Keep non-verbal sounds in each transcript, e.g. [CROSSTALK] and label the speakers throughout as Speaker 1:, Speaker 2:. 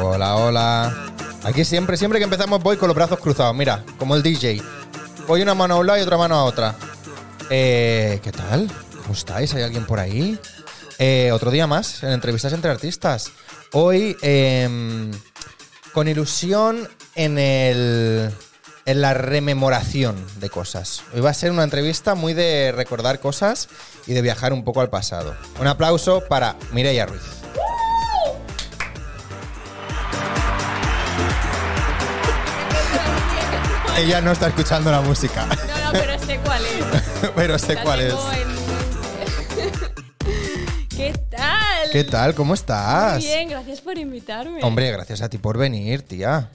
Speaker 1: Hola, hola. Aquí siempre, siempre que empezamos voy con los brazos cruzados, mira, como el DJ. Voy una mano a un lado y otra mano a otra. Eh, ¿Qué tal? ¿Cómo estáis? ¿Hay alguien por ahí? Eh, otro día más, en entrevistas entre artistas. Hoy, em, con ilusión en, el, en la rememoración de cosas. Hoy va a ser una entrevista muy de recordar cosas y de viajar un poco al pasado. Un aplauso para Mireia Ruiz. Ella no está escuchando la música,
Speaker 2: No, no, pero sé cuál
Speaker 1: [LAUGHS]
Speaker 2: es.
Speaker 1: pero sé
Speaker 2: La
Speaker 1: cuál es.
Speaker 2: tengo en- [LAUGHS] ¿Qué tal?
Speaker 1: ¿Qué tal? ¿Cómo
Speaker 2: Muy
Speaker 1: estás?
Speaker 2: bien, gracias por invitarme.
Speaker 1: Hombre, gracias a ti por venir, tía.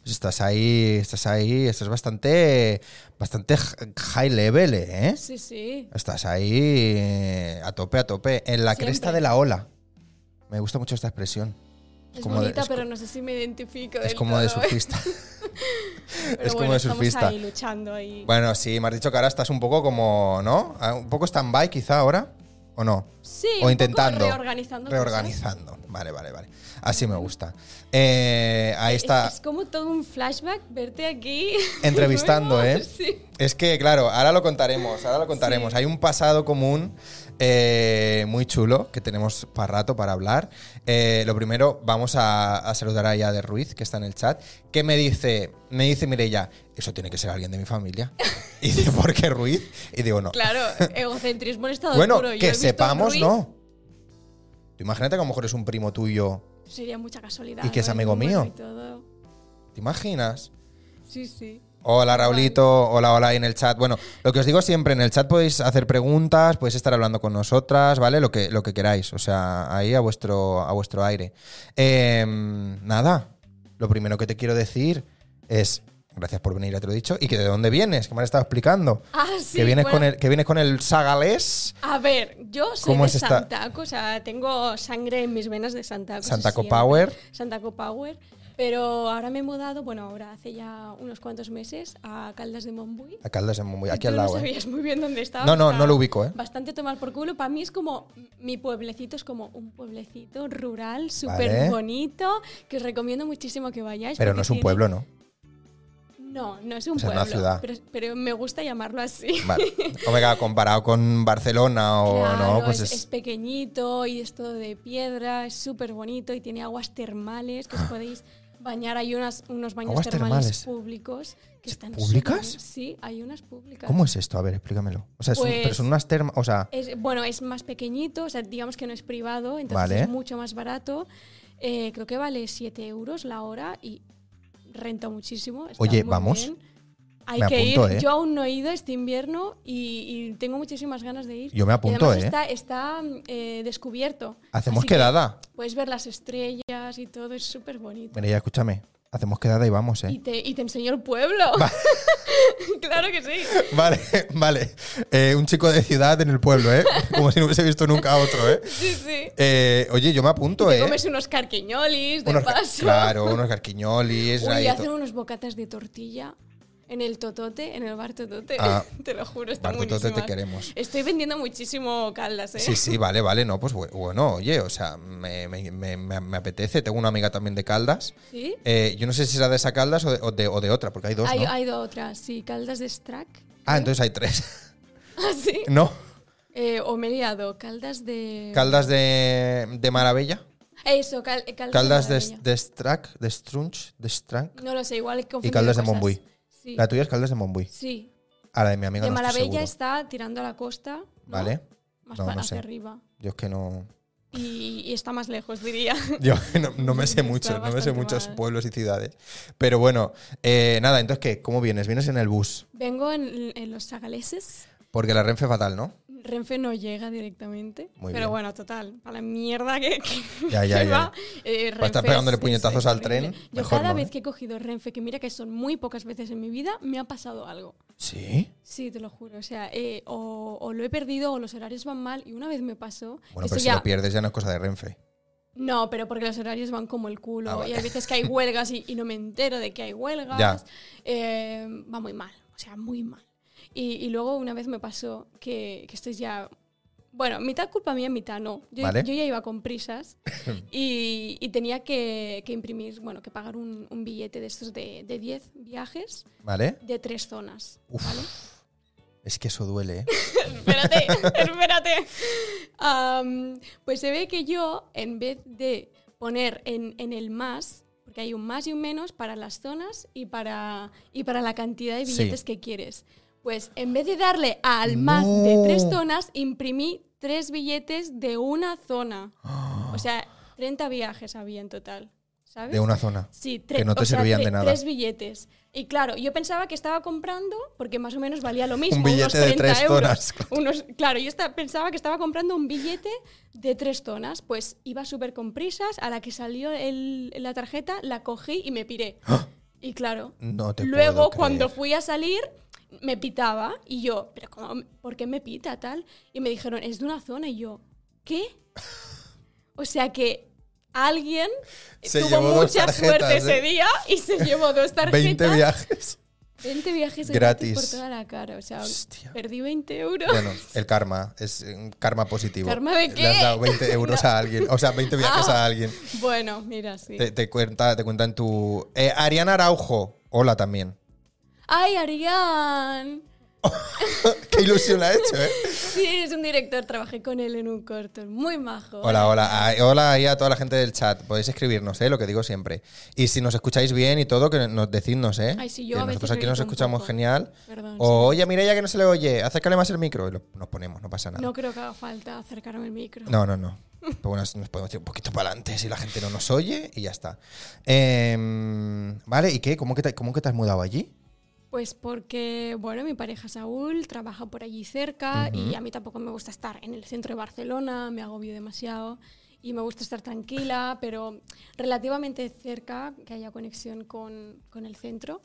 Speaker 1: Pues estás ahí, estás ahí, estás bastante, bastante j- high level, ¿eh?
Speaker 2: Sí, sí.
Speaker 1: Estás ahí eh, a tope, a tope, en la
Speaker 2: Siempre.
Speaker 1: cresta de la ola. Me gusta mucho esta expresión.
Speaker 2: Es
Speaker 1: como de-
Speaker 2: bonita,
Speaker 1: es co-
Speaker 2: pero no sé si me identifico.
Speaker 1: Es
Speaker 2: del
Speaker 1: como de
Speaker 2: todo, ¿eh?
Speaker 1: surfista.
Speaker 2: [LAUGHS] Pero
Speaker 1: es como
Speaker 2: bueno,
Speaker 1: de
Speaker 2: estamos
Speaker 1: surfista.
Speaker 2: ahí luchando ahí.
Speaker 1: Bueno, sí, me has dicho que ahora estás un poco como, ¿no? Ah, Un poco stand-by quizá ahora, ¿o no?
Speaker 2: sí, un
Speaker 1: o
Speaker 2: poco
Speaker 1: intentando.
Speaker 2: Reorganizando. cosas.
Speaker 1: Reorganizando. Vale, vale, vale. Así me gusta. Eh, ahí
Speaker 2: Es-
Speaker 1: está.
Speaker 2: Es, como todo un flashback verte aquí.
Speaker 1: [LAUGHS]
Speaker 2: de
Speaker 1: Entrevistando,
Speaker 2: [LAUGHS] nuevo.
Speaker 1: ¿eh?
Speaker 2: Sí.
Speaker 1: Es que, claro, ahora lo contaremos, ahora lo contaremos. Hay un pasado común eh, muy chulo que tenemos para rato para hablar. Eh, lo primero, vamos a, a saludar a Yade Ruiz, que está en el chat, que me dice, me dice Mireya, eso tiene que ser alguien de mi
Speaker 2: [LAUGHS]
Speaker 1: familia. Y dice, ¿por qué Ruiz? Y digo, no.
Speaker 2: Claro, egocentrismo en estado
Speaker 1: bueno,
Speaker 2: puro. Yo he
Speaker 1: que
Speaker 2: visto
Speaker 1: sepamos,
Speaker 2: Ruiz,
Speaker 1: no. Tú imagínate que a lo mejor es un primo tuyo.
Speaker 2: Sería mucha casualidad.
Speaker 1: Y que es
Speaker 2: ¿no?
Speaker 1: amigo
Speaker 2: número
Speaker 1: mío.
Speaker 2: y todo.
Speaker 1: ¿Te imaginas?
Speaker 2: Sí, sí.
Speaker 1: Hola Raulito, hola, hola ahí en el chat. Bueno, lo que os digo siempre, en el chat podéis hacer preguntas, podéis estar hablando con nosotras, ¿vale? Lo que, lo que queráis, o sea, ahí a vuestro, a vuestro aire. Em, nada, lo primero que te quiero decir es, gracias por venir, ya te lo he dicho, y que de dónde vienes, que me has estado explicando.
Speaker 2: Ah, sí.
Speaker 1: que, vienes
Speaker 2: bueno,
Speaker 1: con el, que vienes con el sagalés
Speaker 2: A ver, yo soy
Speaker 1: ¿Cómo
Speaker 2: de
Speaker 1: es esta-
Speaker 2: Santaco, o sea, tengo sangre en mis venas de Santaco.
Speaker 1: Santaco
Speaker 2: siempre.
Speaker 1: Power.
Speaker 2: Santaco Power. Pero ahora me he mudado, bueno, ahora hace ya unos cuantos meses, a Caldas de Montbui.
Speaker 1: a Caldas de Montbui, aquí
Speaker 2: Tú
Speaker 1: al lado.
Speaker 2: No
Speaker 1: ¿eh?
Speaker 2: sabías muy bien dónde estaba.
Speaker 1: No, no,
Speaker 2: está
Speaker 1: no lo ubico, ¿eh?
Speaker 2: Bastante tomar por culo. Para mí es como, mi pueblecito es como un pueblecito rural, súper
Speaker 1: Vale.
Speaker 2: bonito, que os recomiendo muchísimo que vayáis.
Speaker 1: Pero
Speaker 2: porque
Speaker 1: no es un
Speaker 2: tiene-
Speaker 1: pueblo,
Speaker 2: [LAUGHS]
Speaker 1: ¿no?
Speaker 2: No, no es un
Speaker 1: O sea, es una
Speaker 2: pueblo.
Speaker 1: ciudad.
Speaker 2: Pero, pero me gusta llamarlo así.
Speaker 1: Vale. Omega, comparado con Barcelona o
Speaker 2: Claro,
Speaker 1: no, pues
Speaker 2: es, es pequeñito y es todo de piedra, es súper bonito y tiene aguas termales que os podéis bañar. Hay unas, unos baños
Speaker 1: Ah. Aguas termales.
Speaker 2: termales, públicos que están súper
Speaker 1: ¿Públicas?
Speaker 2: bien. Sí, hay unas públicas.
Speaker 1: ¿Cómo es esto? A ver, explícamelo. O sea, es un-
Speaker 2: Pues- Eh,
Speaker 1: pero son unas termas. O sea,
Speaker 2: Es- bueno, es más pequeñito, o sea, digamos que no es privado, entonces
Speaker 1: Vale.
Speaker 2: es mucho más barato. Eh, creo que vale 7 euros la hora y renta muchísimo. está
Speaker 1: Oye,
Speaker 2: muy
Speaker 1: vamos.
Speaker 2: bien. Hay
Speaker 1: Me
Speaker 2: que
Speaker 1: apunto,
Speaker 2: ir.
Speaker 1: ¿eh?
Speaker 2: Yo aún no he ido este invierno y, y tengo muchísimas ganas de ir.
Speaker 1: Yo me
Speaker 2: Y
Speaker 1: apunto,
Speaker 2: además
Speaker 1: ¿eh?
Speaker 2: Está, está, mm, eh, descubierto.
Speaker 1: hacemos
Speaker 2: Así que
Speaker 1: quedada.
Speaker 2: puedes ver las estrellas y todo, es súper bonito.
Speaker 1: Mira, ya escúchame. Hacemos quedada y vamos,
Speaker 2: Y
Speaker 1: ¿eh?
Speaker 2: te, y te enseño el pueblo. [LAUGHS] claro que sí.
Speaker 1: [LAUGHS] Vale, [LAUGHS] vale. Eh, un chico de ciudad en el pueblo, ¿eh? [LAUGHS] Como si no hubiese visto nunca a otro, ¿eh?
Speaker 2: Sí, sí.
Speaker 1: Eh, oye, yo me apunto,
Speaker 2: Te
Speaker 1: ¿eh?
Speaker 2: comes unos carquiñolis de
Speaker 1: Unos ca-
Speaker 2: paso.
Speaker 1: Claro,
Speaker 2: [LAUGHS]
Speaker 1: unos carquiñolis.
Speaker 2: Uy,
Speaker 1: ahí
Speaker 2: hacen
Speaker 1: to-
Speaker 2: unos bocatas de tortilla en el Totote, en el bar Totote.
Speaker 1: Ah.
Speaker 2: [LAUGHS] te lo juro, está
Speaker 1: Bar Totote, te
Speaker 2: buenísimas.
Speaker 1: queremos.
Speaker 2: Estoy vendiendo muchísimo caldas, ¿eh?
Speaker 1: Sí, sí, vale, vale. No, pues bu- bueno, oye, o sea, me, me- me- me- me apetece. Tengo una amiga también de Caldas.
Speaker 2: ¿Sí?
Speaker 1: Eh, yo no sé si será de esa Caldas o de, o de- o de otra, porque hay dos,
Speaker 2: Hay,
Speaker 1: ¿no?
Speaker 2: hay otra, sí, caldas de Strack.
Speaker 1: Ah, entonces hay tres.
Speaker 2: [LAUGHS]
Speaker 1: [LAUGHS]
Speaker 2: Ah, sí.
Speaker 1: ¿No?
Speaker 2: Eh, o me he liado, caldas de.
Speaker 1: Caldas de, de Maravilla.
Speaker 2: Eso, cal- eh, caldas,
Speaker 1: Caldas de,
Speaker 2: Maravilla.
Speaker 1: de Strack, de Strunch, de Strank.
Speaker 2: No lo sé, igual he confundido
Speaker 1: Caldas de
Speaker 2: cosas.
Speaker 1: Montbui.
Speaker 2: Sí.
Speaker 1: La tuya es Caldas de Montbui.
Speaker 2: sí.
Speaker 1: A la de mi amiga
Speaker 2: de
Speaker 1: no estoy
Speaker 2: Maravilla
Speaker 1: seguro.
Speaker 2: está tirando a la costa. ¿no?
Speaker 1: Vale.
Speaker 2: Más
Speaker 1: No,
Speaker 2: pa-
Speaker 1: no
Speaker 2: hacia
Speaker 1: sé.
Speaker 2: arriba.
Speaker 1: Yo es que no. [LAUGHS]
Speaker 2: Y, y está más lejos, diría. [LAUGHS]
Speaker 1: Yo no, no me sé
Speaker 2: Está
Speaker 1: mucho, no me sé
Speaker 2: bastante
Speaker 1: muchos
Speaker 2: mal.
Speaker 1: pueblos y ciudades. Pero bueno, eh, nada, entonces, ¿qué? ¿Cómo vienes? Vienes en el bus.
Speaker 2: Vengo en- en los sagaleses.
Speaker 1: Porque la Renfe fatal,
Speaker 2: [LAUGHS]
Speaker 1: ¿no?
Speaker 2: Renfe no llega directamente.
Speaker 1: Muy
Speaker 2: pero
Speaker 1: bien.
Speaker 2: bueno, total, a la mierda que, que-
Speaker 1: [LAUGHS] Ya, ya,
Speaker 2: que
Speaker 1: ya.
Speaker 2: va. eh,
Speaker 1: Para estar
Speaker 2: Renfe
Speaker 1: pegándole
Speaker 2: es-
Speaker 1: puñetazos
Speaker 2: es
Speaker 1: al
Speaker 2: horrible.
Speaker 1: tren,
Speaker 2: Yo
Speaker 1: mejor
Speaker 2: cada
Speaker 1: no, ¿eh?
Speaker 2: vez que he cogido Renfe, que mira que son muy pocas veces en mi vida, me ha pasado algo.
Speaker 1: Sí.
Speaker 2: Sí, te lo juro. O sea, eh, o, o lo he perdido o los horarios van mal. Y una vez me pasó.
Speaker 1: Bueno,
Speaker 2: esto
Speaker 1: pero si
Speaker 2: ya-
Speaker 1: lo pierdes ya no es cosa de Renfe.
Speaker 2: No, pero porque los horarios van como el culo.
Speaker 1: Ah,
Speaker 2: Y
Speaker 1: vale.
Speaker 2: hay
Speaker 1: [LAUGHS]
Speaker 2: veces que hay huelgas y, y no me entero de que hay huelgas.
Speaker 1: Ya.
Speaker 2: Eh, va muy mal, o sea, muy mal. Y, y luego una vez me pasó que, que esto es ya Bueno, mitad culpa mía, mitad no. Yo,
Speaker 1: Vale.
Speaker 2: yo ya iba
Speaker 1: [LAUGHS]
Speaker 2: con prisas y, y tenía que, que imprimir, bueno, que pagar un, un billete de estos de de 10 viajes
Speaker 1: ¿Vale?
Speaker 2: de tres zonas.
Speaker 1: Uf. Es que eso duele,
Speaker 2: [LAUGHS]
Speaker 1: ¿eh? [GASPS]
Speaker 2: espérate, [LAUGHS] espérate. Am, pues se ve que yo, en vez de poner en, en el más, porque hay un más y un menos para las zonas y para, y para la cantidad de
Speaker 1: Sí.
Speaker 2: billetes que quieres, pues en vez de darle al más de
Speaker 1: No.
Speaker 2: tres zonas, imprimí tres billetes de una zona. O sea, 30 viajes había en total. ¿Sabes?
Speaker 1: De una zona.
Speaker 2: Sí,
Speaker 1: que no te
Speaker 2: o sea,
Speaker 1: servían de
Speaker 2: tre-
Speaker 1: nada.
Speaker 2: Tres billetes. Y claro, yo pensaba que estaba comprando, porque más o menos valía lo mismo.
Speaker 1: Un billete
Speaker 2: unos
Speaker 1: de
Speaker 2: 30
Speaker 1: tres
Speaker 2: euros.
Speaker 1: zonas. [GASPS]
Speaker 2: [LAUGHS] Unos, claro, yo esta- pensaba que estaba comprando un billete de tres zonas. Pues iba súper con prisas, a la que salió el- la tarjeta, la cogí y me piré. Y claro,
Speaker 1: No te
Speaker 2: luego
Speaker 1: puedo creer.
Speaker 2: cuando fui a salir me pitaba y yo, pero cómo, ¿por qué me pita tal? Y me dijeron, es de una zona y yo, ¿qué? O sea que alguien
Speaker 1: Se llevó
Speaker 2: tuvo
Speaker 1: dos
Speaker 2: mucha
Speaker 1: tarjetas,
Speaker 2: suerte
Speaker 1: ¿eh?
Speaker 2: ese día y se llevó
Speaker 1: [LAUGHS] 20
Speaker 2: dos tarjetas. [LAUGHS]
Speaker 1: viajes.
Speaker 2: 20 viajes
Speaker 1: Gratis.
Speaker 2: gratis. por toda la cara. O sea,
Speaker 1: Hostia.
Speaker 2: perdí 20 euros.
Speaker 1: Bueno, el karma. Es un karma positivo.
Speaker 2: ¿Karma de
Speaker 1: Le has
Speaker 2: qué? Ah.
Speaker 1: dado 20 euros a alguien. O sea, 20 viajes a alguien.
Speaker 2: Bueno, mira, sí.
Speaker 1: Te, te cuenta, te cuenta en tu... Eh, Ariana Araujo. Hola también. [LAUGHS]
Speaker 2: ¡Ay, Arián!
Speaker 1: Qué ilusión la ha hecho, ¿eh?
Speaker 2: Sí, es un director, trabajé con él en un corto, muy majo.
Speaker 1: Hola, hola. Ay, Hola ahí a toda la gente del chat. Podéis escribirnos, ¿eh? Lo que digo siempre. Y si nos escucháis bien y todo, que nos decidnos, ¿eh?
Speaker 2: Ay, sí, yo
Speaker 1: Que
Speaker 2: a veces
Speaker 1: nosotros aquí
Speaker 2: grito
Speaker 1: nos
Speaker 2: un
Speaker 1: escuchamos
Speaker 2: poco.
Speaker 1: genial.
Speaker 2: Perdón. sí.
Speaker 1: O, oye, mira ya que no se le oye, acércale más el micro. Y lo- nos ponemos, no pasa nada.
Speaker 2: No creo que haga falta acercarme el micro.
Speaker 1: No, no, no. Pero bueno, nos podemos ir un poquito para adelante si la gente no nos oye y ya está. Em, vale, ¿y qué? ¿Cómo que, te, cómo que te has mudado allí?
Speaker 2: Pues porque, bueno, mi pareja Saúl trabaja por allí cerca y a mí tampoco me gusta estar en el centro de Barcelona, me agobio demasiado y me gusta estar tranquila, pero relativamente cerca, que haya conexión con, con el centro.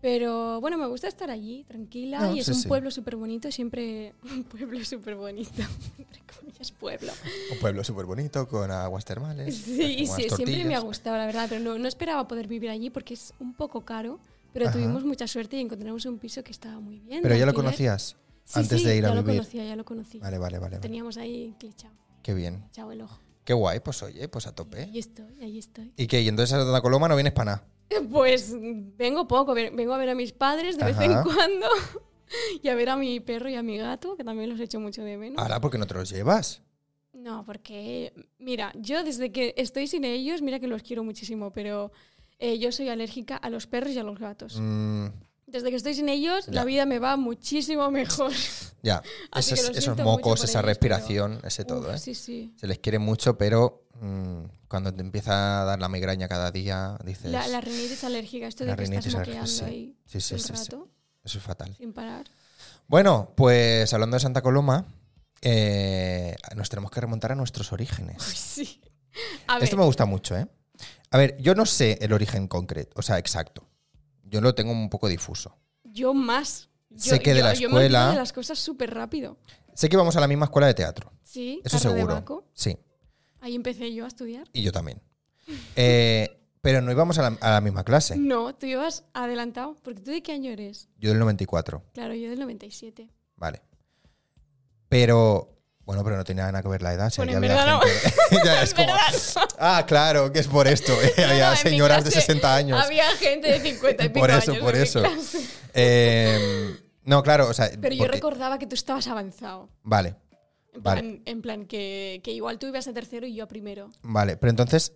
Speaker 2: Pero bueno, me gusta estar allí, tranquila,
Speaker 1: No,
Speaker 2: y es
Speaker 1: Ah, sí,
Speaker 2: un
Speaker 1: sí.
Speaker 2: pueblo súper bonito, siempre [LAUGHS] un pueblo súper bonito, entre comillas, pueblo.
Speaker 1: Un pueblo súper bonito con aguas termales.
Speaker 2: Sí, y
Speaker 1: buenas
Speaker 2: sí, siempre me ha
Speaker 1: tortillas.
Speaker 2: gustado, la verdad, pero no, no esperaba poder vivir allí porque es un poco caro. Pero
Speaker 1: Ajá.
Speaker 2: tuvimos mucha suerte y encontramos un piso que estaba muy bien.
Speaker 1: Pero
Speaker 2: de
Speaker 1: ya lo
Speaker 2: alquiler.
Speaker 1: conocías
Speaker 2: Sí,
Speaker 1: antes
Speaker 2: sí,
Speaker 1: de ir a
Speaker 2: ya
Speaker 1: vivir.
Speaker 2: lo conocía, ya lo conocí.
Speaker 1: Vale, vale, vale.
Speaker 2: Lo
Speaker 1: vale.
Speaker 2: Teníamos ahí clichado,
Speaker 1: Qué bien.
Speaker 2: chao el ojo.
Speaker 1: Qué guay, pues oye, pues a tope.
Speaker 2: Ahí estoy, ahí estoy. [LAUGHS]
Speaker 1: ¿Y qué? ¿Y entonces a Santa Coloma no vienes para nada?
Speaker 2: Pues mm, vengo poco, ve- vengo a ver a mis padres de vez en
Speaker 1: Ajá.
Speaker 2: cuando [LAUGHS] y a ver a mi perro y a mi gato, que también los echo mucho de menos.
Speaker 1: Ahora, ¿por qué no te los llevas?
Speaker 2: No, porque, mira, yo desde que estoy sin ellos, mira que los quiero muchísimo, pero eh, yo soy alérgica a los perros y a los gatos.
Speaker 1: Mm,
Speaker 2: Desde que estoy sin ellos,
Speaker 1: Ya.
Speaker 2: la vida me va muchísimo mejor.
Speaker 1: ya,
Speaker 2: Así que
Speaker 1: esos,
Speaker 2: lo
Speaker 1: esos
Speaker 2: siento mucho
Speaker 1: mocos,
Speaker 2: por
Speaker 1: esa
Speaker 2: ellos,
Speaker 1: respiración, ese todo,
Speaker 2: Uf,
Speaker 1: ¿eh?
Speaker 2: Sí, sí.
Speaker 1: Se les quiere mucho, pero mm, cuando te empieza a dar la migraña cada día, dices,
Speaker 2: La, la rinitis alérgica, esto
Speaker 1: La
Speaker 2: de que estás
Speaker 1: rinitis alérgica, sí.
Speaker 2: moqueando ahí
Speaker 1: Sí, sí,
Speaker 2: todo
Speaker 1: sí,
Speaker 2: el
Speaker 1: sí.
Speaker 2: rato,
Speaker 1: eso es fatal.
Speaker 2: sin parar. [LAUGHS]
Speaker 1: Bueno, pues hablando de Santa Coloma, eh, nos tenemos que remontar a nuestros orígenes.
Speaker 2: pues Sí. A ver,
Speaker 1: Esto me gusta mucho, ¿eh? A ver, yo no sé el origen concreto, o sea, exacto. Yo lo tengo un poco difuso.
Speaker 2: yo más. Yo,
Speaker 1: Sé que de
Speaker 2: yo-
Speaker 1: la
Speaker 2: Yo me olvido
Speaker 1: escuela-
Speaker 2: de las cosas súper rápido.
Speaker 1: Sé que vamos a la misma escuela de teatro,
Speaker 2: Sí,
Speaker 1: eso
Speaker 2: Carro de
Speaker 1: seguro.
Speaker 2: Baco,
Speaker 1: Sí,
Speaker 2: Ahí empecé yo a estudiar.
Speaker 1: y yo también. Eh, pero no íbamos a la, a la misma clase.
Speaker 2: No, tú ibas adelantado. Porque tú de qué año eres?
Speaker 1: Yo del 94,
Speaker 2: Claro, yo del 97.
Speaker 1: vale. Pero, bueno, pero no tenía nada que ver la edad. si
Speaker 2: Bueno,
Speaker 1: aquí
Speaker 2: en
Speaker 1: había
Speaker 2: verdad
Speaker 1: gente- [LAUGHS] ya, es como,
Speaker 2: ¿Verdad?
Speaker 1: ah, claro, que es por esto.
Speaker 2: [LAUGHS]
Speaker 1: eh,
Speaker 2: No, no,
Speaker 1: había
Speaker 2: en mi
Speaker 1: señoras de
Speaker 2: clase
Speaker 1: 60 años.
Speaker 2: Había gente de 50 y pico
Speaker 1: Por eso,
Speaker 2: años
Speaker 1: por
Speaker 2: en mi
Speaker 1: eso.
Speaker 2: clase.
Speaker 1: Eh, no, claro, o sea.
Speaker 2: Pero yo
Speaker 1: porque-
Speaker 2: recordaba que tú estabas avanzado.
Speaker 1: Vale,
Speaker 2: En
Speaker 1: Vale.
Speaker 2: plan, en plan que, que igual tú ibas a tercero y yo a primero.
Speaker 1: vale. Pero entonces,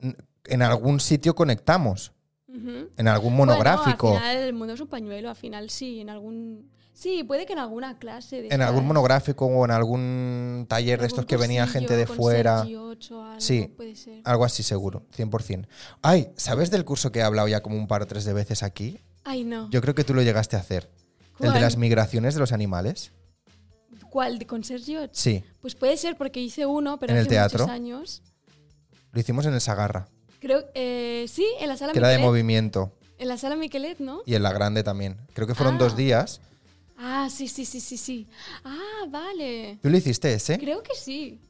Speaker 1: n- en algún sitio conectamos.
Speaker 2: Ujú.
Speaker 1: En algún monográfico.
Speaker 2: Bueno, al final el mundo es un pañuelo, al final sí, en algún... Sí, puede que en alguna clase... de
Speaker 1: en algún
Speaker 2: estas,
Speaker 1: monográfico o en algún taller de
Speaker 2: algún
Speaker 1: estos que venía
Speaker 2: cursillo
Speaker 1: gente de
Speaker 2: con
Speaker 1: fuera.
Speaker 2: Sergi Ocho, algo,
Speaker 1: Sí.
Speaker 2: puede ser.
Speaker 1: Algo así seguro, 100%. Ay, ¿sabes del curso que he hablado ya como un par o tres de veces aquí?
Speaker 2: Ay, no.
Speaker 1: Yo creo que tú lo llegaste a hacer. ¿El de
Speaker 2: ¿Cuál?
Speaker 1: las migraciones de los animales?
Speaker 2: ¿Cuál? ¿De ¿Con Sergio?
Speaker 1: Sí,
Speaker 2: Pues puede ser porque hice uno, pero
Speaker 1: ¿En el
Speaker 2: hace
Speaker 1: teatro?
Speaker 2: muchos años.
Speaker 1: lo hicimos en el Sagarra,
Speaker 2: Creo, eh, sí, en la sala
Speaker 1: que era de
Speaker 2: Miquelet.
Speaker 1: movimiento,
Speaker 2: en la sala Miquelet, ¿no?
Speaker 1: y en la grande también. Creo que fueron
Speaker 2: Ah.
Speaker 1: dos días.
Speaker 2: Ah, sí, sí, sí, sí, sí. Ah, vale.
Speaker 1: ¿Tú lo hiciste ese?
Speaker 2: Creo que sí.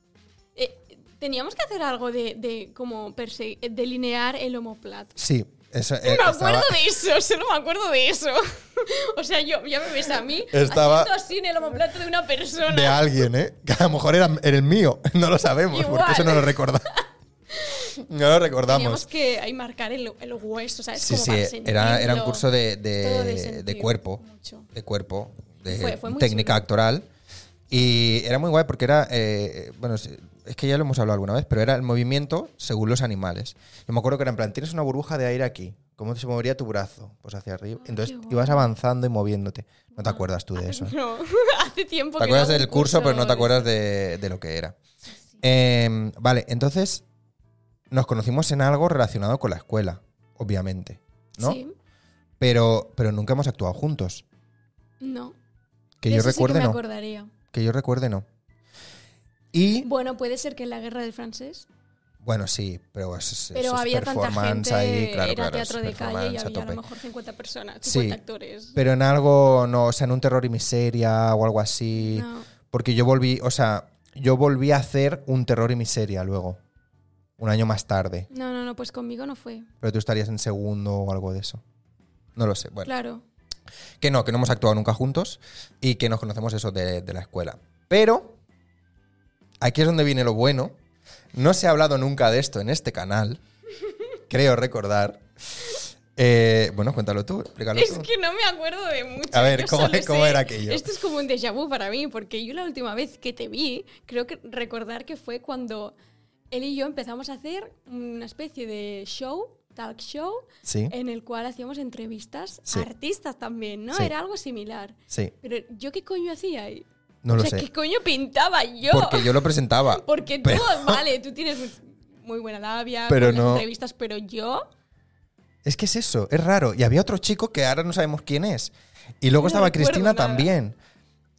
Speaker 2: Eh, teníamos que hacer algo de, de como perse- eh, delinear el homoplato.
Speaker 1: Sí, Eso, eh,
Speaker 2: Me acuerdo
Speaker 1: estaba-
Speaker 2: de eso, [LAUGHS] solo me acuerdo de eso. [LAUGHS] o sea, yo ya me ves a mí
Speaker 1: Estaba-
Speaker 2: haciendo así en el homoplato de una persona.
Speaker 1: de alguien, ¿eh? Que a lo mejor era, era el mío. [LAUGHS] No lo sabemos, porque
Speaker 2: Igual.
Speaker 1: eso no lo recordamos. [LAUGHS] No lo recordamos.
Speaker 2: Teníamos que ahí marcar el, el hueso, ¿sabes?
Speaker 1: Sí,
Speaker 2: Como
Speaker 1: sí,
Speaker 2: para
Speaker 1: era, era un
Speaker 2: sentirlo.
Speaker 1: curso de, de-
Speaker 2: Todo
Speaker 1: de
Speaker 2: sentir
Speaker 1: cuerpo,
Speaker 2: mucho.
Speaker 1: de cuerpo, de
Speaker 2: Fue- fue muy
Speaker 1: técnica
Speaker 2: chulo.
Speaker 1: actoral. Y era muy guay porque era, eh, bueno, es es que ya lo hemos hablado alguna vez, pero era el movimiento según los animales. Yo me acuerdo que era en plan, tienes una burbuja de aire aquí, ¿cómo se movería tu brazo? Pues hacia arriba. Entonces
Speaker 2: Ah, guay.
Speaker 1: ibas avanzando y moviéndote. No te acuerdas tú de eso. ¿eh?
Speaker 2: Ah, No, [LAUGHS] hace tiempo
Speaker 1: Te
Speaker 2: que no
Speaker 1: acuerdas
Speaker 2: hago un
Speaker 1: del curso, pero no te acuerdas de, de lo que era. Eh, vale, entonces nos conocimos en algo relacionado con la escuela, obviamente, ¿no?
Speaker 2: Sí,
Speaker 1: Pero, pero nunca hemos actuado juntos.
Speaker 2: no.
Speaker 1: Que
Speaker 2: De
Speaker 1: yo
Speaker 2: eso sí
Speaker 1: recuerde,
Speaker 2: que me
Speaker 1: no.
Speaker 2: acordaría.
Speaker 1: Que yo recuerde, no. Y,
Speaker 2: Bueno, puede ser que en la guerra del francés,
Speaker 1: bueno, sí, pero eso, es-
Speaker 2: pero
Speaker 1: eso es
Speaker 2: había tanta
Speaker 1: este, performance
Speaker 2: gente,
Speaker 1: ahí, claro,
Speaker 2: era
Speaker 1: claro,
Speaker 2: teatro
Speaker 1: es
Speaker 2: de calle y
Speaker 1: performance a
Speaker 2: había a,
Speaker 1: tope.
Speaker 2: lo mejor 50 personas,
Speaker 1: Sí.
Speaker 2: 50 actores.
Speaker 1: Pero en algo, no, o sea, en un terror y miseria o algo así.
Speaker 2: No.
Speaker 1: Porque yo volví, o sea, yo volví a hacer un terror y miseria luego. Un año más tarde.
Speaker 2: no, no, no, pues conmigo no fue.
Speaker 1: Pero tú estarías en segundo o algo de eso. No lo sé. Bueno,
Speaker 2: Claro.
Speaker 1: que no, que no hemos actuado nunca juntos y que nos conocemos eso de, de la escuela. Pero, aquí es donde viene lo bueno. No se ha hablado nunca de esto en este
Speaker 2: [LAUGHS]
Speaker 1: canal, creo recordar. Eh, bueno, cuéntalo tú, explícalo
Speaker 2: Es
Speaker 1: tú.
Speaker 2: que no me acuerdo de mucho.
Speaker 1: pues. A ver,
Speaker 2: yo
Speaker 1: ¿cómo-
Speaker 2: solo
Speaker 1: cómo
Speaker 2: sé-
Speaker 1: era aquello?
Speaker 2: Esto es como un déjà vu para mí, porque yo la última vez que te vi, creo que recordar que fue cuando él y yo empezamos a hacer una especie de show, talk show,
Speaker 1: Sí,
Speaker 2: en el cual hacíamos entrevistas
Speaker 1: Sí.
Speaker 2: a artistas también, ¿no?
Speaker 1: Sí.
Speaker 2: Era algo similar.
Speaker 1: sí,
Speaker 2: Pero yo qué coño hacía ahí.
Speaker 1: no lo
Speaker 2: o sea, ¿qué
Speaker 1: sé.
Speaker 2: coño pintaba
Speaker 1: Porque
Speaker 2: yo? [LAUGHS]
Speaker 1: yo lo presentaba.
Speaker 2: Porque
Speaker 1: pero-
Speaker 2: tú, [LAUGHS] vale, tú tienes muy- muy buena labia,
Speaker 1: Pero
Speaker 2: con las
Speaker 1: no-
Speaker 2: entrevistas, pero yo
Speaker 1: Es que es eso, es raro. Y había otro chico que ahora no sabemos quién es. Y luego
Speaker 2: No
Speaker 1: estaba
Speaker 2: recuerdo
Speaker 1: Cristina
Speaker 2: nada.
Speaker 1: también.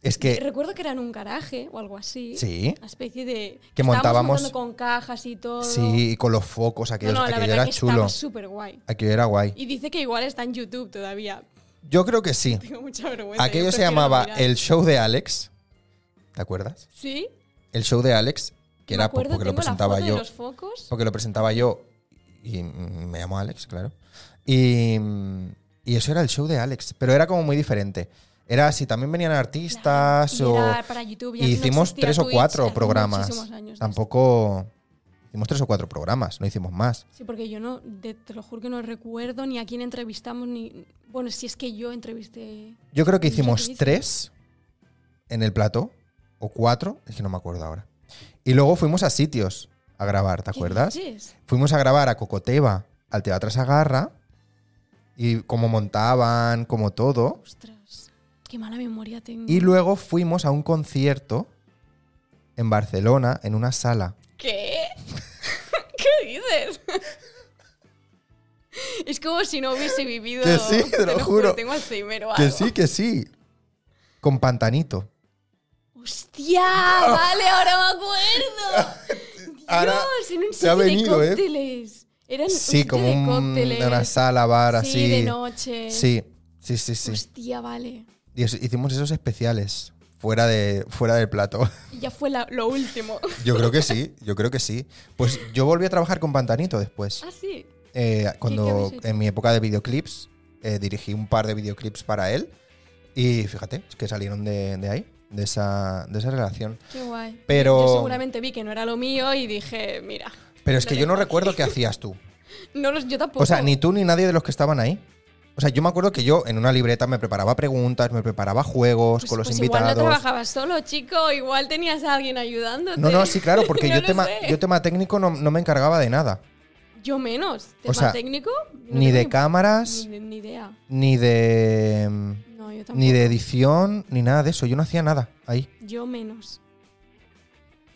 Speaker 1: Es que,
Speaker 2: Recuerdo que era en un garaje o algo así.
Speaker 1: Eh. sí,
Speaker 2: Una especie de.
Speaker 1: Que
Speaker 2: estábamos
Speaker 1: montábamos-
Speaker 2: montando con cajas y todo.
Speaker 1: sí, y con los focos,
Speaker 2: No,
Speaker 1: aquellos,
Speaker 2: no, la
Speaker 1: aquello
Speaker 2: verdad
Speaker 1: era
Speaker 2: que
Speaker 1: chulo.
Speaker 2: estaba súper guay.
Speaker 1: Aquello era guay.
Speaker 2: Y dice que igual está en YouTube todavía. [LAUGHS]
Speaker 1: Yo creo que sí.
Speaker 2: Tengo mucha vergüenza.
Speaker 1: Aquello
Speaker 2: yo
Speaker 1: se
Speaker 2: prefiero
Speaker 1: llamaba
Speaker 2: mirar.
Speaker 1: El Show de Alex. ¿Te acuerdas?
Speaker 2: Sí.
Speaker 1: El Show de Alex, que
Speaker 2: me
Speaker 1: era po-
Speaker 2: acuerdo,
Speaker 1: porque lo
Speaker 2: tengo la
Speaker 1: presentaba
Speaker 2: foto
Speaker 1: yo.
Speaker 2: De los focos.
Speaker 1: Porque lo presentaba yo y mm, me llamó Alex, claro. Y, mm, y eso era el show de Alex, pero era como muy diferente. Era así, también venían artistas
Speaker 2: Claro,
Speaker 1: o...
Speaker 2: y era para YouTube, ya
Speaker 1: y
Speaker 2: no
Speaker 1: hicimos
Speaker 2: existía
Speaker 1: tres o
Speaker 2: Twitch
Speaker 1: cuatro
Speaker 2: hace
Speaker 1: programas.
Speaker 2: muchísimos años de esto.
Speaker 1: Tampoco... Hicimos tres o cuatro programas, no hicimos más.
Speaker 2: Sí, porque yo no. de- te lo juro que no recuerdo ni a quién entrevistamos ni. Bueno, si es que yo entrevisté.
Speaker 1: Yo creo que
Speaker 2: Ya te
Speaker 1: hicimos
Speaker 2: dije.
Speaker 1: tres en el plató, o cuatro, es que no me acuerdo ahora. Y luego fuimos a sitios a grabar, ¿te
Speaker 2: ¿Qué
Speaker 1: acuerdas?
Speaker 2: dices?
Speaker 1: Fuimos a grabar a Cocoteva, al Teatro Sagarra, y cómo montaban, como todo.
Speaker 2: Ostras. Qué mala memoria tengo.
Speaker 1: Y luego fuimos a un concierto en Barcelona, en una sala.
Speaker 2: ¿Qué? [LAUGHS] ¿Qué dices? [LAUGHS] Es como si no hubiese vivido.
Speaker 1: Que sí, te lo juro.
Speaker 2: Tengo Alzheimer o
Speaker 1: Que
Speaker 2: algo.
Speaker 1: sí, que sí. Con Pantanito.
Speaker 2: ¡Hostia! Vale, ahora me acuerdo.
Speaker 1: Ah. [LAUGHS] Ahora
Speaker 2: Dios, en un
Speaker 1: te
Speaker 2: sitio
Speaker 1: ha venido,
Speaker 2: de
Speaker 1: ¿eh?
Speaker 2: cócteles. Era en un
Speaker 1: Sí,
Speaker 2: sitio
Speaker 1: como
Speaker 2: de
Speaker 1: un-
Speaker 2: cócteles.
Speaker 1: una sala, bar,
Speaker 2: sí,
Speaker 1: así.
Speaker 2: de noche.
Speaker 1: Sí, sí, sí, sí.
Speaker 2: Hostia, vale.
Speaker 1: Y eso- hicimos esos especiales fuera, de, fuera del plato. [LAUGHS]
Speaker 2: Y ya fue la- lo último.
Speaker 1: Yo creo que sí, yo creo que sí. Pues yo volví a trabajar con Pantanito después.
Speaker 2: Ah, sí.
Speaker 1: Eh,
Speaker 2: qué
Speaker 1: cuando
Speaker 2: habéis hecho?
Speaker 1: en mi época de videoclips eh, dirigí un par de videoclips para él. Y fíjate, es que salieron de, de ahí, de esa, de esa relación.
Speaker 2: Qué guay.
Speaker 1: Pero-
Speaker 2: Yo seguramente vi que no era lo mío y dije, mira.
Speaker 1: Pero es
Speaker 2: Lo
Speaker 1: que yo no
Speaker 2: dejo.
Speaker 1: recuerdo qué hacías
Speaker 2: [LAUGHS]
Speaker 1: tú.
Speaker 2: No los, yo tampoco.
Speaker 1: O sea, ni tú ni nadie de los que estaban ahí. O sea, yo me acuerdo que yo en una libreta me preparaba preguntas, me preparaba juegos
Speaker 2: Pues-
Speaker 1: con los
Speaker 2: pues
Speaker 1: invitados.
Speaker 2: Igual no trabajabas solo, chico. Igual tenías a alguien [LAUGHS] ayudándote.
Speaker 1: no, no, sí, claro, porque
Speaker 2: No
Speaker 1: yo,
Speaker 2: lo
Speaker 1: tema,
Speaker 2: sé.
Speaker 1: yo tema técnico no, no me encargaba de nada.
Speaker 2: Yo menos.
Speaker 1: O
Speaker 2: ¿Tema
Speaker 1: sea,
Speaker 2: técnico? Yo no
Speaker 1: ni
Speaker 2: tengo
Speaker 1: de cámaras,
Speaker 2: Ni, de- ni idea.
Speaker 1: ni de. mm,
Speaker 2: No, yo tampoco.
Speaker 1: ni de edición, ni nada de eso. Yo no hacía nada ahí.
Speaker 2: Yo menos.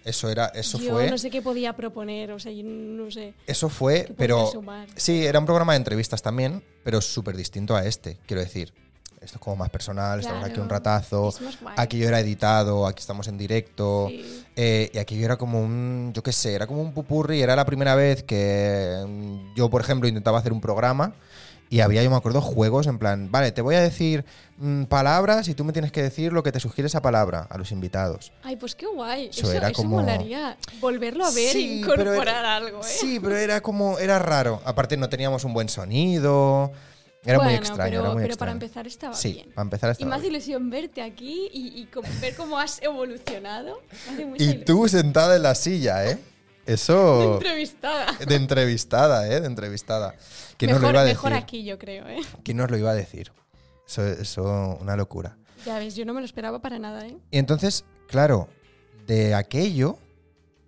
Speaker 1: Eso era, eso
Speaker 2: yo
Speaker 1: fue.
Speaker 2: no sé qué podía proponer. O sea, yo no sé.
Speaker 1: Eso fue,
Speaker 2: ¿Qué
Speaker 1: pero.
Speaker 2: podía sumar?
Speaker 1: Sí, era un programa de entrevistas también, pero súper distinto a este, quiero decir. Esto es como más personal, estamos
Speaker 2: Claro.
Speaker 1: aquí un ratazo.
Speaker 2: Es más guay.
Speaker 1: Aquí yo era editado, aquí estamos en directo.
Speaker 2: Sí.
Speaker 1: Eh, y aquello era como un, yo qué sé, era como un pupurri, era la primera vez que mm, yo, por ejemplo, intentaba hacer un programa Y había, yo me acuerdo, juegos en plan, vale, te voy a decir mm, palabras y tú me tienes que decir lo que te sugiere esa palabra a los invitados.
Speaker 2: Ay, pues qué guay.
Speaker 1: Eso
Speaker 2: Eso,
Speaker 1: era
Speaker 2: eso
Speaker 1: como-
Speaker 2: molaría. Volverlo a ver e
Speaker 1: Sí, pero
Speaker 2: incorporar
Speaker 1: era-
Speaker 2: algo, ¿eh?
Speaker 1: Sí, pero era como, era raro. Aparte no teníamos un buen sonido. Era muy
Speaker 2: Bueno,
Speaker 1: extraño,
Speaker 2: pero,
Speaker 1: era muy
Speaker 2: pero
Speaker 1: extraño.
Speaker 2: para empezar estaba
Speaker 1: Sí,
Speaker 2: bien.
Speaker 1: para empezar
Speaker 2: Y
Speaker 1: estaba
Speaker 2: más
Speaker 1: bien.
Speaker 2: ilusión verte aquí y, y com- ver cómo has evolucionado. Me hace mucha
Speaker 1: Y
Speaker 2: ilusión.
Speaker 1: tú sentada en la silla, ¿eh?
Speaker 2: [LAUGHS]
Speaker 1: Eso...
Speaker 2: entrevistada.
Speaker 1: De entrevistada, ¿eh? De entrevistada. ¿Quién nos
Speaker 2: mejor,
Speaker 1: lo iba a decir?
Speaker 2: mejor aquí, yo creo, ¿eh?
Speaker 1: ¿Quién nos lo iba a decir? Eso, eso una locura.
Speaker 2: Ya ves, yo no me lo esperaba para nada, ¿eh?
Speaker 1: Y entonces, claro, de aquello,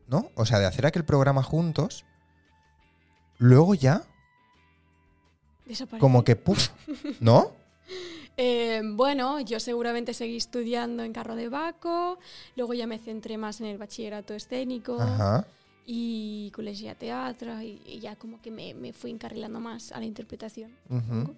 Speaker 1: ¿no? O sea, de hacer aquel programa juntos, luego ya,
Speaker 2: Desapareció.
Speaker 1: como que, ¡puf!
Speaker 2: [LAUGHS]
Speaker 1: ¿No?
Speaker 2: Eh, bueno, yo seguramente seguí estudiando en Carro de Baco, luego ya me centré más en el bachillerato escénico
Speaker 1: Ajá.
Speaker 2: y colegio de teatro y, y ya como que me, me fui encarrilando más a la interpretación.
Speaker 1: ujú.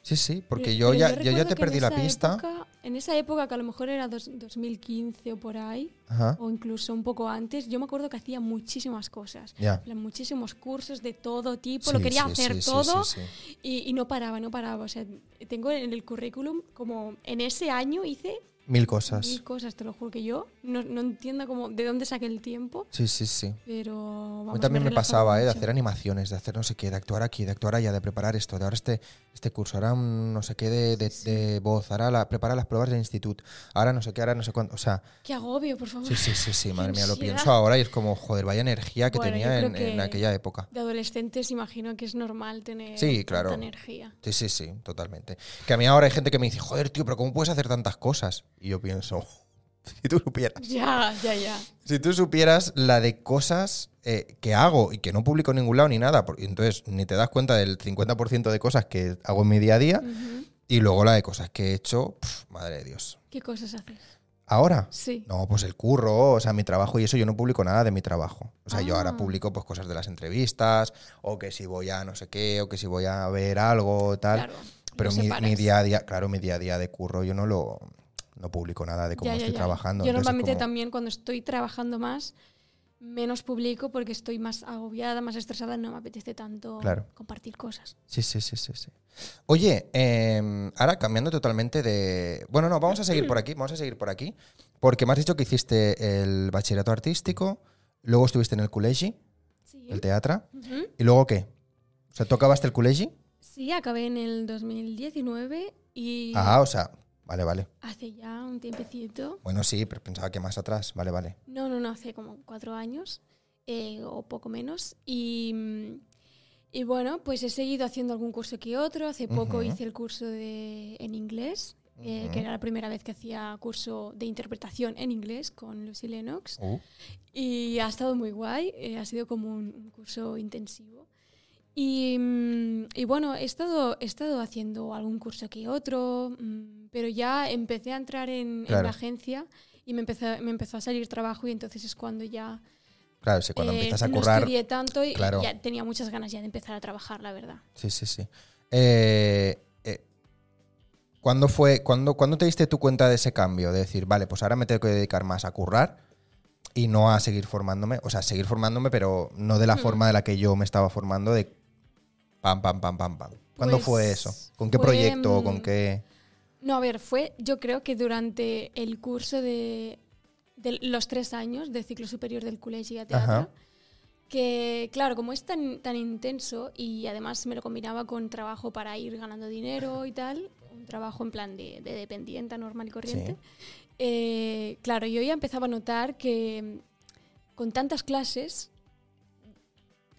Speaker 1: Sí, sí, porque yo
Speaker 2: Pero- Eh, pero
Speaker 1: ya, yo ya
Speaker 2: recuerdo
Speaker 1: te
Speaker 2: que en
Speaker 1: perdí la
Speaker 2: esa
Speaker 1: pista.
Speaker 2: época- en esa época, que a lo mejor era dos- 2015 o por ahí,
Speaker 1: Ajá.
Speaker 2: o incluso un poco antes, yo me acuerdo que hacía muchísimas cosas.
Speaker 1: Ya.
Speaker 2: En plan, Muchísimos cursos de todo tipo,
Speaker 1: Sí,
Speaker 2: lo quería
Speaker 1: sí,
Speaker 2: hacer
Speaker 1: sí, sí,
Speaker 2: todo
Speaker 1: sí, sí.
Speaker 2: Y, y no paraba, no paraba. O sea, tengo en el currículum como en ese año hice
Speaker 1: Mil cosas.
Speaker 2: mil cosas, te lo juro que yo no, no entiendo cómo, de dónde saqué el tiempo,
Speaker 1: Sí, sí, sí.
Speaker 2: pero...
Speaker 1: A
Speaker 2: vamos,
Speaker 1: mí también me
Speaker 2: relajaba
Speaker 1: pasaba, ¿eh? De
Speaker 2: mucho.
Speaker 1: hacer animaciones, de hacer no sé qué, de actuar aquí, de actuar allá, de preparar esto, de ahora este, este curso, ahora un no sé qué de, de, de voz, ahora la, preparar las pruebas del instituto, ahora no sé qué, ahora no sé cuánto. O sea,
Speaker 2: Qué agobio, por favor.
Speaker 1: sí, sí, sí, sí, madre mía, lo
Speaker 2: ansiedad.
Speaker 1: pienso ahora y es como, joder, vaya energía que
Speaker 2: Bueno, yo
Speaker 1: tenía
Speaker 2: creo
Speaker 1: en,
Speaker 2: que-
Speaker 1: en aquella época.
Speaker 2: De adolescentes imagino que es normal tener
Speaker 1: Sí, claro.
Speaker 2: tanta energía.
Speaker 1: Sí, sí, sí, totalmente. Que a mí ahora hay gente que me dice, joder, tío, pero ¿cómo puedes hacer tantas cosas? Y yo pienso, si tú supieras.
Speaker 2: Ya, ya,
Speaker 1: [LAUGHS]
Speaker 2: ya.
Speaker 1: Si tú supieras la de cosas eh, que hago y que no publico en ningún lado ni nada, porque entonces ni te das cuenta del 50% de cosas que hago en mi día a día
Speaker 2: Ujú.
Speaker 1: y luego la de cosas que he hecho, pf, madre de Dios.
Speaker 2: ¿Qué cosas haces?
Speaker 1: Ahora,
Speaker 2: Sí.
Speaker 1: no, pues el curro, o sea, mi trabajo y eso, yo no publico nada de mi trabajo. O sea, yo
Speaker 2: Ah.
Speaker 1: ahora publico pues cosas de las entrevistas, o que si voy a no sé qué, o que si voy a ver algo, tal.
Speaker 2: Claro.
Speaker 1: Pero
Speaker 2: lo
Speaker 1: mi,
Speaker 2: separas.
Speaker 1: mi día a día, claro, mi día a día de curro, yo no lo no publico nada de cómo
Speaker 2: Ya, ya,
Speaker 1: estoy
Speaker 2: ya.
Speaker 1: trabajando.
Speaker 2: Yo
Speaker 1: Entonces es
Speaker 2: normalmente
Speaker 1: como-
Speaker 2: también cuando estoy trabajando más, menos publico porque estoy más agobiada, más estresada, no me apetece tanto
Speaker 1: Claro.
Speaker 2: compartir cosas.
Speaker 1: Sí, sí, sí, sí, sí. Oye, em, ahora cambiando totalmente de... Bueno, no, vamos a seguir por aquí, vamos a seguir por aquí, porque me has dicho que hiciste el bachillerato artístico, luego estuviste en el colegio,
Speaker 2: Sí.
Speaker 1: el teatro,
Speaker 2: Ujú.
Speaker 1: y luego qué? O sea, ¿tú acabaste el colegio?
Speaker 2: Sí, acabé en el 2019 y
Speaker 1: Ah, o sea, vale, vale.
Speaker 2: hace ya un tiempecito,
Speaker 1: Bueno, sí, pero pensaba que más atrás, vale, vale.
Speaker 2: no, no, no, hace como cuatro años eh, o poco menos. Y, mm, y bueno, pues he seguido haciendo algún curso que otro. Hace poco
Speaker 1: Ujú.
Speaker 2: hice el curso de, en inglés, eh,
Speaker 1: Ujú.
Speaker 2: que era la primera vez que hacía curso de interpretación en inglés con Lucy Lennox.
Speaker 1: Uh,
Speaker 2: Y ha estado muy guay, eh, ha sido como un, un curso intensivo. Y, mm, y bueno, he estado, he estado haciendo algún curso que otro, mm, pero ya empecé a entrar en, en
Speaker 1: Claro.
Speaker 2: la agencia y me empezó, me empezó a salir trabajo y entonces es cuando ya
Speaker 1: claro, sí, cuando
Speaker 2: eh,
Speaker 1: empiezas a
Speaker 2: no
Speaker 1: currar...
Speaker 2: estudié tanto y, y
Speaker 1: claro.
Speaker 2: ya tenía muchas ganas ya de empezar a trabajar, la verdad.
Speaker 1: Sí, sí, sí. Eh, eh, ¿cuándo, fue, cuándo, cuándo te diste tu cuenta de ese cambio? De decir, vale, pues ahora me tengo que dedicar más a currar y no a seguir formándome. O sea, seguir formándome, pero no de la
Speaker 2: Hmm.
Speaker 1: forma de la que yo me estaba formando, de pam, pam, pam, pam, pam. ¿Cuándo
Speaker 2: Pues,
Speaker 1: fue eso? ¿Con qué
Speaker 2: fue,
Speaker 1: proyecto? ¿Con
Speaker 2: mm,
Speaker 1: qué...?
Speaker 2: No, a ver, fue yo creo que durante el curso de, de los tres años de ciclo superior del colegio de teatro,
Speaker 1: Ajá.
Speaker 2: que claro, como es tan, tan intenso y además me lo combinaba con trabajo para ir ganando dinero y tal, un trabajo en plan de, de dependiente normal y corriente, eh, claro, yo ya empezaba a notar que mm, con tantas clases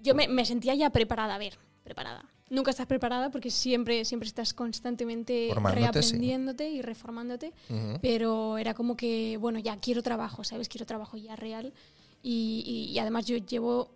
Speaker 2: yo me, me sentía ya preparada, a ver, preparada. Nunca estás preparada porque siempre, siempre estás constantemente
Speaker 1: Formándote, sí.
Speaker 2: reaprendiéndote y reformándote,
Speaker 1: Ujú.
Speaker 2: pero era como que, bueno, ya quiero trabajo, ¿sabes? Quiero trabajo ya real. Y, y- y además yo llevo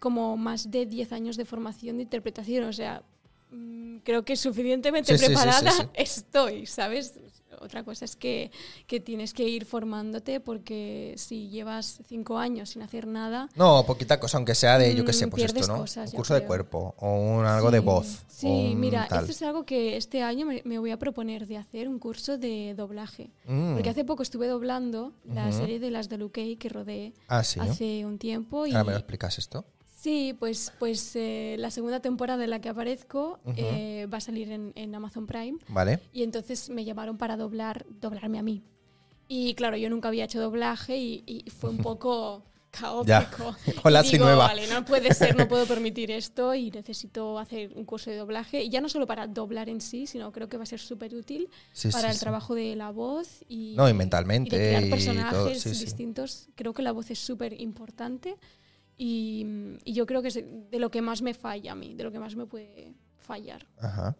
Speaker 2: como más de 10 años de formación de interpretación, o sea, mm, creo que suficientemente
Speaker 1: Sí, sí, sí, sí,
Speaker 2: preparada
Speaker 1: sí.
Speaker 2: [LAUGHS] estoy, ¿sabes? Otra cosa es que, que tienes que ir formándote porque si llevas 5 años sin hacer nada,
Speaker 1: No, poquita cosa, aunque sea de, yo qué sé,
Speaker 2: Mm,
Speaker 1: pues esto,
Speaker 2: pierdes
Speaker 1: ¿no?
Speaker 2: cosas,
Speaker 1: un
Speaker 2: yo
Speaker 1: curso de
Speaker 2: creo.
Speaker 1: cuerpo o un algo de
Speaker 2: Sí,
Speaker 1: voz.
Speaker 2: Sí,
Speaker 1: o un
Speaker 2: mira,
Speaker 1: tal.
Speaker 2: esto es algo que este año me, me voy a proponer de hacer un curso de doblaje.
Speaker 1: Mm.
Speaker 2: Porque hace poco estuve doblando la
Speaker 1: Ujú.
Speaker 2: serie de las de Luke que rodeé
Speaker 1: Ah, sí. ¿no?
Speaker 2: hace un tiempo y
Speaker 1: Ahora me lo explicas esto.
Speaker 2: Sí, pues, pues eh, la segunda temporada en la que aparezco eh, va a salir en, en Amazon Prime.
Speaker 1: Vale.
Speaker 2: Y entonces me llamaron para doblar, doblarme a mí. Y claro, yo nunca había hecho doblaje y, y
Speaker 1: [LAUGHS]
Speaker 2: fue un poco caótico.
Speaker 1: Hola,
Speaker 2: Y
Speaker 1: soy
Speaker 2: digo,
Speaker 1: nueva.
Speaker 2: Vale, no puede ser, no
Speaker 1: [LAUGHS]
Speaker 2: puedo permitir esto y necesito hacer un curso de doblaje. Y ya no solo para doblar en sí, sino creo que va a ser súper útil
Speaker 1: Sí,
Speaker 2: para
Speaker 1: sí,
Speaker 2: el
Speaker 1: sí.
Speaker 2: trabajo de la voz y,
Speaker 1: No, y
Speaker 2: y
Speaker 1: mentalmente.
Speaker 2: de crear
Speaker 1: y
Speaker 2: personajes
Speaker 1: todo. Sí, sí.
Speaker 2: distintos. Creo que la voz es súper importante y, y yo creo que es de lo que más me falla a mí, de lo que más me puede fallar.
Speaker 1: Ajá.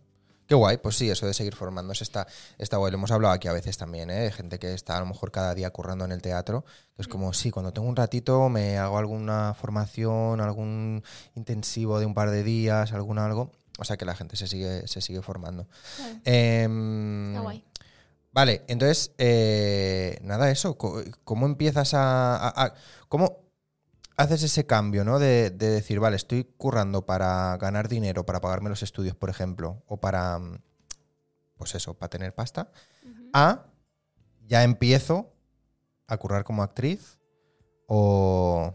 Speaker 1: Qué guay, pues sí, eso de seguir formándose está, está guay. Lo hemos hablado aquí a veces también, ¿eh? De gente que está a lo mejor cada día currando en el teatro. Que
Speaker 2: Mm.
Speaker 1: es como, sí, cuando tengo un ratito me hago alguna formación, algún intensivo de un par de días, algún algo. O sea que la gente se sigue, se sigue formando.
Speaker 2: Claro,
Speaker 1: Em,
Speaker 2: está guay.
Speaker 1: Vale, entonces, eh, nada, eso. co- ¿Cómo empiezas a. a- a- ¿Cómo haces ese cambio, ¿no? De, de decir, vale, estoy currando para ganar dinero, para pagarme los estudios, por ejemplo, o para. mm, Pues eso, para tener pasta.
Speaker 2: Ujú.
Speaker 1: A. Ya empiezo a currar como actriz. O.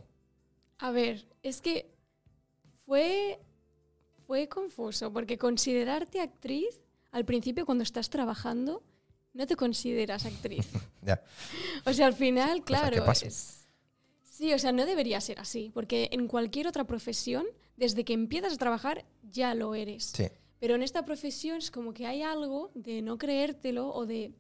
Speaker 2: A ver, es que fue, fue confuso, porque considerarte actriz, al principio cuando estás trabajando, no te consideras actriz.
Speaker 1: Ya.
Speaker 2: O sea, al
Speaker 1: Cosa
Speaker 2: final,
Speaker 1: que
Speaker 2: claro.
Speaker 1: pasa.
Speaker 2: es- sí, o sea, no debería ser así, porque en cualquier otra profesión, desde que empiezas a trabajar, ya lo eres.
Speaker 1: Sí.
Speaker 2: Pero en esta profesión es como que hay algo de no creértelo o de...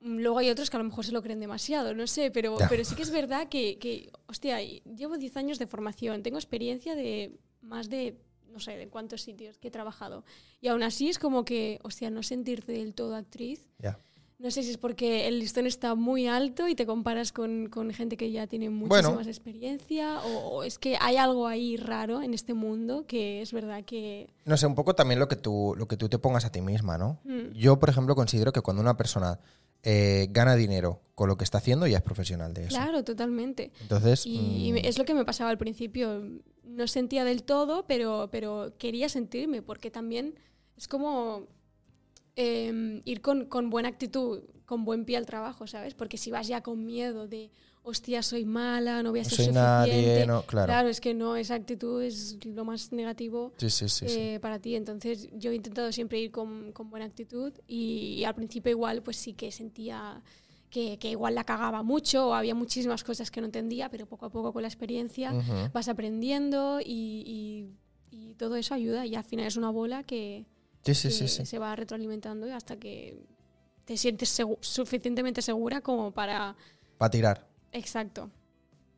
Speaker 2: mm, Luego hay otros que a lo mejor se lo creen demasiado, no sé, pero,
Speaker 1: Ya.
Speaker 2: pero sí que es verdad que, que, hostia, y llevo 10 años de formación, tengo experiencia de más de, no sé, de cuántos sitios que he trabajado. Y aún así es como que, hostia, no sentirte del todo actriz
Speaker 1: Ya.
Speaker 2: no sé si es porque el listón está muy alto y te comparas con, con gente que ya tiene muchísima
Speaker 1: Bueno.
Speaker 2: más experiencia, o, o es que hay algo ahí raro en este mundo que es verdad que.
Speaker 1: No sé, un poco también lo que tú, lo que tú te pongas a ti misma, ¿no?
Speaker 2: Mm.
Speaker 1: Yo, por ejemplo, considero que cuando una persona eh, gana dinero con lo que está haciendo, ya es profesional de eso.
Speaker 2: Claro, totalmente.
Speaker 1: Entonces,
Speaker 2: Y
Speaker 1: mm,
Speaker 2: es lo que me pasaba al principio. No sentía del todo, pero, pero quería sentirme, porque también es como eh, ir con, con buena actitud, con buen pie al trabajo, ¿sabes? Porque si vas ya con miedo de, hostia, soy mala, no voy a
Speaker 1: no
Speaker 2: ser
Speaker 1: soy
Speaker 2: suficiente.
Speaker 1: nadie, no, claro.
Speaker 2: Claro, es que no, esa actitud es lo más negativo
Speaker 1: Sí, sí, sí, sí.
Speaker 2: eh, para ti. Entonces yo he intentado siempre ir con, con buena actitud y, al principio igual pues sí que sentía que, que igual la cagaba mucho o había muchísimas cosas que no entendía, pero poco a poco con la experiencia
Speaker 1: Ujú.
Speaker 2: vas aprendiendo y, y- y todo eso ayuda y al final es una bola que,
Speaker 1: Sí, sí, sí,
Speaker 2: que
Speaker 1: sí.
Speaker 2: se va retroalimentando y hasta que te sientes segu- suficientemente segura como para...
Speaker 1: Para tirar.
Speaker 2: Exacto.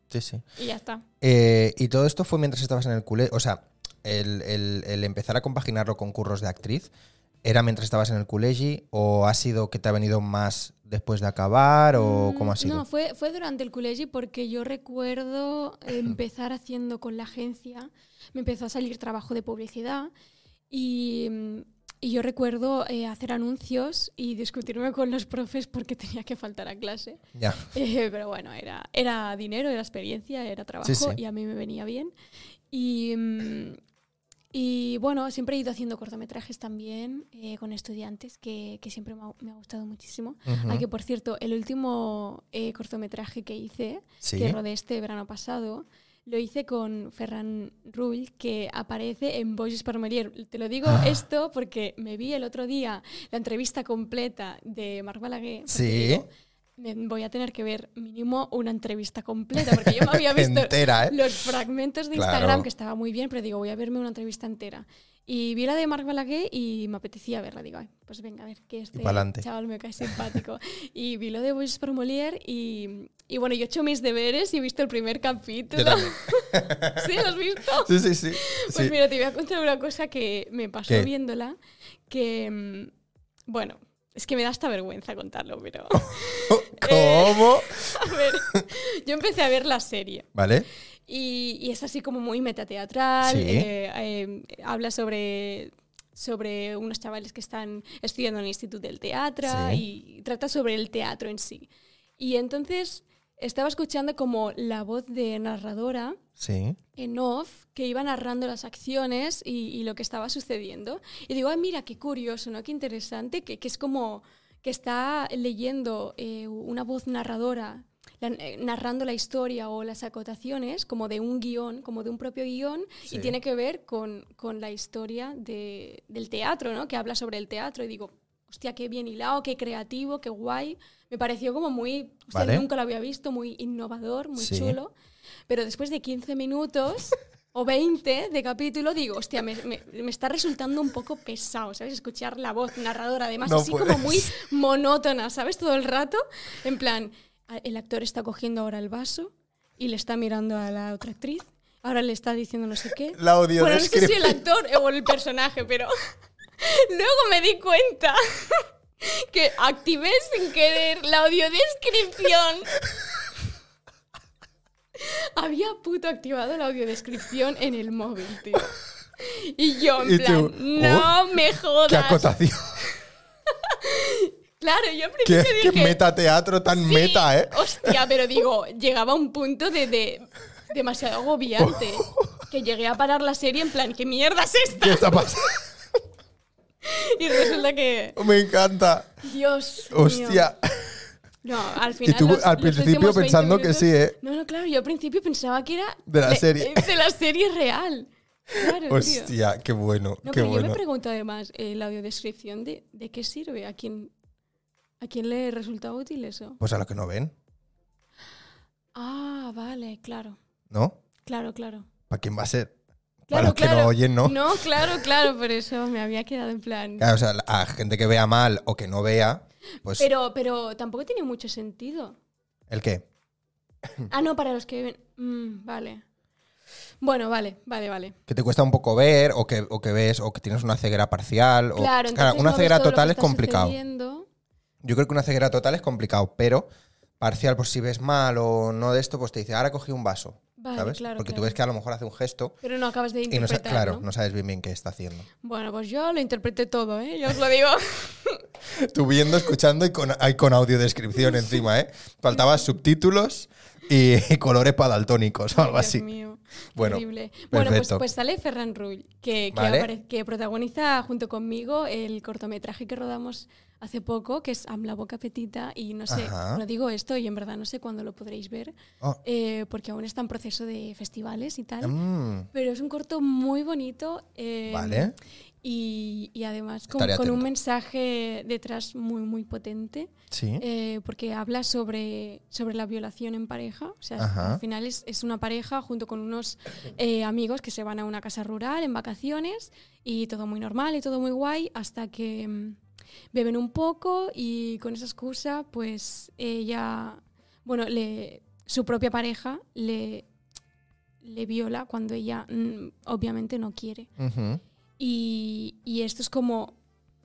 Speaker 1: Sí, sí.
Speaker 2: Y ya está.
Speaker 1: Eh, y todo esto fue mientras estabas en el cule. O sea, el, el- el empezar a compaginarlo con curros de actriz, ¿era mientras estabas en el colegio o ha sido que te ha venido más después de acabar o
Speaker 2: Mm,
Speaker 1: cómo ha sido?
Speaker 2: No, fue, fue durante el colegio porque yo recuerdo empezar haciendo con la agencia, me empezó a salir trabajo de publicidad y, mm, y yo recuerdo eh, hacer anuncios y discutirme con los profes porque [LAUGHS] tenía que faltar a clase.
Speaker 1: Ya.
Speaker 2: Eh, pero bueno, era, era dinero, era experiencia, era trabajo
Speaker 1: sí.
Speaker 2: y a mí me venía bien. Y, mm, y bueno, siempre he ido haciendo cortometrajes también eh, con estudiantes, que, que siempre me ha- me ha gustado muchísimo.
Speaker 1: Ujú.
Speaker 2: Ah, que por cierto, el último eh, cortometraje que hice,
Speaker 1: Sí.
Speaker 2: que rodé este verano pasado, lo hice con Ferran Rull, que aparece en Boys Parmelier. Te lo digo
Speaker 1: Ah.
Speaker 2: esto porque me vi el otro día la entrevista completa de Marc Balaguer. porque
Speaker 1: Sí. [LAUGHS]
Speaker 2: digo, me voy a tener que ver mínimo una entrevista completa, porque yo
Speaker 1: [LAUGHS]
Speaker 2: me había visto
Speaker 1: Entera, ¿eh?
Speaker 2: los fragmentos de
Speaker 1: Claro.
Speaker 2: Instagram, que estaba muy bien, pero digo, voy a verme una entrevista entera. Y vi la de Marc Balaguer y me apetecía verla. Digo, "Ay, pues venga, a ver, que este
Speaker 1: pa'lante.
Speaker 2: chaval me cae simpático. y vi lo de Boys por Molière y, y bueno, yo he hecho mis deberes y he visto el primer capítulo.
Speaker 1: Yo también.
Speaker 2: [LAUGHS] ¿Sí? ¿Lo has visto?
Speaker 1: Sí, sí, sí.
Speaker 2: Pues
Speaker 1: Sí.
Speaker 2: mira, te voy a contar una cosa que me pasó
Speaker 1: ¿Qué?
Speaker 2: viéndola, que, mm, bueno, es que me da hasta vergüenza contarlo,
Speaker 1: [LAUGHS]
Speaker 2: pero... eh,
Speaker 1: ¿Cómo?
Speaker 2: A ver, yo empecé a ver la serie
Speaker 1: Vale.
Speaker 2: y, y es así como muy metateatral.
Speaker 1: Sí.
Speaker 2: eh, eh, habla sobre, sobre unos chavales que están estudiando en el Instituto del Teatro
Speaker 1: Sí.
Speaker 2: y trata sobre el teatro en sí. Y entonces estaba escuchando como la voz de narradora
Speaker 1: Sí.
Speaker 2: en off que iba narrando las acciones y, y lo que estaba sucediendo. Y digo, ay, mira, qué curioso, ¿no? Qué interesante, que, que es como que está leyendo eh, una voz narradora la- eh, narrando la historia o las acotaciones como de un guión, como de un propio guión,
Speaker 1: Sí.
Speaker 2: y tiene que ver con, con la historia de- del teatro, ¿no? Que habla sobre el teatro y digo, hostia, qué bien hilado, qué creativo, qué guay. Me pareció como muy, hostia,
Speaker 1: Vale.
Speaker 2: nunca lo había visto, muy innovador, muy
Speaker 1: Sí.
Speaker 2: chulo. Pero después de
Speaker 1: [LAUGHS]
Speaker 2: 15 minutos o 20 de capítulo, digo, hostia, me, me- me está resultando un poco pesado, ¿sabes? Escuchar la voz narradora, además,
Speaker 1: No
Speaker 2: así
Speaker 1: puedes.
Speaker 2: como muy monótona, ¿sabes? Todo el rato. En plan, a- el actor está cogiendo ahora el vaso y le está mirando a la otra actriz. Ahora le está diciendo no sé qué.
Speaker 1: La audio
Speaker 2: Bueno, no sé si el actor o el personaje, pero [LAUGHS] luego me di cuenta [LAUGHS] que activé sin querer la audiodescripción. [LAUGHS] Había puto activado la audiodescripción en el móvil, tío. Y yo en
Speaker 1: Y tú,
Speaker 2: plan,
Speaker 1: oh,
Speaker 2: no me
Speaker 1: Qué
Speaker 2: jodas. [LAUGHS]
Speaker 1: acotación.
Speaker 2: Claro, yo al
Speaker 1: Qué,
Speaker 2: principio
Speaker 1: qué
Speaker 2: dije,
Speaker 1: metateatro tan
Speaker 2: "Sí,
Speaker 1: meta, ¿eh?
Speaker 2: Hostia, pero digo, llegaba a un punto de, de-
Speaker 1: [LAUGHS]
Speaker 2: demasiado agobiante. que llegué a parar la serie en plan, ¿qué mierda es esta?
Speaker 1: ¿Qué está
Speaker 2: [LAUGHS]
Speaker 1: pasando?
Speaker 2: Y resulta que.
Speaker 1: Me encanta.
Speaker 2: Dios. mío.
Speaker 1: Hostia.
Speaker 2: No, al final.
Speaker 1: tú
Speaker 2: los-
Speaker 1: al
Speaker 2: los
Speaker 1: principio
Speaker 2: últimos 20
Speaker 1: pensando que
Speaker 2: minutos-
Speaker 1: sí, ¿eh?
Speaker 2: No, no, claro, yo al principio pensaba que era.
Speaker 1: De la serie.
Speaker 2: De la serie real. Claro, tío.
Speaker 1: Hostia, qué bueno,
Speaker 2: No,
Speaker 1: qué
Speaker 2: pero yo
Speaker 1: bueno.
Speaker 2: me pregunto además, eh, la audiodescripción, de, ¿de qué sirve? ¿A quién, ¿A quién le resulta útil eso?
Speaker 1: Pues a los que no ven,
Speaker 2: Ah, vale, claro.
Speaker 1: ¿no?
Speaker 2: Claro, claro.
Speaker 1: ¿Para quién va a ser? Para
Speaker 2: Claro,
Speaker 1: los que
Speaker 2: claro.
Speaker 1: no oyen, ¿no?
Speaker 2: No, claro, claro, por eso me había quedado en plan.
Speaker 1: Claro, o sea, a gente que vea mal o que no vea, pues
Speaker 2: Pero, pero tampoco tiene mucho sentido.
Speaker 1: ¿el qué? Hmm.
Speaker 2: Ah, no, para los que ven. Mm, vale. Bueno, vale, vale, vale.
Speaker 1: Que te cuesta un poco ver o que, o que ves o que tienes una ceguera parcial. O,
Speaker 2: Claro, entonces
Speaker 1: una
Speaker 2: no ves
Speaker 1: ceguera
Speaker 2: todo lo
Speaker 1: total
Speaker 2: que
Speaker 1: es
Speaker 2: está
Speaker 1: complicado.
Speaker 2: sucediendo.
Speaker 1: Yo creo que una ceguera total es complicado, pero parcial, pues si ves mal o no de esto, pues te dice, ahora cogí un vaso,
Speaker 2: Vale,
Speaker 1: ¿sabes?
Speaker 2: claro,
Speaker 1: Porque tú
Speaker 2: claro.
Speaker 1: ves que a lo mejor hace un gesto
Speaker 2: Pero no acabas de
Speaker 1: y no, sa-
Speaker 2: interpretar.
Speaker 1: claro,
Speaker 2: ¿no?
Speaker 1: no sabes bien bien qué está haciendo. [LAUGHS]
Speaker 2: Bueno, pues yo lo interpreté todo, ¿eh? Yo os lo digo.
Speaker 1: Tú viendo, escuchando y con, ay, con audiodescripción encima, ¿eh? Faltaban subtítulos y, y [LAUGHS] colores padaltónicos o [LAUGHS] algo
Speaker 2: Dios
Speaker 1: así.
Speaker 2: mío,
Speaker 1: Bueno,
Speaker 2: terrible. Bueno, pues,
Speaker 1: perfecto.
Speaker 2: pues sale Ferran Rull, que, que
Speaker 1: Vale.
Speaker 2: apare- que protagoniza junto conmigo el cortometraje que rodamos hace poco, que es Am la boca petita, y no sé,
Speaker 1: Ajá.
Speaker 2: no digo esto y en verdad no sé cuándo lo podréis ver,
Speaker 1: Oh.
Speaker 2: eh, porque aún está en proceso de festivales y tal.
Speaker 1: Mm,
Speaker 2: Pero es un corto muy bonito. eh,
Speaker 1: Vale.
Speaker 2: Y, y además con,
Speaker 1: Estaré
Speaker 2: con un
Speaker 1: atento.
Speaker 2: mensaje detrás muy, muy potente.
Speaker 1: sí.
Speaker 2: eh, porque habla sobre, sobre la violación en pareja. O sea,
Speaker 1: Ajá.
Speaker 2: al final es, es una pareja junto con unos eh, amigos que se van a una casa rural en vacaciones y todo muy normal y todo muy guay hasta que mm, beben un poco y con esa excusa pues ella, bueno, le, su propia pareja le, le viola cuando ella mm, obviamente no quiere.
Speaker 1: Ujú.
Speaker 2: Y, y esto es como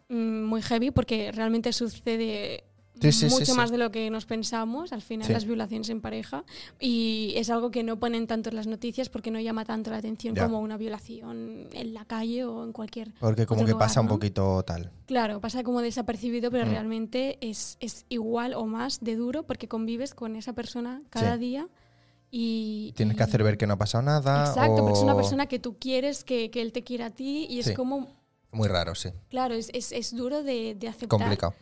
Speaker 2: mm, muy heavy porque realmente sucede
Speaker 1: Sí, sí, sí,
Speaker 2: mucho
Speaker 1: sí.
Speaker 2: más de lo que nos pensamos, al final
Speaker 1: Sí.
Speaker 2: las violaciones en pareja, y es algo que no ponen tanto en las noticias porque no llama tanto la atención
Speaker 1: Ya.
Speaker 2: como una violación en la calle o en cualquier...
Speaker 1: Porque como
Speaker 2: otro
Speaker 1: que
Speaker 2: lugar,
Speaker 1: pasa un
Speaker 2: ¿no?
Speaker 1: poquito tal.
Speaker 2: Claro, pasa como desapercibido, pero
Speaker 1: Mm.
Speaker 2: realmente es, es igual o más de duro porque convives con esa persona cada
Speaker 1: Sí.
Speaker 2: día y...
Speaker 1: Tienes que
Speaker 2: y-
Speaker 1: hacer ver que no ha pasado nada.
Speaker 2: Exacto, porque es una
Speaker 1: o-
Speaker 2: persona que tú quieres, que, que él te quiera a ti y
Speaker 1: Sí.
Speaker 2: es como
Speaker 1: Muy raro, sí.
Speaker 2: Claro, es, es, es duro de, de aceptar,
Speaker 1: Complicado.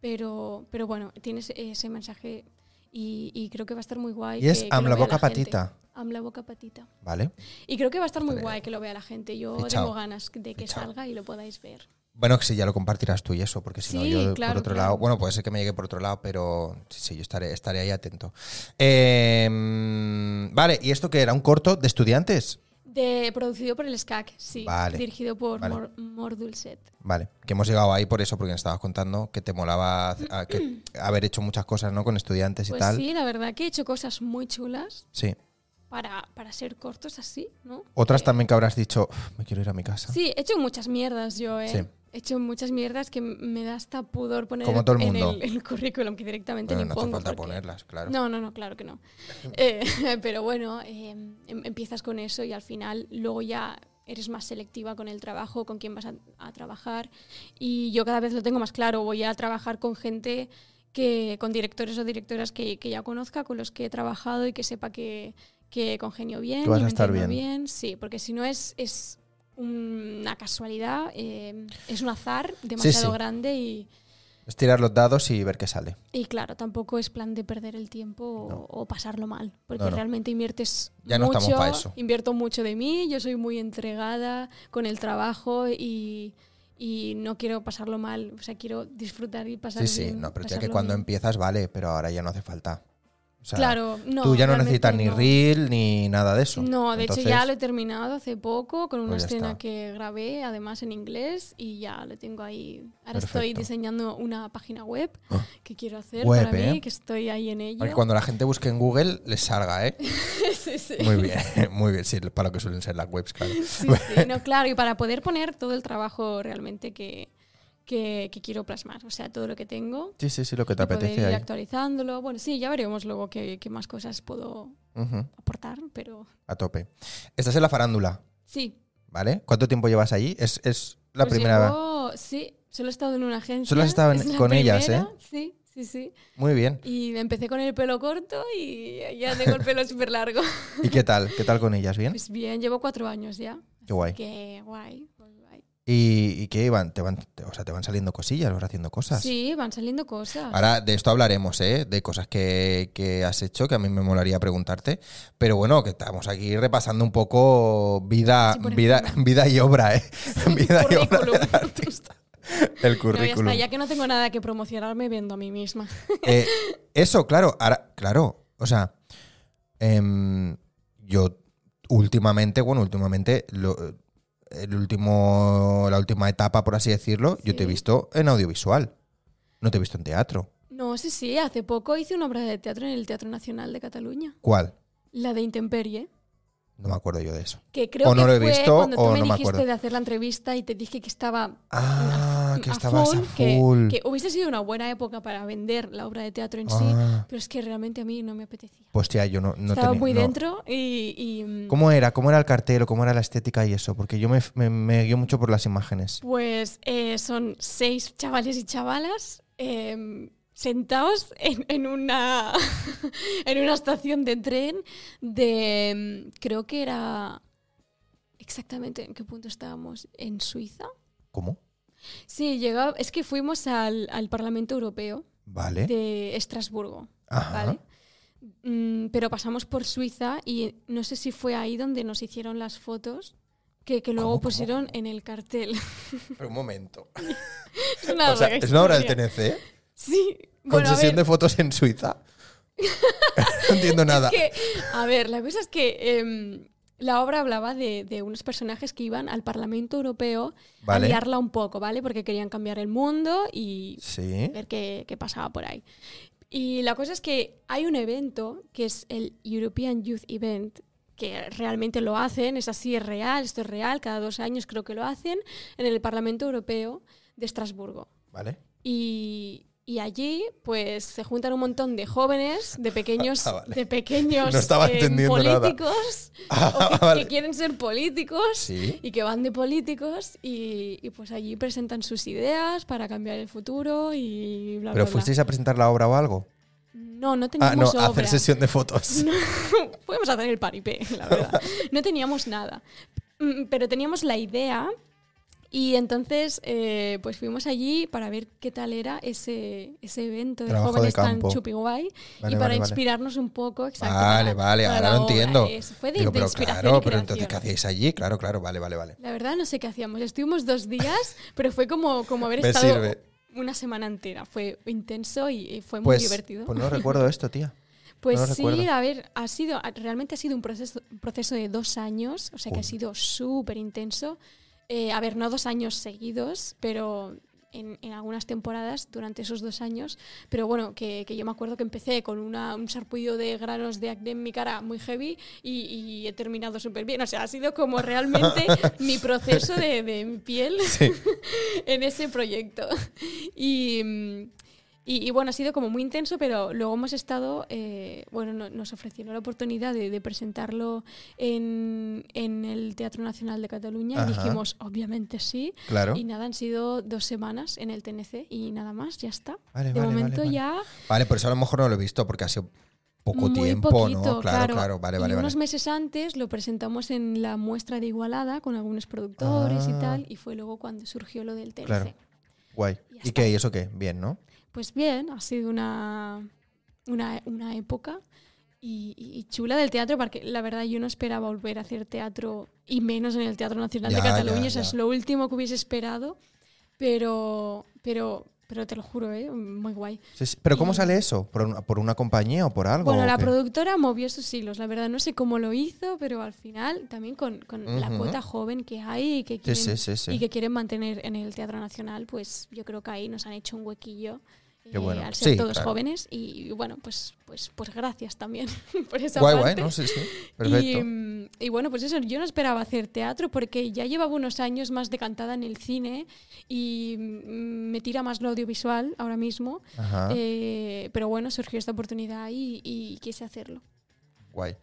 Speaker 2: pero pero bueno, tienes ese mensaje y, y creo que va a estar muy guay.
Speaker 1: Y es
Speaker 2: que- que
Speaker 1: am
Speaker 2: lo
Speaker 1: la
Speaker 2: vea
Speaker 1: boca
Speaker 2: gente.
Speaker 1: patita.
Speaker 2: Am la boca patita.
Speaker 1: Vale.
Speaker 2: Y creo que va a estar muy
Speaker 1: Estaré-
Speaker 2: guay que lo vea la gente. Yo
Speaker 1: Fichao.
Speaker 2: tengo ganas de que
Speaker 1: Fichao.
Speaker 2: salga y lo podáis ver.
Speaker 1: Bueno, que sí, ya lo compartirás tú y eso, porque si no,
Speaker 2: Sí,
Speaker 1: yo por
Speaker 2: claro,
Speaker 1: otro
Speaker 2: claro.
Speaker 1: lado. Bueno, puede ser que me llegue por otro lado, pero sí, sí, yo estaré, estaré ahí atento. Eh, vale, ¿y esto qué era? ¿Un corto de estudiantes?
Speaker 2: De, producido por el SCAC, sí.
Speaker 1: Vale,
Speaker 2: Dirigido por
Speaker 1: vale.
Speaker 2: Mor, Mor Dulcet.
Speaker 1: Vale, que hemos llegado ahí por eso, porque me estabas contando que te molaba hace- a-
Speaker 2: [CLEARS THROAT]
Speaker 1: que- haber hecho muchas cosas, ¿no? Con estudiantes y
Speaker 2: Pues
Speaker 1: tal.
Speaker 2: sí, la verdad que he hecho cosas muy chulas
Speaker 1: Sí.
Speaker 2: para, para ser cortos así, ¿no?
Speaker 1: Otras
Speaker 2: Que-
Speaker 1: también que habrás dicho, "Uf, me quiero ir a mi casa.
Speaker 2: Eh, Sí, he hecho muchas mierdas yo, ¿eh?
Speaker 1: Sí.
Speaker 2: He hecho muchas mierdas que me da hasta pudor poner
Speaker 1: Como todo el mundo.
Speaker 2: en el, el currículum, que directamente
Speaker 1: Bueno,
Speaker 2: ni
Speaker 1: no hace
Speaker 2: pongo.
Speaker 1: falta
Speaker 2: porque-
Speaker 1: ponerlas, claro.
Speaker 2: No, no, no, claro que no. [LAUGHS] Eh, pero bueno, eh, em- empiezas con eso y al final luego ya eres más selectiva con el trabajo, con quién vas a, a trabajar. Y yo cada vez lo tengo más claro, voy a trabajar con gente que, con directores o directoras que, que ya conozca, con los que he trabajado y que sepa que, que congenio bien.
Speaker 1: Que vas
Speaker 2: y
Speaker 1: a
Speaker 2: me
Speaker 1: estar
Speaker 2: entiendo
Speaker 1: bien.
Speaker 2: Sí, porque si no es... es una casualidad, eh, es un azar
Speaker 1: sí.
Speaker 2: demasiado grande y,
Speaker 1: Es tirar los dados y ver qué sale.
Speaker 2: Y claro, tampoco es plan de perder el tiempo o,
Speaker 1: No.
Speaker 2: o pasarlo mal, porque
Speaker 1: No, no.
Speaker 2: realmente inviertes
Speaker 1: Ya no
Speaker 2: mucho,
Speaker 1: estamos pa' eso.
Speaker 2: invierto mucho de mí, yo soy muy entregada con el trabajo y, y no quiero pasarlo mal, o sea, quiero disfrutar y pasar
Speaker 1: Sí, sí,
Speaker 2: bien,
Speaker 1: no, pero ya que
Speaker 2: pasarlo
Speaker 1: cuando
Speaker 2: bien.
Speaker 1: empiezas vale, pero ahora ya no hace falta. O sea,
Speaker 2: claro, no,
Speaker 1: tú ya no
Speaker 2: realmente
Speaker 1: necesitas ni
Speaker 2: no.
Speaker 1: reel ni nada de eso.
Speaker 2: No, de
Speaker 1: Entonces,
Speaker 2: hecho ya lo he terminado hace poco con una
Speaker 1: Pues ya
Speaker 2: escena
Speaker 1: está.
Speaker 2: que grabé, además en inglés, y ya lo tengo ahí. Ahora estoy
Speaker 1: Perfecto.
Speaker 2: diseñando una página web
Speaker 1: [GASPS] Ah.
Speaker 2: que quiero hacer
Speaker 1: Web,
Speaker 2: para mí,
Speaker 1: ¿eh?
Speaker 2: que estoy ahí en ello.
Speaker 1: para que cuando la gente busque en Google les salga, ¿eh?
Speaker 2: [LAUGHS] Sí, sí.
Speaker 1: Muy bien, [LAUGHS] muy bien, sí, para lo que suelen ser las webs, claro.
Speaker 2: Sí,
Speaker 1: [LAUGHS]
Speaker 2: sí, no, claro, y para poder poner todo el trabajo realmente que, que- que quiero plasmar, o sea, todo lo que tengo.
Speaker 1: Sí, sí, sí, lo que te
Speaker 2: y poder ir
Speaker 1: apetece ahí.
Speaker 2: actualizándolo. Bueno, sí, ya veremos luego qué, qué más cosas puedo
Speaker 1: Ujú,
Speaker 2: aportar, pero
Speaker 1: a tope. Estás en la farándula,
Speaker 2: sí.
Speaker 1: ¿vale? ¿Cuánto tiempo llevas allí? Es, es la
Speaker 2: Pues
Speaker 1: primera vez.
Speaker 2: llevo- sí, solo he estado en una agencia.
Speaker 1: Solo has estado en-
Speaker 2: es la
Speaker 1: con ellas,
Speaker 2: primera,
Speaker 1: ¿eh?
Speaker 2: Sí, sí, sí.
Speaker 1: Muy bien.
Speaker 2: Y empecé con el pelo corto y ya tengo el pelo
Speaker 1: [LAUGHS]
Speaker 2: súper largo.
Speaker 1: ¿Y qué tal? ¿Qué tal con ellas? ¿Bien?
Speaker 2: Pues bien, llevo cuatro años ya.
Speaker 1: Qué guay.
Speaker 2: Qué guay. muy guay.
Speaker 1: ¿Y, y qué van? ¿Te van te- o sea, te van saliendo cosillas, vas haciendo cosas.
Speaker 2: Sí, van saliendo cosas.
Speaker 1: Ahora de esto hablaremos, ¿eh? De cosas que, que has hecho, que a mí me molaría preguntarte. Pero bueno, que estamos aquí repasando un poco vida,
Speaker 2: Sí, por
Speaker 1: vida, [LAUGHS]
Speaker 2: ejemplo.
Speaker 1: vida y obra,
Speaker 2: [LAUGHS]
Speaker 1: ¿eh? vida y obra
Speaker 2: Currículum.
Speaker 1: del
Speaker 2: [LAUGHS]
Speaker 1: artista. [LAUGHS] El
Speaker 2: No, ya
Speaker 1: currículum.
Speaker 2: está, ya que no tengo nada que promocionarme viendo a mí misma.
Speaker 1: Eh, eso, claro, ahora, claro, o sea, em, yo últimamente, bueno, últimamente, lo- el último, la última etapa, por así decirlo, yo te he
Speaker 2: Sí.
Speaker 1: visto en audiovisual, no te he visto en teatro.
Speaker 2: No, sí, sí, hace poco hice una obra de teatro en el Teatro Nacional de Cataluña,
Speaker 1: ¿Cuál?
Speaker 2: la de Intemperie,
Speaker 1: No me acuerdo yo de eso.
Speaker 2: que creo
Speaker 1: O no
Speaker 2: que
Speaker 1: lo he
Speaker 2: fue
Speaker 1: visto,
Speaker 2: cuando tú
Speaker 1: o
Speaker 2: me
Speaker 1: no me
Speaker 2: dijiste
Speaker 1: acuerdo.
Speaker 2: de hacer la entrevista y te dije que estaba
Speaker 1: Ah, que
Speaker 2: a
Speaker 1: estabas a
Speaker 2: full, que-
Speaker 1: full.
Speaker 2: Que, hubiese sido una buena época para vender la obra de teatro en
Speaker 1: Ah.
Speaker 2: sí, pero es que realmente a mí no me apetecía.
Speaker 1: Hostia, yo no, no
Speaker 2: estaba
Speaker 1: tenía-
Speaker 2: muy
Speaker 1: no.
Speaker 2: dentro y... y, mm,
Speaker 1: ¿Cómo era? ¿Cómo era el cartel? o ¿Cómo era la estética y eso? Porque yo me, me, me guío mucho por las imágenes.
Speaker 2: Pues eh, son seis chavales y chavalas eh, sentados en, en una, [LAUGHS] en una estación de tren de, mm, creo que era exactamente en qué punto estábamos, en Suiza.
Speaker 1: ¿Cómo?
Speaker 2: Sí, llegaba, es que fuimos al, al Parlamento Europeo
Speaker 1: Vale.
Speaker 2: de Estrasburgo,
Speaker 1: ¿Eh? Ajá.
Speaker 2: ¿vale? Mm, pero pasamos por Suiza y no sé si fue ahí donde nos hicieron las fotos que, que luego
Speaker 1: ¿Cómo, cómo,
Speaker 2: pusieron en el cartel.
Speaker 1: [LAUGHS]
Speaker 2: [LAUGHS]
Speaker 1: Pero un momento.
Speaker 2: Es una
Speaker 1: o sea,
Speaker 2: larga
Speaker 1: es una obra del
Speaker 2: historia.
Speaker 1: TNC.
Speaker 2: Sí,
Speaker 1: Con
Speaker 2: bueno, a
Speaker 1: sesión
Speaker 2: ver,
Speaker 1: de fotos en Suiza.
Speaker 2: [LAUGHS]
Speaker 1: [LAUGHS] no entiendo nada.
Speaker 2: que- a ver, la cosa es que em, la obra hablaba de, de unos personajes que iban al Parlamento Europeo
Speaker 1: Vale.
Speaker 2: a liarla un poco, ¿vale? Porque querían cambiar el mundo y
Speaker 1: Sí.
Speaker 2: ver qué, qué pasaba por ahí. Y la cosa es que hay un evento que es el European Youth Event, que realmente lo hacen, es así, es real, esto es real, cada dos años creo que lo hacen, en el Parlamento Europeo de Estrasburgo. [LAUGHS]
Speaker 1: Vale.
Speaker 2: Y, y allí, pues, se juntan un montón de jóvenes, de pequeños,
Speaker 1: [LAUGHS] Ah, vale.
Speaker 2: de pequeños eh,
Speaker 1: No estaba entendiendo nada. [LAUGHS] Ah,
Speaker 2: políticos, o que,
Speaker 1: vale.
Speaker 2: que quieren ser políticos
Speaker 1: Sí.
Speaker 2: y que van de políticos y, y, pues allí presentan sus ideas para cambiar el futuro y bla,
Speaker 1: ¿Pero
Speaker 2: bla, bla.
Speaker 1: fuisteis a presentar la obra o algo? Ah,
Speaker 2: No, no
Speaker 1: no,
Speaker 2: teníamos
Speaker 1: a
Speaker 2: obra.
Speaker 1: hacer sesión de fotos.
Speaker 2: Podemos hacer el paripé, [LAUGHS] la verdad. No teníamos nada. Mm, Pero teníamos la idea y entonces eh, pues fuimos allí para ver qué tal era ese, ese evento de
Speaker 1: Trabajo
Speaker 2: jóvenes
Speaker 1: de
Speaker 2: tan
Speaker 1: campo.
Speaker 2: chupi
Speaker 1: Vale,
Speaker 2: guay y para
Speaker 1: vale, vale.
Speaker 2: inspirarnos un poco. Exacto,
Speaker 1: Vale,
Speaker 2: para-
Speaker 1: vale,
Speaker 2: para
Speaker 1: ahora
Speaker 2: la
Speaker 1: lo
Speaker 2: obra.
Speaker 1: entiendo.
Speaker 2: Eso fue de,
Speaker 1: Digo,
Speaker 2: de
Speaker 1: pero
Speaker 2: inspiración
Speaker 1: claro,
Speaker 2: y
Speaker 1: pero entonces, ¿qué
Speaker 2: creación.
Speaker 1: hacíais allí? Claro, claro, vale, vale, vale.
Speaker 2: La verdad no sé qué hacíamos. Estuvimos dos días, [LAUGHS] pero fue como, como haber
Speaker 1: Me
Speaker 2: estado
Speaker 1: sirve.
Speaker 2: una semana entera. Fue intenso y, y fue muy
Speaker 1: Pues,
Speaker 2: divertido.
Speaker 1: pues no recuerdo esto,
Speaker 2: [LAUGHS]
Speaker 1: tía.
Speaker 2: Pues
Speaker 1: No lo
Speaker 2: sí,
Speaker 1: recuerdo.
Speaker 2: a ver, ha sido, ha- realmente ha sido un proceso, un proceso de dos años, o sea que
Speaker 1: Joder.
Speaker 2: ha sido súper intenso. Eh, a ver, no dos años seguidos, pero en, en algunas temporadas durante esos dos años. Pero bueno, que, que yo me acuerdo que empecé con una, un sarpullido de granos de acné en mi cara muy heavy y, y he terminado súper bien. O sea, ha sido
Speaker 1: [LAUGHS]
Speaker 2: como realmente mi proceso de, de mi piel
Speaker 1: Sí.
Speaker 2: en ese proyecto. [LAUGHS] Y, mm, y, y bueno, ha sido como muy intenso, pero luego hemos estado, eh, bueno, no- nos ofrecieron la oportunidad de, de presentarlo en, en el Teatro Nacional de Cataluña y
Speaker 1: Ajá.
Speaker 2: dijimos, obviamente sí.
Speaker 1: Claro.
Speaker 2: Y nada, han sido dos semanas en el TNC y nada más, ya está.
Speaker 1: Vale,
Speaker 2: de
Speaker 1: vale, vale,
Speaker 2: momento
Speaker 1: vale.
Speaker 2: ya
Speaker 1: Vale, por eso a lo mejor no lo he visto porque ha sido poco
Speaker 2: muy
Speaker 1: tiempo,
Speaker 2: poquito,
Speaker 1: ¿no? Claro, claro, vale,
Speaker 2: Y
Speaker 1: vale,
Speaker 2: unos
Speaker 1: vale.
Speaker 2: meses antes lo presentamos en la muestra de Igualada con algunos productores
Speaker 1: Ah.
Speaker 2: y tal, y fue luego cuando surgió lo del TNC.
Speaker 1: Claro. Guay.
Speaker 2: Ya
Speaker 1: ¿Y
Speaker 2: está.
Speaker 1: qué? ¿Y eso qué? Bien, ¿no?
Speaker 2: Pues bien, ha sido una, una, una época y, y chula del teatro, porque la verdad yo no esperaba volver a hacer teatro, y menos en el Teatro Nacional
Speaker 1: Ya,
Speaker 2: de Cataluña,
Speaker 1: ya,
Speaker 2: eso
Speaker 1: ya.
Speaker 2: es lo último que hubiese esperado, pero, pero, pero te lo juro, ¿eh? muy guay.
Speaker 1: Sí, sí. ¿Pero cómo
Speaker 2: Y-
Speaker 1: sale eso? ¿Por una, por una compañía o por algo?
Speaker 2: Bueno,
Speaker 1: o
Speaker 2: la
Speaker 1: qué?
Speaker 2: productora movió sus hilos, la verdad no sé cómo lo hizo, pero al final también con, con la
Speaker 1: Ujú.
Speaker 2: cuota joven que hay y que,
Speaker 1: sí,
Speaker 2: quieren,
Speaker 1: sí, sí.
Speaker 2: y que quieren mantener en el Teatro Nacional, pues yo creo que ahí nos han hecho un huequillo.
Speaker 1: Qué
Speaker 2: eh,
Speaker 1: bueno.
Speaker 2: al ser
Speaker 1: Sí,
Speaker 2: todos
Speaker 1: claro.
Speaker 2: jóvenes y, bueno, pues, pues, pues gracias también [LAUGHS] por esa
Speaker 1: Guay, guay,
Speaker 2: parte.
Speaker 1: ¿no? Sí, sí.
Speaker 2: [LAUGHS] Y,
Speaker 1: Perfecto.
Speaker 2: mm, y bueno, pues eso, yo no esperaba hacer teatro porque ya llevaba unos años más decantada en el cine y mm, me tira más lo audiovisual ahora mismo.
Speaker 1: Ajá.
Speaker 2: Eh, pero bueno, surgió esta oportunidad y, y quise hacerlo.
Speaker 1: Guay.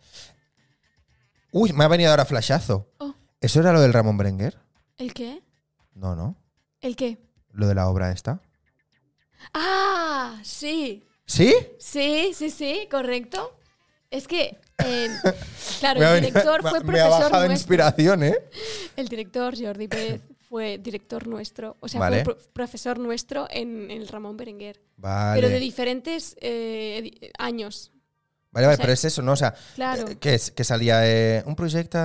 Speaker 1: Uy, me ha venido ahora flashazo.
Speaker 2: Oh.
Speaker 1: ¿Eso era lo del Ramón Berenguer?
Speaker 2: ¿El qué?
Speaker 1: No, no.
Speaker 2: ¿El qué?
Speaker 1: Lo de la obra esta.
Speaker 2: ¡Ah! Sí,
Speaker 1: ¿Sí?
Speaker 2: sí, sí, sí, correcto. Es que,
Speaker 1: [LAUGHS]
Speaker 2: eh, claro,
Speaker 1: Me ha
Speaker 2: el
Speaker 1: venido- [LAUGHS]
Speaker 2: director
Speaker 1: me ha-
Speaker 2: fue
Speaker 1: Me ha
Speaker 2: profesor
Speaker 1: bajado
Speaker 2: nuestro.
Speaker 1: inspiración, ¿eh?
Speaker 2: El director Jordi Pérez fue director nuestro, o sea,
Speaker 1: Vale.
Speaker 2: fue pro- profesor nuestro en, en el Ramón Berenguer.
Speaker 1: Vale.
Speaker 2: Pero de diferentes eh, di- años,
Speaker 1: vale, vale,
Speaker 2: o sea,
Speaker 1: pero es eso, ¿no? O sea,
Speaker 2: claro.
Speaker 1: eh, um, ¿qué es? Que salía eh, un proyecto.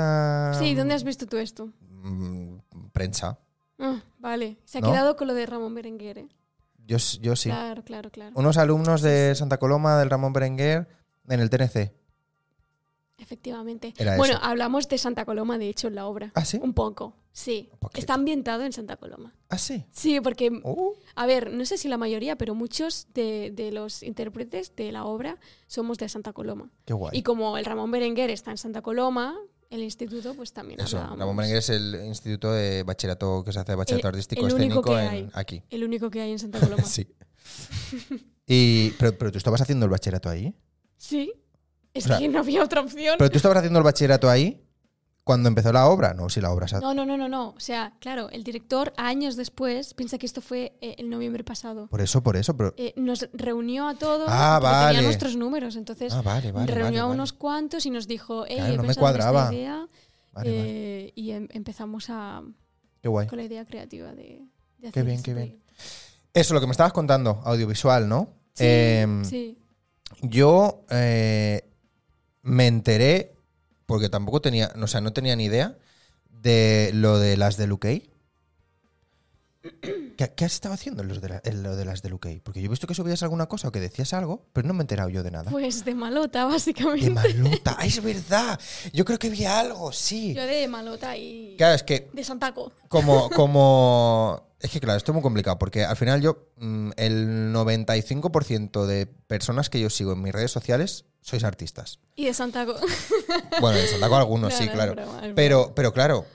Speaker 2: sí, ¿dónde has visto tú esto?
Speaker 1: mm, Prensa.
Speaker 2: Ah, vale, se ha
Speaker 1: ¿No?
Speaker 2: quedado con lo de Ramón Berenguer, ¿eh?
Speaker 1: Yo, s- yo sí.
Speaker 2: Claro, claro, claro.
Speaker 1: Unos alumnos de Santa Coloma, del Ramón Berenguer, en el TNC.
Speaker 2: Efectivamente.
Speaker 1: Era
Speaker 2: bueno,
Speaker 1: eso.
Speaker 2: hablamos de Santa Coloma, de hecho, en la obra.
Speaker 1: ¿Ah, sí?
Speaker 2: Un poco, sí.
Speaker 1: Un poquito.
Speaker 2: Está ambientado en Santa Coloma.
Speaker 1: Ah, sí.
Speaker 2: Sí, porque,
Speaker 1: Oh.
Speaker 2: a ver, no sé si la mayoría, pero muchos de, de los intérpretes de la obra somos de Santa Coloma.
Speaker 1: Qué guay.
Speaker 2: Y como el Ramón Berenguer está en Santa Coloma, el instituto, pues también
Speaker 1: Eso,
Speaker 2: hablábamos.
Speaker 1: Ramón Berenguer es el instituto de bachillerato que se hace de bachillerato
Speaker 2: El-
Speaker 1: artístico
Speaker 2: el único
Speaker 1: escénico
Speaker 2: que
Speaker 1: en-
Speaker 2: hay.
Speaker 1: aquí.
Speaker 2: El único que hay en Santa Coloma.
Speaker 1: [LAUGHS] Sí. Y, pero, pero tú estabas haciendo el bachillerato ahí.
Speaker 2: Sí. Es
Speaker 1: O sea,
Speaker 2: que no había otra opción.
Speaker 1: Pero tú estabas haciendo el bachillerato ahí cuando empezó la obra. No, si la obra se ha-
Speaker 2: No, no, no, no, no. O sea, claro, el director años después, piensa que esto fue eh, el noviembre pasado.
Speaker 1: Por eso, por eso. Pero...
Speaker 2: eh, nos reunió a todos,
Speaker 1: Ah,
Speaker 2: porque
Speaker 1: vale.
Speaker 2: tenía nuestros números, entonces
Speaker 1: Ah, vale, vale.
Speaker 2: reunió
Speaker 1: vale,
Speaker 2: a
Speaker 1: vale.
Speaker 2: unos cuantos y nos dijo, hey,
Speaker 1: Claro,
Speaker 2: he
Speaker 1: no me
Speaker 2: pensado en esta
Speaker 1: cuadraba.
Speaker 2: idea",
Speaker 1: Vale, vale.
Speaker 2: eh, y em- empezamos a,
Speaker 1: Qué guay.
Speaker 2: con la idea creativa de, de hacer
Speaker 1: bien,
Speaker 2: este
Speaker 1: qué bien.
Speaker 2: proyecto.
Speaker 1: Eso, lo que me estabas contando, audiovisual, ¿no?
Speaker 2: Sí,
Speaker 1: Em,
Speaker 2: sí.
Speaker 1: Yo eh, me enteré, porque tampoco tenía, o sea, no tenía ni idea de lo de las de Luque. ¿Qué, qué has estado haciendo en los de la- en lo de las de Luque? Porque yo he visto que subías alguna cosa o que decías algo, pero no me he enterado yo de nada.
Speaker 2: Pues de malota, [LAUGHS]
Speaker 1: ¡Qué
Speaker 2: básicamente.
Speaker 1: malota! ¡Ay, es verdad! Yo creo que vi algo, sí.
Speaker 2: Yo de malota y
Speaker 1: Claro, es que
Speaker 2: de Santaco.
Speaker 1: como, como. Es que claro, esto es muy complicado porque al final yo, mm, el 95% de personas que yo sigo en mis redes sociales sois artistas.
Speaker 2: Y de Santaco.
Speaker 1: Bueno, en Santaco algunos,
Speaker 2: [LAUGHS] No,
Speaker 1: sí,
Speaker 2: no, es
Speaker 1: claro.
Speaker 2: broma, es broma.
Speaker 1: Pero, pero claro,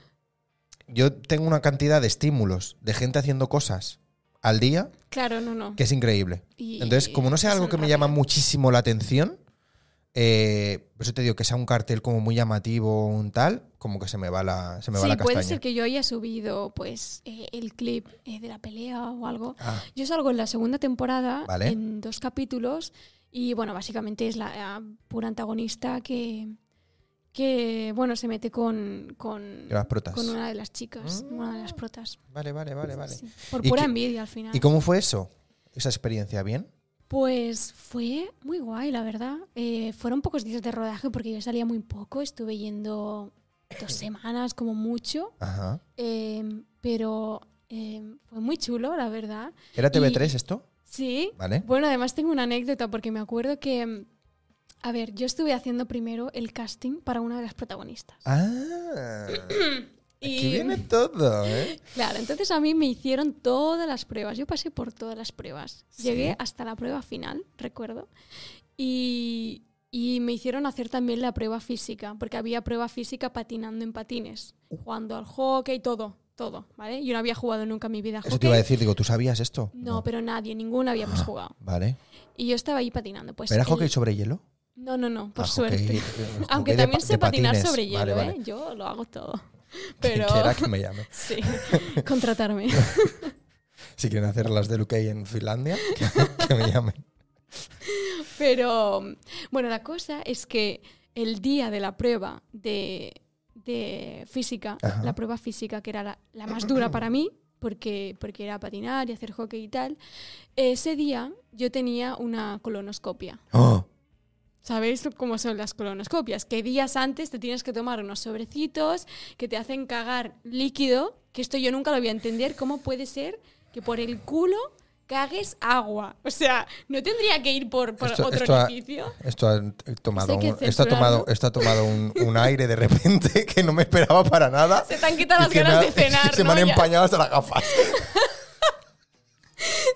Speaker 1: yo tengo una cantidad de estímulos de gente haciendo cosas al día
Speaker 2: Claro, no, no.
Speaker 1: que es increíble.
Speaker 2: Y-
Speaker 1: Entonces, como no sea algo
Speaker 2: son
Speaker 1: que me llama
Speaker 2: rápidos.
Speaker 1: muchísimo la atención, eh, por eso te digo que sea un cartel como muy llamativo, un tal, como que se me va la, se me va
Speaker 2: sí,
Speaker 1: la
Speaker 2: puede
Speaker 1: castaña.
Speaker 2: ser que yo haya subido pues eh, el clip eh, de la pelea o algo.
Speaker 1: Ah,
Speaker 2: Yo salgo en la segunda temporada,
Speaker 1: Vale.
Speaker 2: en dos capítulos, y bueno, básicamente es la, la pura antagonista que, que bueno, se mete con, con,
Speaker 1: que las protas.
Speaker 2: con una de las chicas,
Speaker 1: Mm.
Speaker 2: una de las protas.
Speaker 1: Vale, vale, vale, vale.
Speaker 2: sí. por
Speaker 1: ¿Y
Speaker 2: pura
Speaker 1: qué-
Speaker 2: envidia al final.
Speaker 1: ¿Y cómo fue eso? ¿Esa experiencia bien?
Speaker 2: Pues fue muy guay, la verdad. Eh, fueron pocos días de rodaje porque yo salía muy poco, estuve yendo
Speaker 1: [LAUGHS]
Speaker 2: dos semanas como mucho,
Speaker 1: Ajá.
Speaker 2: eh, pero eh, fue muy chulo, la verdad.
Speaker 1: ¿Era TV3 esto?
Speaker 2: Sí,
Speaker 1: Vale.
Speaker 2: Bueno, además tengo una anécdota porque me acuerdo que, mm, a ver, yo estuve haciendo primero el casting para una de las protagonistas.
Speaker 1: Ah. Aquí
Speaker 2: Y-
Speaker 1: viene todo, ¿eh?
Speaker 2: [LAUGHS] Claro, entonces a mí me hicieron todas las pruebas, yo pasé por todas las pruebas, llegué hasta la prueba final, recuerdo, y, y me hicieron hacer también la prueba física, porque había prueba física patinando en patines,
Speaker 1: Uh.
Speaker 2: jugando al hockey, todo, todo, ¿vale? Yo no había jugado nunca en mi vida a
Speaker 1: Eso te iba a
Speaker 2: hockey.
Speaker 1: decir, digo, ¿tú sabías esto? Ah,
Speaker 2: No, pero nadie, ninguno habíamos jugado.
Speaker 1: Vale.
Speaker 2: Y yo estaba ahí patinando. Pues
Speaker 1: ¿Era
Speaker 2: el-
Speaker 1: hockey sobre hielo?
Speaker 2: No, no, no, por
Speaker 1: Ah,
Speaker 2: suerte. [LAUGHS]
Speaker 1: hockey- hockey
Speaker 2: Aunque
Speaker 1: de
Speaker 2: también
Speaker 1: pa-
Speaker 2: sé
Speaker 1: de
Speaker 2: patinar
Speaker 1: patines.
Speaker 2: sobre hielo,
Speaker 1: Vale, vale.
Speaker 2: ¿eh? Yo lo hago todo.
Speaker 1: Quien
Speaker 2: Pero
Speaker 1: quiera [LAUGHS] que me llame.
Speaker 2: [LAUGHS] sí,
Speaker 1: [LAUGHS]
Speaker 2: contratarme.
Speaker 1: Si quieren hacer las de Luque en Finlandia, [LAUGHS] que, que me llamen.
Speaker 2: [LAUGHS] Pero bueno, la cosa es que el día de la prueba de, de física,
Speaker 1: Ajá.
Speaker 2: la prueba física que era la, la más dura para mí, porque, porque era patinar y hacer hockey y tal. Ese día yo tenía una colonoscopia.
Speaker 1: Oh.
Speaker 2: ¿Sabéis cómo son las colonoscopias? Que días antes te tienes que tomar unos sobrecitos que te hacen cagar líquido, que esto yo nunca lo voy a entender, cómo puede ser que por el culo cagues agua. O sea, ¿no tendría que ir por, por
Speaker 1: Esto-
Speaker 2: otro
Speaker 1: esto ha-
Speaker 2: edificio?
Speaker 1: Esto ha tomado,
Speaker 2: Esto hay que
Speaker 1: un, esto ha tomado,
Speaker 2: censurarlo.
Speaker 1: esto ha tomado un, un aire de repente [LAUGHS] que no me esperaba para nada.
Speaker 2: Se te han
Speaker 1: y
Speaker 2: quitado las
Speaker 1: que me
Speaker 2: ganas
Speaker 1: ha-
Speaker 2: de
Speaker 1: [LAUGHS]
Speaker 2: cenar,
Speaker 1: Se me
Speaker 2: ¿no?
Speaker 1: han
Speaker 2: Ya.
Speaker 1: empañado hasta las gafas.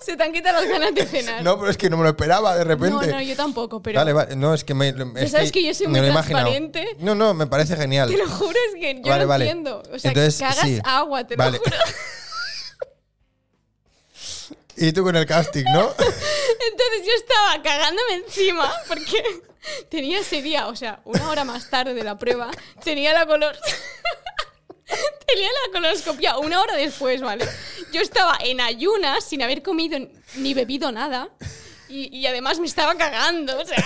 Speaker 2: Se te han quitado las ganas
Speaker 1: [LAUGHS]
Speaker 2: de cenar.
Speaker 1: No, pero es que no me lo esperaba de repente.
Speaker 2: No, no, yo tampoco, pero
Speaker 1: Vale, vale. No, es que me. Ya
Speaker 2: sabes que yo soy muy transparente.
Speaker 1: No, no, me parece genial.
Speaker 2: te lo juro, es que yo
Speaker 1: Vale,
Speaker 2: no
Speaker 1: vale.
Speaker 2: entiendo. O sea,
Speaker 1: Entonces,
Speaker 2: cagas
Speaker 1: sí.
Speaker 2: agua, te
Speaker 1: Vale.
Speaker 2: lo juro.
Speaker 1: Y tú con el casting, ¿no? [LAUGHS]
Speaker 2: Entonces yo estaba cagándome encima porque [LAUGHS] tenía ese día, o sea, una hora más tarde de la prueba, tenía la color. [LAUGHS] Tenía la coloscopia una hora después, ¿vale? Yo estaba en ayunas sin haber comido ni bebido nada y, y además me estaba cagando, o sea,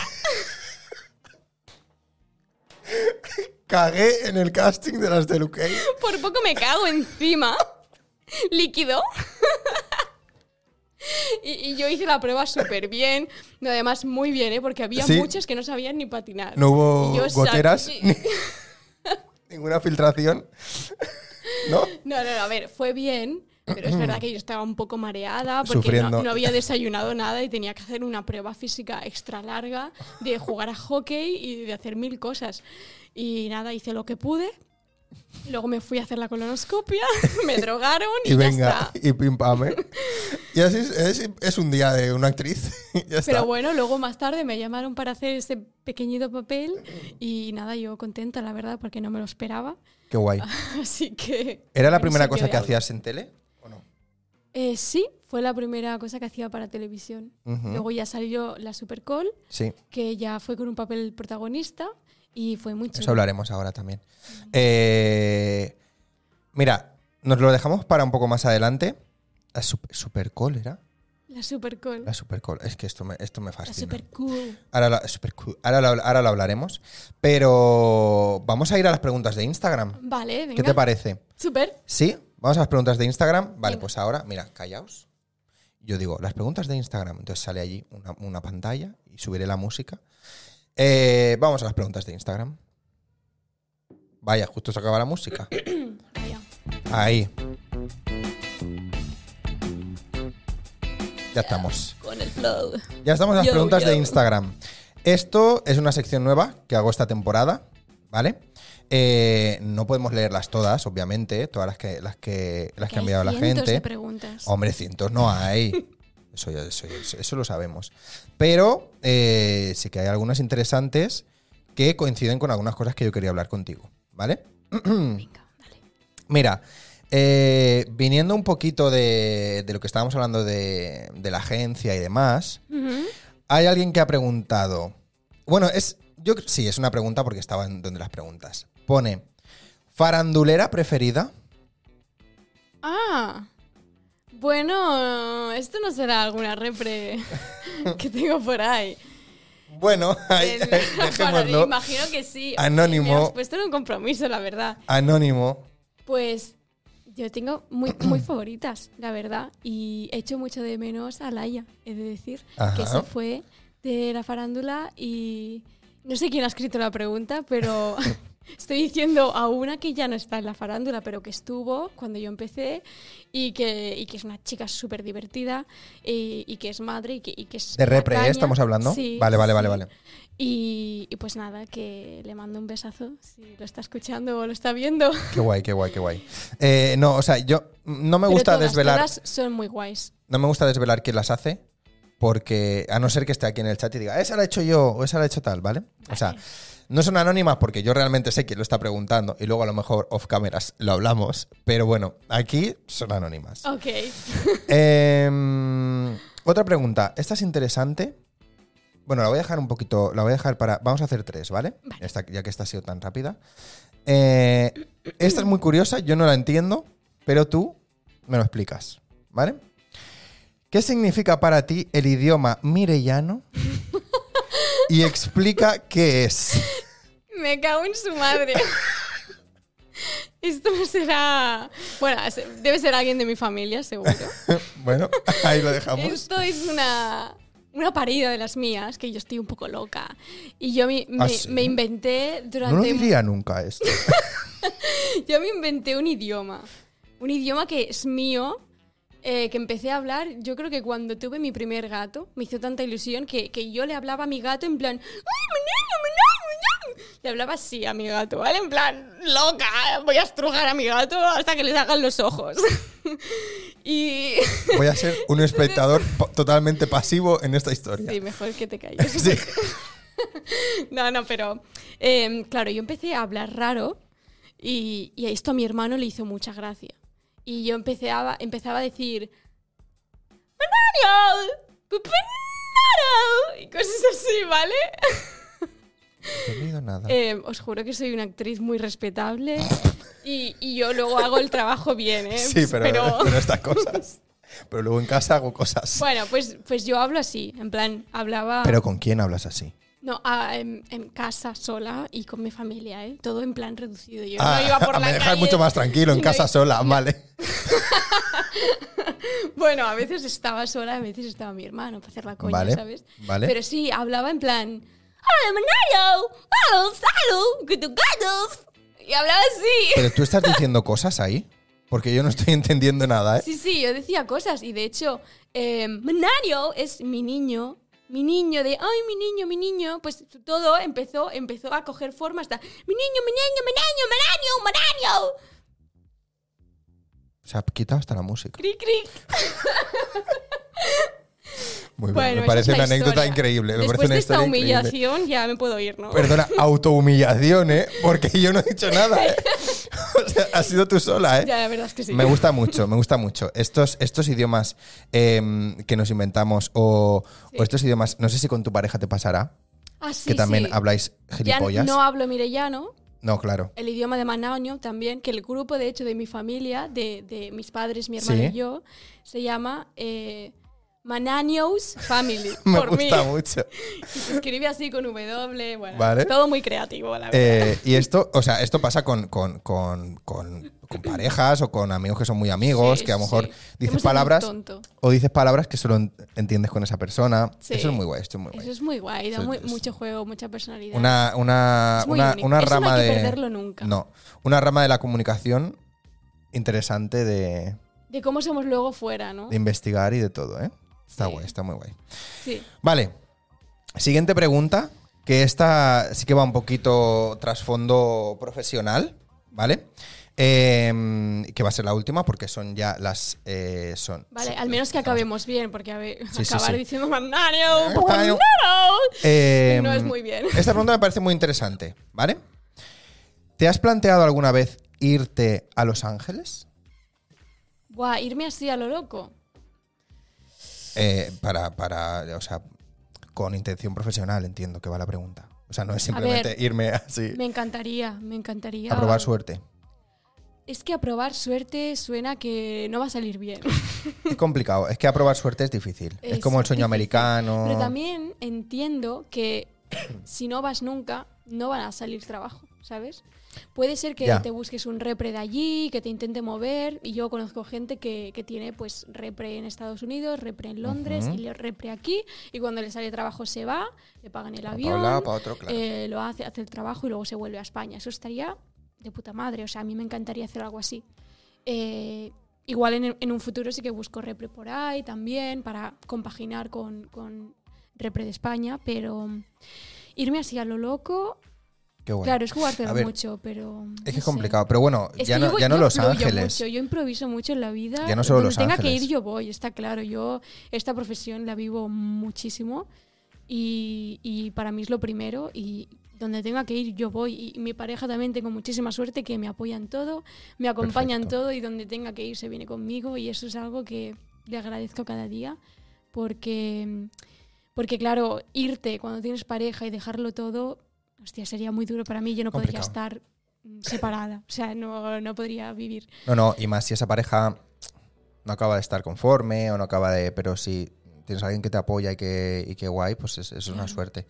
Speaker 1: Cagué en el casting de las de Luque.
Speaker 2: por poco me cago encima, líquido. [LAUGHS] Y, y yo hice la prueba súper bien, además muy bien, ¿eh? porque había
Speaker 1: Sí.
Speaker 2: muchos que no sabían ni patinar.
Speaker 1: No hubo
Speaker 2: Y yo sab-
Speaker 1: goteras,
Speaker 2: Sí.
Speaker 1: ni- ninguna filtración. ¿No?
Speaker 2: No, no, no, a ver, fue bien, pero es verdad que yo estaba un poco mareada porque
Speaker 1: Sufriendo.
Speaker 2: no, no había desayunado nada y tenía que hacer una prueba física extra larga de jugar a hockey y de hacer mil cosas. Y nada, hice lo que pude. Luego me fui a hacer la colonoscopia, [LAUGHS] me drogaron y,
Speaker 1: Y venga,
Speaker 2: ya está.
Speaker 1: y pim pam, ¿eh? Y así es, es- es un día de una actriz. [LAUGHS] ya está.
Speaker 2: Pero bueno, luego más tarde me llamaron para hacer ese pequeñito papel y nada, yo contenta, la verdad, porque no me lo esperaba. [LAUGHS]
Speaker 1: Qué guay.
Speaker 2: Así que...
Speaker 1: ¿Era la
Speaker 2: principio
Speaker 1: primera cosa
Speaker 2: de
Speaker 1: que
Speaker 2: algo.
Speaker 1: hacías en tele? ¿O no?
Speaker 2: Eh, sí, fue la primera cosa que hacía para televisión.
Speaker 1: Ujú.
Speaker 2: Luego ya salió la Supercall,
Speaker 1: Sí,
Speaker 2: que ya fue con un papel protagonista y fue muy
Speaker 1: eso
Speaker 2: chulo.
Speaker 1: hablaremos ahora también. Eh, mira, nos lo dejamos para un poco más adelante. La sup- Supercall era.
Speaker 2: La Supercall.
Speaker 1: La Supercall. Es que esto me, esto me
Speaker 2: La
Speaker 1: fascina.
Speaker 2: Supercool.
Speaker 1: Ahora, la- supercool. ahora, lo- ahora lo hablaremos. Pero vamos a ir a las preguntas de Instagram.
Speaker 2: Vale, venga.
Speaker 1: ¿Qué te parece?
Speaker 2: Super.
Speaker 1: ¿Sí? Vamos a las preguntas de Instagram. Vale,
Speaker 2: Venga.
Speaker 1: pues ahora, mira, callaos. Yo digo, las preguntas de Instagram. Entonces sale allí una, una pantalla y subiré la música. Eh, vamos a las preguntas de Instagram. Vaya, justo se acaba la música.
Speaker 2: Vaya.
Speaker 1: Ahí. Ya estamos.
Speaker 2: Con el flow.
Speaker 1: Ya estamos en las
Speaker 2: Yo,
Speaker 1: preguntas de
Speaker 2: yo.
Speaker 1: Instagram. Esto es una sección nueva que hago esta temporada, ¿vale? Eh, no podemos leerlas todas, obviamente, todas las que, las que, las que ha
Speaker 2: hay
Speaker 1: enviado la
Speaker 2: cientos
Speaker 1: gente. Oh.
Speaker 2: de preguntas.
Speaker 1: Hombre, cientos no
Speaker 2: [LAUGHS]
Speaker 1: hay. Eso, ya- eso, eso- eso lo sabemos. Pero eh, sí que hay algunas interesantes que coinciden con algunas cosas que yo quería hablar contigo, ¿vale?
Speaker 2: Venga, dale.
Speaker 1: Mira, eh, viniendo un poquito de, de lo que estábamos hablando de, de la agencia y demás,
Speaker 2: Ujú.
Speaker 1: hay alguien que ha preguntado. Bueno, es. Yo cre- sí, es una pregunta porque estaba en donde las preguntas. Pone. ¿Farandulera preferida?
Speaker 2: Ah. Bueno, esto no será alguna repre [LAUGHS] que tengo por ahí.
Speaker 1: Bueno, [LAUGHS] ahí-
Speaker 2: [LAUGHS] El-
Speaker 1: dejémoslo.
Speaker 2: imagino que sí.
Speaker 1: Anónimo.
Speaker 2: Me has puesto en un compromiso, la verdad.
Speaker 1: Anónimo.
Speaker 2: Pues yo tengo muy, muy [CLEARS THROAT] favoritas, la verdad. Y echo mucho de menos a Laia, he de decir,
Speaker 1: Ajá.
Speaker 2: que se fue de la farándula y no sé quién ha escrito la pregunta, pero [LAUGHS] estoy diciendo a una que ya no está en la farándula, pero que estuvo cuando yo empecé y que, y que es una chica súper divertida y, y que es madre y que, y que es...
Speaker 1: De repre, ¿eh?
Speaker 2: caña.
Speaker 1: estamos hablando.
Speaker 2: Sí,
Speaker 1: vale, vale, vale,
Speaker 2: sí.
Speaker 1: vale.
Speaker 2: Y, y pues nada, que le mando un besazo si lo está escuchando o lo está viendo.
Speaker 1: Qué guay, qué guay, qué guay. Eh, no, o sea, yo no me
Speaker 2: Pero
Speaker 1: gusta
Speaker 2: todas,
Speaker 1: desvelar.
Speaker 2: todas son muy guays.
Speaker 1: No me gusta desvelar quién las hace. Porque, a no ser que esté aquí en el chat y diga, esa la he hecho yo o esa la he hecho tal, ¿vale? O sea, no son anónimas porque yo realmente sé quién lo está preguntando y luego a lo mejor off cameras lo hablamos, pero bueno, aquí son anónimas.
Speaker 2: Ok.
Speaker 1: Em, otra pregunta. Esta es interesante. Bueno, la voy a dejar un poquito. La voy a dejar para. Vamos a hacer tres, ¿vale? Esta- ya que esta ha sido tan rápida. Eh, esta es muy curiosa, yo no la entiendo, pero tú me lo explicas, ¿vale? ¿Qué significa para ti el idioma mirellano? Y explica qué es. [LAUGHS]
Speaker 2: [LAUGHS] Me cago en su madre. Esto no será. Bueno, se- debe ser alguien de mi familia, seguro.
Speaker 1: bueno, ahí lo dejamos.
Speaker 2: Esto es una, una parida de las mías, que yo estoy un poco loca. Y yo me,
Speaker 1: ¿Ah,
Speaker 2: me-
Speaker 1: sí?
Speaker 2: me inventé
Speaker 1: No lo
Speaker 2: durante.
Speaker 1: diría nunca esto.
Speaker 2: [LAUGHS] Yo me inventé un idioma. Un idioma que es mío, eh, que empecé a hablar. Yo creo que cuando tuve mi primer gato, me hizo tanta ilusión que, que yo le hablaba a mi gato en plan. ¡Ay, mi niño, mi niño, mi niño". Le hablaba así a mi gato, ¿vale? En plan, loca, voy a estrujar a mi gato hasta que le salgan los ojos. [LAUGHS] y. [LAUGHS]
Speaker 1: Voy a ser un espectador po- totalmente pasivo en esta historia.
Speaker 2: Sí, mejor que te calles.
Speaker 1: [LAUGHS] Sí.
Speaker 2: No, no, pero em, claro, yo empecé a hablar raro y, y esto a mi hermano le hizo mucha gracia. Y yo empecé a, empezaba a decir, "Banano, banano", y cosas así, ¿vale?
Speaker 1: No he leído nada.
Speaker 2: Em, os juro que soy una actriz muy respetable y, y yo luego hago el trabajo bien, ¿eh?
Speaker 1: sí, pero, [LAUGHS] pero estas cosas. Pero luego en casa hago cosas.
Speaker 2: bueno, pues, pues yo hablo así, en plan, hablaba...
Speaker 1: Pero ¿con quién hablas así?
Speaker 2: No, ah, en, en casa sola y con mi familia, ¿eh? Todo en plan reducido. Yo
Speaker 1: Ah,
Speaker 2: no iba por la
Speaker 1: me dejas
Speaker 2: calle.
Speaker 1: mucho más tranquilo en
Speaker 2: No
Speaker 1: casa
Speaker 2: iba-
Speaker 1: sola, vale.
Speaker 2: Bueno, a veces estaba sola, a veces estaba mi hermano para hacer la coña,
Speaker 1: Vale,
Speaker 2: ¿sabes?
Speaker 1: vale.
Speaker 2: Pero sí, hablaba en plan. ¡Hola, Manayo! ¡Hola, Salo! ¡Que tu gatos! Y
Speaker 1: [LAUGHS]
Speaker 2: hablaba así.
Speaker 1: [LAUGHS] Pero tú estás diciendo cosas ahí, porque yo no estoy [LAUGHS] entendiendo nada, ¿eh?
Speaker 2: Sí, sí, yo decía cosas y de hecho, eh, Manayo es mi niño. Mi niño de, ay, mi niño, mi niño, pues todo empezó, empezó a coger forma hasta, mi niño, mi niño, mi niño, Manayo, Manayo.
Speaker 1: Se ha quitado hasta la música.
Speaker 2: Cric, cric.
Speaker 1: Muy bien,
Speaker 2: Bueno,
Speaker 1: me
Speaker 2: esa
Speaker 1: parece
Speaker 2: es la
Speaker 1: una anécdota
Speaker 2: historia.
Speaker 1: increíble. Me
Speaker 2: Después
Speaker 1: parece una
Speaker 2: de esta
Speaker 1: historia increíble.
Speaker 2: humillación ya me puedo ir, ¿no? [LAUGHS]
Speaker 1: Perdona, autohumillación, ¿eh? Porque yo no he dicho nada, ¿eh? O sea, has sido tú sola, ¿eh?
Speaker 2: Ya, la verdad es que sí.
Speaker 1: Me gusta mucho, me gusta mucho. Estos, estos idiomas em, que nos inventamos o, o estos idiomas, no sé si con tu pareja te pasará,
Speaker 2: Ah, sí,
Speaker 1: que también
Speaker 2: sí.
Speaker 1: habláis
Speaker 2: Ya
Speaker 1: gilipollas.
Speaker 2: no hablo mirellano,
Speaker 1: No, claro.
Speaker 2: el idioma de Manaño también, que el grupo de hecho de mi familia, de, de mis padres, mi hermano
Speaker 1: Sí.
Speaker 2: y yo, se llama eh, Manaños Family,
Speaker 1: [LAUGHS] Me
Speaker 2: por mí.
Speaker 1: gusta mucho.
Speaker 2: Y se escribe así con W, bueno,
Speaker 1: Vale.
Speaker 2: es todo muy creativo, la verdad.
Speaker 1: Eh, y esto, o sea, esto pasa con, con, con- con- con parejas o con amigos que son muy amigos,
Speaker 2: Sí,
Speaker 1: que a lo mejor
Speaker 2: sí.
Speaker 1: dices
Speaker 2: Hemos sido muy
Speaker 1: palabras
Speaker 2: tonto.
Speaker 1: o dices palabras que solo en- entiendes con esa persona.
Speaker 2: Sí.
Speaker 1: Eso es muy guay, esto es muy guay.
Speaker 2: Eso es muy guay, da
Speaker 1: Eso
Speaker 2: muy-
Speaker 1: es-
Speaker 2: mucho juego, mucha personalidad.
Speaker 1: una, una,
Speaker 2: Es muy
Speaker 1: una,
Speaker 2: único.
Speaker 1: una
Speaker 2: Eso no hay
Speaker 1: rama
Speaker 2: que
Speaker 1: de.
Speaker 2: perderlo nunca.
Speaker 1: No. Una rama de la comunicación interesante de,
Speaker 2: De cómo somos luego fuera, ¿no?
Speaker 1: de investigar y de todo, ¿eh? Está
Speaker 2: Sí.
Speaker 1: guay, está muy guay.
Speaker 2: Sí.
Speaker 1: Vale. Siguiente pregunta, que esta sí que va un poquito trasfondo profesional, ¿vale? Eh, que va a ser la última porque son ya las... eh, son,
Speaker 2: Vale,
Speaker 1: son-
Speaker 2: al menos que
Speaker 1: estamos-
Speaker 2: acabemos bien, porque a ver,
Speaker 1: Sí, sí,
Speaker 2: acabar
Speaker 1: sí.
Speaker 2: diciendo Mandario,
Speaker 1: Mandario".
Speaker 2: Mandario.
Speaker 1: Eh,
Speaker 2: No es muy bien.
Speaker 1: [LAUGHS] Esta pregunta me parece muy interesante, ¿vale? ¿Te has planteado alguna vez irte a Los Ángeles
Speaker 2: Buah, irme así a lo loco.
Speaker 1: Eh, para, para, o sea, con intención profesional? Entiendo que va la pregunta. O sea, no es simplemente irme así
Speaker 2: Me encantaría, me encantaría.
Speaker 1: a probar suerte.
Speaker 2: Es que a probar suerte suena que no va a
Speaker 1: [LAUGHS]
Speaker 2: salir bien.
Speaker 1: Es complicado, es que a probar suerte es difícil. Es,
Speaker 2: Es
Speaker 1: como el sueño
Speaker 2: difícil.
Speaker 1: americano.
Speaker 2: Pero también entiendo que si no vas nunca, no van a salir trabajo, ¿sabes? Puede ser que
Speaker 1: Ya.
Speaker 2: te busques un repre de allí, que te intente mover. Y yo conozco gente que, que tiene pues repre en Estados Unidos, repre en Londres
Speaker 1: Ujú.
Speaker 2: y le- repre aquí. Y cuando le sale trabajo se va, le pagan el
Speaker 1: Pa'
Speaker 2: avión,
Speaker 1: un lado, pa' otro, claro.
Speaker 2: eh, lo hace, hace el trabajo y luego se vuelve a España. Eso estaría de puta madre. O sea, a mí me encantaría hacer algo así. Eh, igual en, en un futuro sí que busco repre por ahí también para compaginar con, con repre de España, pero irme así a lo loco,
Speaker 1: Qué bueno.
Speaker 2: claro, es jugártelo
Speaker 1: A ver,
Speaker 2: mucho, pero...
Speaker 1: es que
Speaker 2: no
Speaker 1: es
Speaker 2: sé.
Speaker 1: complicado, pero bueno,
Speaker 2: Es
Speaker 1: ya
Speaker 2: que
Speaker 1: no,
Speaker 2: yo voy-
Speaker 1: ya no
Speaker 2: yo
Speaker 1: Los
Speaker 2: fluyo
Speaker 1: Ángeles.
Speaker 2: mucho, yo improviso mucho en la vida.
Speaker 1: Ya no solo
Speaker 2: Donde
Speaker 1: Los
Speaker 2: tenga
Speaker 1: Ángeles.
Speaker 2: que ir yo voy, está claro. Yo esta profesión la vivo muchísimo y, y para mí es lo primero y donde tenga que ir yo voy y mi pareja también tengo muchísima suerte que me apoya en todo, me acompaña en
Speaker 1: Perfecto.
Speaker 2: todo y donde tenga que ir se viene conmigo y eso es algo que le agradezco cada día porque porque claro, irte cuando tienes pareja y dejarlo todo, hostia, sería muy duro para mí, yo no podría
Speaker 1: Complicado.
Speaker 2: estar mm, separada, o sea, no, no podría vivir.
Speaker 1: No, no, y más si esa pareja no acaba de estar conforme o no acaba de. Pero si tienes a alguien que te apoya y que, y que guay, pues es, es una suerte.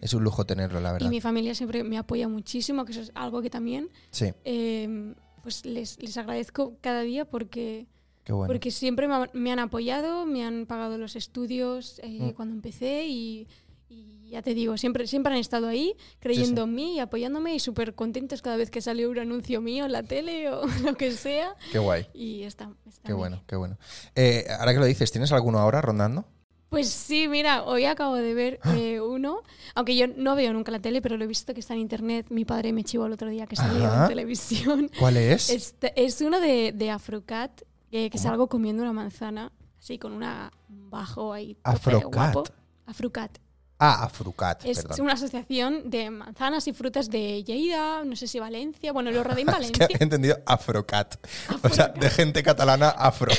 Speaker 1: Es un lujo tenerlo, la
Speaker 2: Y
Speaker 1: verdad.
Speaker 2: mi familia siempre me apoya muchísimo, que eso es algo que también
Speaker 1: Sí.
Speaker 2: eh, pues les, les agradezco cada día porque,
Speaker 1: Qué bueno.
Speaker 2: porque siempre me, ha- me han apoyado, me han pagado los estudios eh,
Speaker 1: Mm.
Speaker 2: cuando empecé y, y ya te digo, siempre, siempre han estado ahí creyendo en mí y apoyándome y súper contentos cada vez que salió un anuncio mío en la tele o [LAUGHS] lo que sea.
Speaker 1: Qué guay.
Speaker 2: Y está, está
Speaker 1: Qué
Speaker 2: muy
Speaker 1: bueno,
Speaker 2: bien.
Speaker 1: qué bueno. Eh, ahora que lo dices, ¿tienes alguno ahora rondando?
Speaker 2: Pues sí, mira, hoy acabo de ver
Speaker 1: Ah.
Speaker 2: eh, uno, aunque yo no veo nunca la tele, pero lo he visto que está en internet. Mi padre me chivó el otro día que salió
Speaker 1: Ajá.
Speaker 2: en televisión.
Speaker 1: ¿Cuál es?
Speaker 2: Este- es uno de, de Afrocat, eh, que
Speaker 1: ¿Cómo?
Speaker 2: salgo comiendo una manzana, así con una un bajo ahí. tope
Speaker 1: Afrocat.
Speaker 2: guapo. Afrocat.
Speaker 1: Ah, Afrucat,
Speaker 2: Es
Speaker 1: perdón.
Speaker 2: una asociación de manzanas y frutas de Lleida, no sé si Valencia, bueno, lo rodé
Speaker 1: [LAUGHS]
Speaker 2: en
Speaker 1: Es que
Speaker 2: Valencia.
Speaker 1: había entendido Afrocat. O sea, de gente catalana afro.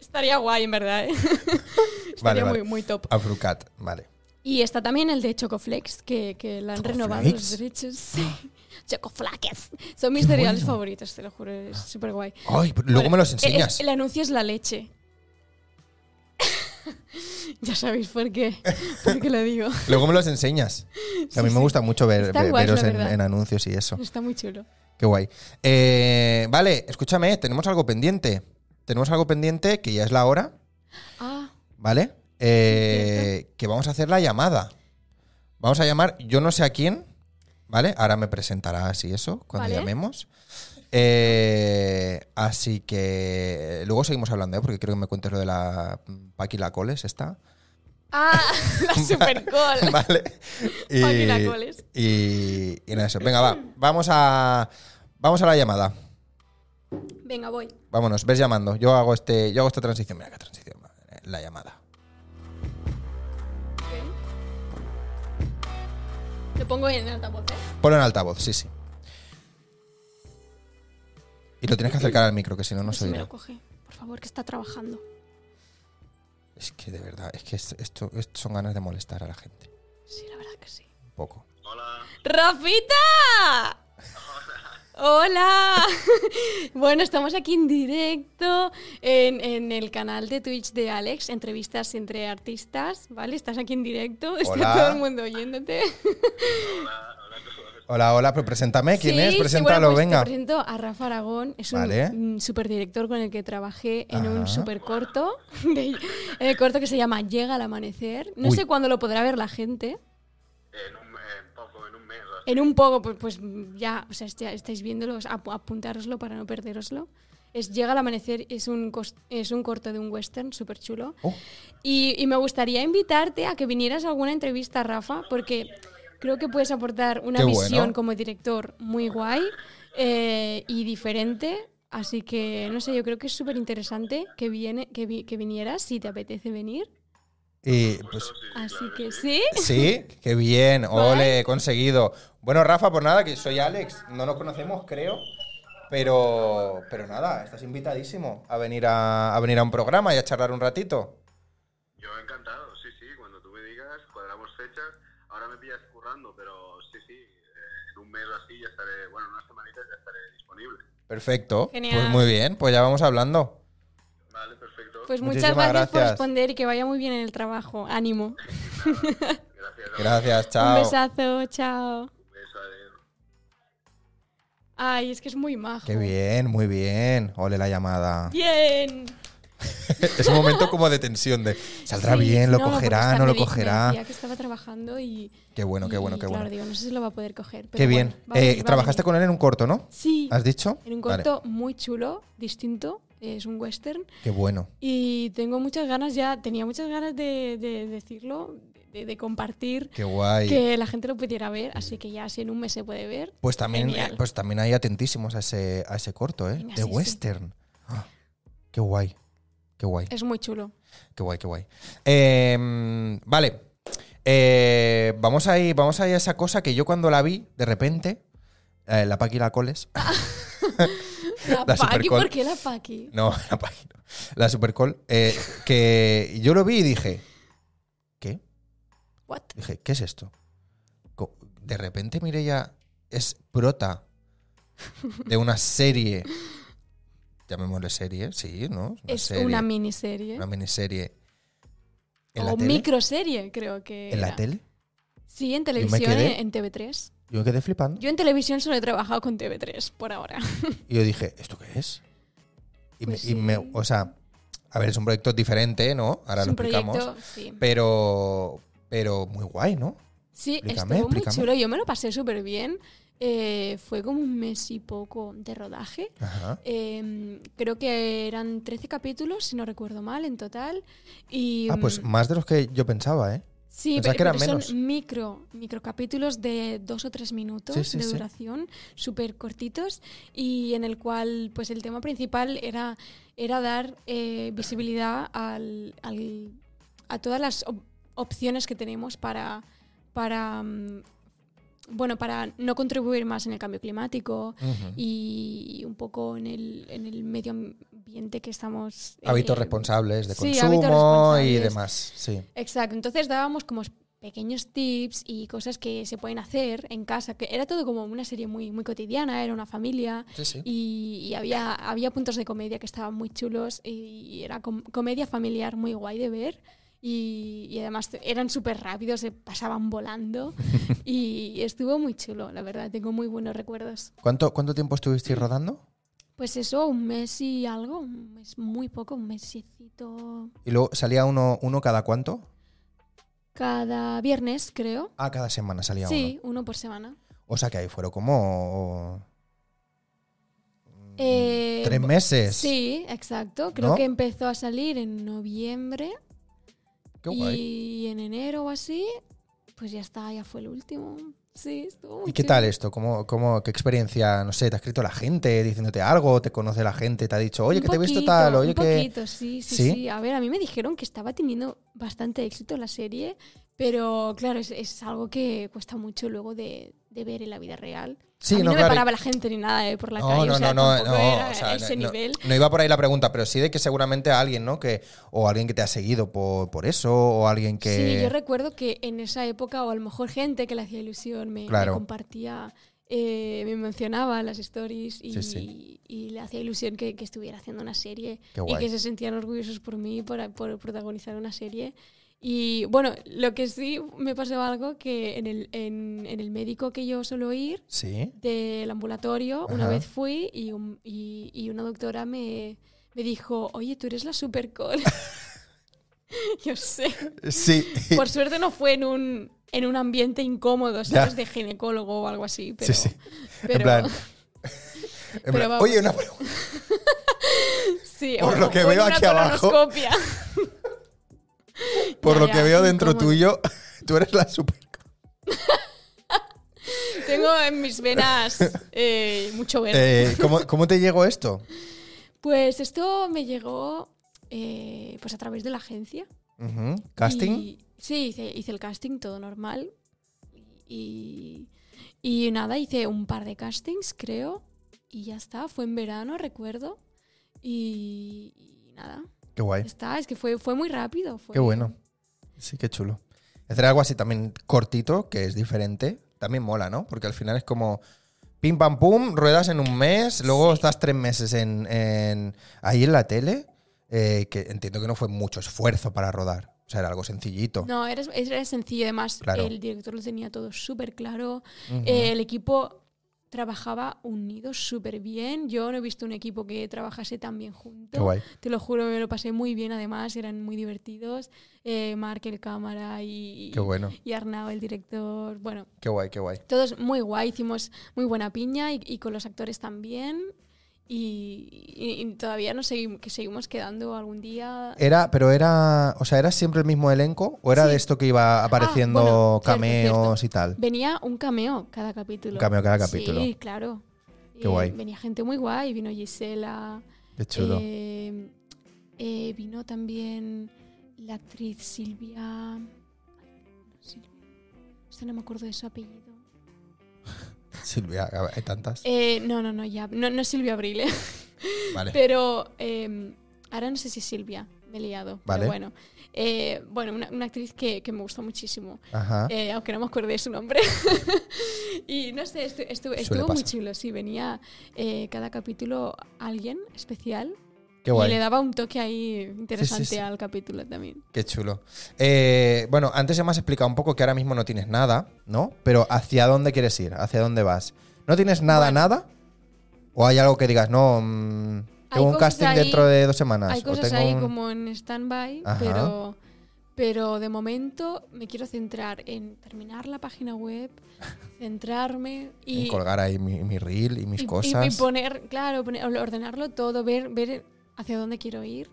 Speaker 2: Estaría guay, en verdad. ¿eh?
Speaker 1: Vale,
Speaker 2: [LAUGHS] Estaría
Speaker 1: vale.
Speaker 2: Muy, muy top.
Speaker 1: Afrucat, vale.
Speaker 2: Y está también el de Chocoflex, que, que la han
Speaker 1: ¿Chocoflex?
Speaker 2: renovado los
Speaker 1: [GASPS]
Speaker 2: derechos. Sí. Chocoflaques. Son mis cereales
Speaker 1: bueno. Ah.
Speaker 2: favoritos, te lo juro, es súper guay. Eh,
Speaker 1: Ay, pero luego me los enseñas.
Speaker 2: El, anuncio es la leche. [LAUGHS] ya sabéis por qué, por qué
Speaker 1: [LAUGHS]
Speaker 2: lo digo.
Speaker 1: Luego me los enseñas. Que a
Speaker 2: [LAUGHS] Sí,
Speaker 1: mí
Speaker 2: sí.
Speaker 1: me gusta mucho ver,
Speaker 2: Están
Speaker 1: ver-
Speaker 2: guays,
Speaker 1: veros
Speaker 2: la
Speaker 1: en,
Speaker 2: verdad.
Speaker 1: en anuncios y eso.
Speaker 2: Está muy chulo.
Speaker 1: Qué guay. Eh, vale, escúchame, tenemos algo pendiente. Tenemos algo pendiente que ya es la hora,
Speaker 2: Ah,
Speaker 1: ¿vale? Eh, que vamos a hacer la llamada. Vamos a llamar, yo no sé a quién, ¿vale? Ahora me presentarás y eso cuando
Speaker 2: Vale.
Speaker 1: llamemos. Eh, así que luego seguimos hablando, ¿eh? porque creo que me cuentes lo de la mm, Paqui La Coles, ¿está?
Speaker 2: ah [LAUGHS] la super cool.
Speaker 1: [LAUGHS] ¿Vale? Y,
Speaker 2: Paqui la coles.
Speaker 1: y, y nada, eso. Venga, va. Vamos a, vamos a la llamada.
Speaker 2: Venga, voy.
Speaker 1: Vámonos, ves llamando. Yo hago, este, yo hago esta transición. Mira qué transición. madre, La llamada.
Speaker 2: Lo pongo en el altavoz, ¿eh?
Speaker 1: Ponlo en altavoz, sí, sí. Y lo tienes que acercar al micro, que si no, no
Speaker 2: si
Speaker 1: se
Speaker 2: me
Speaker 1: oirá.
Speaker 2: lo coge. Por favor, que está trabajando.
Speaker 1: Es que de verdad, es que es- esto, esto son ganas de molestar a la gente.
Speaker 2: Sí, la verdad que sí.
Speaker 1: Un poco.
Speaker 2: ¡Rafita!
Speaker 1: [LAUGHS]
Speaker 2: Hola. [LAUGHS] Bueno, estamos aquí en directo en, en el canal de Twitch de Alex, entrevistas entre artistas, ¿vale? Estás aquí en directo,
Speaker 1: Hola.
Speaker 2: está todo el mundo oyéndote.
Speaker 1: Hola, hola, pero preséntame. ¿Quién
Speaker 2: Sí,
Speaker 1: es?
Speaker 2: sí,
Speaker 1: Preséntalo,
Speaker 2: bueno, pues
Speaker 1: venga.
Speaker 2: Te presento a Rafa Aragón, es
Speaker 1: Vale.
Speaker 2: un mm, superdirector con el que trabajé en
Speaker 1: Ajá.
Speaker 2: un supercorto, [LAUGHS] de- en el corto que se llama Llega al amanecer. No
Speaker 1: Uy.
Speaker 2: sé cuándo lo podrá ver la gente.
Speaker 3: En un en poco, en un mes. o así.
Speaker 2: En un poco, pues, pues ya, o sea, este- estáis viéndolo, ap- apuntároslo para no perderoslo. Es Llega al amanecer, es un, cos- es un corto de un western súper chulo.
Speaker 1: Oh,
Speaker 2: Y, y me gustaría invitarte a que vinieras a alguna entrevista, Rafa, porque creo que puedes aportar una
Speaker 1: Qué bueno.
Speaker 2: visión como director muy guay eh, y diferente. Así que, no sé, yo creo que es súper interesante que, viene- que, vi- que vinieras si te apetece venir.
Speaker 1: y pues.
Speaker 2: Así que, ¿sí?
Speaker 1: Sí, qué bien, ole, he conseguido. Bueno, Rafa, pues nada, que soy Alex, no nos conocemos, creo, pero, pero nada, estás invitadísimo a venir a, a venir a un programa y a charlar un ratito.
Speaker 3: Yo encantado, sí, sí, cuando tú me digas, cuadramos fechas. Ahora me pillas currando, pero sí, sí, eh, en un mes o así ya estaré, bueno, en unas semanitas ya estaré disponible.
Speaker 1: Perfecto,
Speaker 2: Genial.
Speaker 1: pues muy bien, pues ya vamos hablando.
Speaker 3: Vale, perfecto.
Speaker 2: Pues
Speaker 1: Muchísimas
Speaker 2: muchas gracias, por
Speaker 1: gracias.
Speaker 2: responder y que vaya muy bien en el trabajo. Ánimo.
Speaker 3: Gracias.
Speaker 1: Gracias, chao.
Speaker 2: Un besazo, chao.
Speaker 3: Un beso, adiós.
Speaker 2: Ay, es que es muy majo.
Speaker 1: Qué bien, muy bien, ole la
Speaker 2: [LAUGHS]
Speaker 1: llamada.
Speaker 2: Bien.
Speaker 1: es un momento como de tensión, de saldrá
Speaker 2: Sí,
Speaker 1: bien, lo
Speaker 2: no,
Speaker 1: cogerá,
Speaker 2: porque
Speaker 1: no lo
Speaker 2: me di- me decía
Speaker 1: cogerá.
Speaker 2: que estaba trabajando y.
Speaker 1: Qué bueno, qué
Speaker 2: y,
Speaker 1: bueno, qué
Speaker 2: claro,
Speaker 1: bueno.
Speaker 2: digo, no sé si lo va a poder coger. pero
Speaker 1: Qué bien.
Speaker 2: bueno, va a
Speaker 1: Eh,
Speaker 2: venir, va a
Speaker 1: ¿Trabajaste
Speaker 2: venir.
Speaker 1: con él en un corto, no?
Speaker 2: Sí.
Speaker 1: ¿Has dicho?
Speaker 2: En un
Speaker 1: Vale,
Speaker 2: corto muy chulo, distinto. Es un western.
Speaker 1: Qué bueno.
Speaker 2: Y tengo muchas ganas ya, tenía muchas ganas de, de decirlo, de, de compartir,
Speaker 1: Qué guay.
Speaker 2: que la gente lo pudiera ver. Así que ya, si en un mes se puede ver.
Speaker 1: Pues también,
Speaker 2: Genial.
Speaker 1: pues también hay atentísimos a ese, a ese corto, ¿eh?
Speaker 2: Venga,
Speaker 1: de
Speaker 2: sí, sí.
Speaker 1: western. Ah, qué guay. Qué guay,
Speaker 2: Es muy chulo.
Speaker 1: qué guay, qué guay. Eh, vale. Eh, vamos a ir, vamos a ir a esa cosa que yo cuando la vi, de repente, eh, la Paqui la Coles. [LAUGHS]
Speaker 2: La,
Speaker 1: La
Speaker 2: Paqui,
Speaker 1: Supercol.
Speaker 2: ¿por qué la Paqui?
Speaker 1: No, la Paqui no. La Supercol. eh, que yo lo vi y dije. ¿Qué?
Speaker 2: What?
Speaker 1: Dije, ¿qué es esto? Co- De repente Mireia es prota de una serie. Llamémosle serie, sí, ¿no?
Speaker 2: Es
Speaker 1: serie,
Speaker 2: una miniserie.
Speaker 1: una miniserie. ¿En la
Speaker 2: o
Speaker 1: tele?
Speaker 2: microserie, creo que.
Speaker 1: ¿En la
Speaker 2: era.
Speaker 1: tele?
Speaker 2: Sí, en
Speaker 1: me
Speaker 2: televisión,
Speaker 1: quedé-
Speaker 2: en, en TV3.
Speaker 1: Yo me quedé flipando.
Speaker 2: Yo en televisión solo he trabajado con TV3 por ahora.
Speaker 1: Y yo dije, ¿esto qué es? Y,
Speaker 2: Pues
Speaker 1: me, y me-
Speaker 2: sí.
Speaker 1: o sea, a ver, es un proyecto diferente, ¿no? Ahora
Speaker 2: es
Speaker 1: lo
Speaker 2: un
Speaker 1: explicamos.
Speaker 2: proyecto, sí.
Speaker 1: Pero, pero muy guay, ¿no?
Speaker 2: Sí,
Speaker 1: Explícame,
Speaker 2: estuvo muy
Speaker 1: explícame.
Speaker 2: chulo. Yo me lo pasé súper bien. Eh, fue como un mes y poco de rodaje.
Speaker 1: Ajá.
Speaker 2: Eh, creo que eran 13 capítulos, si no recuerdo mal, en total. Y,
Speaker 1: Ah, pues
Speaker 2: mm,
Speaker 1: más de los que yo pensaba, ¿eh?
Speaker 2: Sí,
Speaker 1: pensaba
Speaker 2: pe-
Speaker 1: que eran
Speaker 2: pero
Speaker 1: menos.
Speaker 2: son micro, micro capítulos de dos o tres minutos
Speaker 1: Sí, sí,
Speaker 2: de
Speaker 1: sí.
Speaker 2: duración, súper cortitos, y en el cual pues el tema principal era, era dar eh, visibilidad al, al- a todas las op- opciones que tenemos para, para, mm, bueno, para no contribuir más en el cambio climático
Speaker 1: Ujú.
Speaker 2: y un poco en el, en el medio ambiente que estamos... eh,
Speaker 1: hábitos responsables de
Speaker 2: sí, hábitos
Speaker 1: consumo y
Speaker 2: responsables.
Speaker 1: demás, sí.
Speaker 2: Exacto, entonces dábamos como pequeños tips y cosas que se pueden hacer en casa, que era todo como una serie muy, muy cotidiana, era una familia
Speaker 1: Sí, sí.
Speaker 2: y, y había, había puntos de comedia que estaban muy chulos y era com- comedia familiar muy guay de ver. Y, y además te- eran súper rápidos, se pasaban volando y estuvo muy chulo, la verdad, tengo muy buenos recuerdos.
Speaker 1: ¿Cuánto, ¿Cuánto tiempo estuvisteis rodando?
Speaker 2: Pues eso, un mes y algo, un mes muy poco, un mesecito
Speaker 1: Y luego salía uno, uno cada cuánto?
Speaker 2: cada viernes, creo.
Speaker 1: Ah, cada semana salía
Speaker 2: Sí, uno por semana.
Speaker 1: uno. O sea que ahí fueron como mm,
Speaker 2: Eh,
Speaker 1: tres
Speaker 2: bo-
Speaker 1: meses.
Speaker 2: Sí, exacto. Creo
Speaker 1: ¿No?
Speaker 2: que empezó a salir en noviembre
Speaker 1: Qué guay.
Speaker 2: y en enero o así, pues ya está, ya fue el último. Sí, estuvo
Speaker 1: ¿Y
Speaker 2: muy
Speaker 1: qué
Speaker 2: chulo.
Speaker 1: tal esto? ¿Cómo, cómo, ¿Qué experiencia? No sé, ¿te ha escrito la gente diciéndote algo? ¿Te conoce la gente? ¿Te ha dicho, oye,
Speaker 2: Un
Speaker 1: que te he visto
Speaker 2: poquito,
Speaker 1: tal? Oye,
Speaker 2: un
Speaker 1: que.
Speaker 2: poquito, sí, sí,
Speaker 1: ¿Sí?
Speaker 2: sí, A ver, a mí me dijeron que estaba teniendo bastante éxito la serie, pero claro, es, es algo que cuesta mucho luego de, de ver en la vida real.
Speaker 1: Sí,
Speaker 2: a mí
Speaker 1: no,
Speaker 2: no,
Speaker 1: claro, y-
Speaker 2: me paraba la gente ni nada eh, por la calle, o sea, tampoco era
Speaker 1: o sea,
Speaker 2: ese
Speaker 1: no-
Speaker 2: nivel.
Speaker 1: no iba por ahí la pregunta, pero sí de que seguramente a alguien, ¿no? Que, o alguien que te ha seguido por, por eso, o alguien que.
Speaker 2: Sí, yo recuerdo que en esa época, o a lo mejor gente que le hacía ilusión, me, me
Speaker 1: Claro.
Speaker 2: compartía, eh, me mencionaba las stories y,
Speaker 1: Sí, sí.
Speaker 2: y le hacía ilusión que, que estuviera haciendo una serie
Speaker 1: Qué
Speaker 2: y
Speaker 1: guay.
Speaker 2: que se sentían orgullosos por mí por, por protagonizar una serie. Y bueno, lo que sí me pasó algo que en el, en- en el médico que yo suelo ir,
Speaker 1: Sí.
Speaker 2: del ambulatorio, una
Speaker 1: Ajá.
Speaker 2: vez fui y, un- y- y una doctora me, me dijo, oye, tú eres la supercol. [LAUGHS] yo sé.
Speaker 1: Sí.
Speaker 2: [LAUGHS] Por suerte no fue en un, en un ambiente incómodo, ¿sabes?
Speaker 1: Ya.
Speaker 2: De ginecólogo o algo así.
Speaker 1: [LAUGHS]
Speaker 2: Pero,
Speaker 1: sí, sí. en
Speaker 2: pero- [LAUGHS]
Speaker 1: plan. en plan,
Speaker 2: vamos.
Speaker 1: Oye, una
Speaker 2: [LAUGHS]
Speaker 1: pregunta.
Speaker 2: sí,
Speaker 1: por
Speaker 2: o-
Speaker 1: lo que
Speaker 2: o en
Speaker 1: veo
Speaker 2: una
Speaker 1: aquí abajo. [LAUGHS]
Speaker 2: colonoscopia.
Speaker 1: Por
Speaker 2: Ya,
Speaker 1: lo
Speaker 2: ya,
Speaker 1: que
Speaker 2: [LAUGHS]
Speaker 1: veo dentro
Speaker 2: incómodo.
Speaker 1: tuyo, [LAUGHS] tú eres la super.
Speaker 2: Tengo en mis venas eh, mucho verde.
Speaker 1: Eh, ¿cómo, cómo te llegó esto?
Speaker 2: Pues esto me llegó eh, pues a través de la agencia.
Speaker 1: Ujú. ¿Casting?
Speaker 2: Y- sí, hice, hice el casting, todo normal. Y, y nada, hice un par de castings, creo. Y ya está, fue en verano, recuerdo. Y, y nada,
Speaker 1: Qué guay.
Speaker 2: ya está, es que fue, fue muy rápido. fue-
Speaker 1: Eh. Qué bueno. Sí, qué chulo. Hacer algo así también cortito, que es diferente, también mola, ¿no? Porque al final es como pim pam pum, ruedas en un mes, luego estás tres meses en, en- ahí en la tele, eh, que entiendo que no fue mucho esfuerzo para rodar. O sea, era algo sencillito.
Speaker 2: No, era, era sencillo. Además,
Speaker 1: Claro.
Speaker 2: el director lo tenía todo súper claro.
Speaker 1: Ujú.
Speaker 2: Eh, el equipo trabajaba unido súper bien. Yo no he visto un equipo que trabajase tan bien junto.
Speaker 1: Qué guay.
Speaker 2: Te lo juro, me lo pasé muy bien. Además, eran muy divertidos. Eh, Mark, el cámara y,
Speaker 1: Qué bueno.
Speaker 2: y Arnau, el director. Bueno,
Speaker 1: Qué guay, qué guay.
Speaker 2: todos muy guay. Hicimos muy buena piña y, y con los actores también. Y, y- y todavía nos seguim- que seguimos quedando algún día.
Speaker 1: Era, pero era, o sea, era siempre el mismo elenco o era
Speaker 2: Sí. Ah,
Speaker 1: de esto que iba apareciendo
Speaker 2: bueno, cierto,
Speaker 1: cameos y tal.
Speaker 2: Venía un cameo cada capítulo.
Speaker 1: Un cameo cada capítulo.
Speaker 2: Sí, claro.
Speaker 1: Qué guay.
Speaker 2: Venía gente muy guay. Vino Gisela.
Speaker 1: Qué chulo.
Speaker 2: Eh, eh, vino también la actriz Silvia. Silvia. O sea, no me acuerdo de su apellido.
Speaker 1: Silvia, a ver, hay tantas.
Speaker 2: Eh, no, no, no, ya. No, no es Silvia Abril, eh,
Speaker 1: [LAUGHS] vale.
Speaker 2: pero eh, ahora no sé si es Silvia. Me he liado.
Speaker 1: Vale.
Speaker 2: Pero bueno. Eh, bueno, una, una actriz que, que me gustó muchísimo.
Speaker 1: Ajá.
Speaker 2: eh, aunque no me acuerde de su nombre. [LAUGHS] y no sé, estu- estu-
Speaker 1: Suele
Speaker 2: estuvo muy
Speaker 1: pasar.
Speaker 2: chulo. Sí, venía eh, cada capítulo alguien especial
Speaker 1: Qué guay.
Speaker 2: Y le daba un toque ahí interesante
Speaker 1: sí.
Speaker 2: al capítulo también.
Speaker 1: Qué chulo. Eh, bueno, antes ya me has explicado un poco que ahora mismo no tienes nada, ¿no? Pero ¿hacia dónde quieres ir? ¿Hacia dónde vas? ¿No tienes nada, nada? ¿O hay algo que digas, no, mm,
Speaker 2: Hay
Speaker 1: tengo un
Speaker 2: cosas
Speaker 1: casting
Speaker 2: ahí-
Speaker 1: dentro de dos semanas?
Speaker 2: Hay
Speaker 1: o
Speaker 2: cosas
Speaker 1: tengo
Speaker 2: ahí
Speaker 1: un-
Speaker 2: como en stand-by,
Speaker 1: Ajá.
Speaker 2: pero, pero de momento me quiero centrar en terminar la página web, [LAUGHS] centrarme
Speaker 1: en
Speaker 2: y,
Speaker 1: colgar ahí mi, mi reel y mis
Speaker 2: y- y-
Speaker 1: cosas.
Speaker 2: y poner, claro, poner- ordenarlo todo, ver, ver hacia dónde quiero ir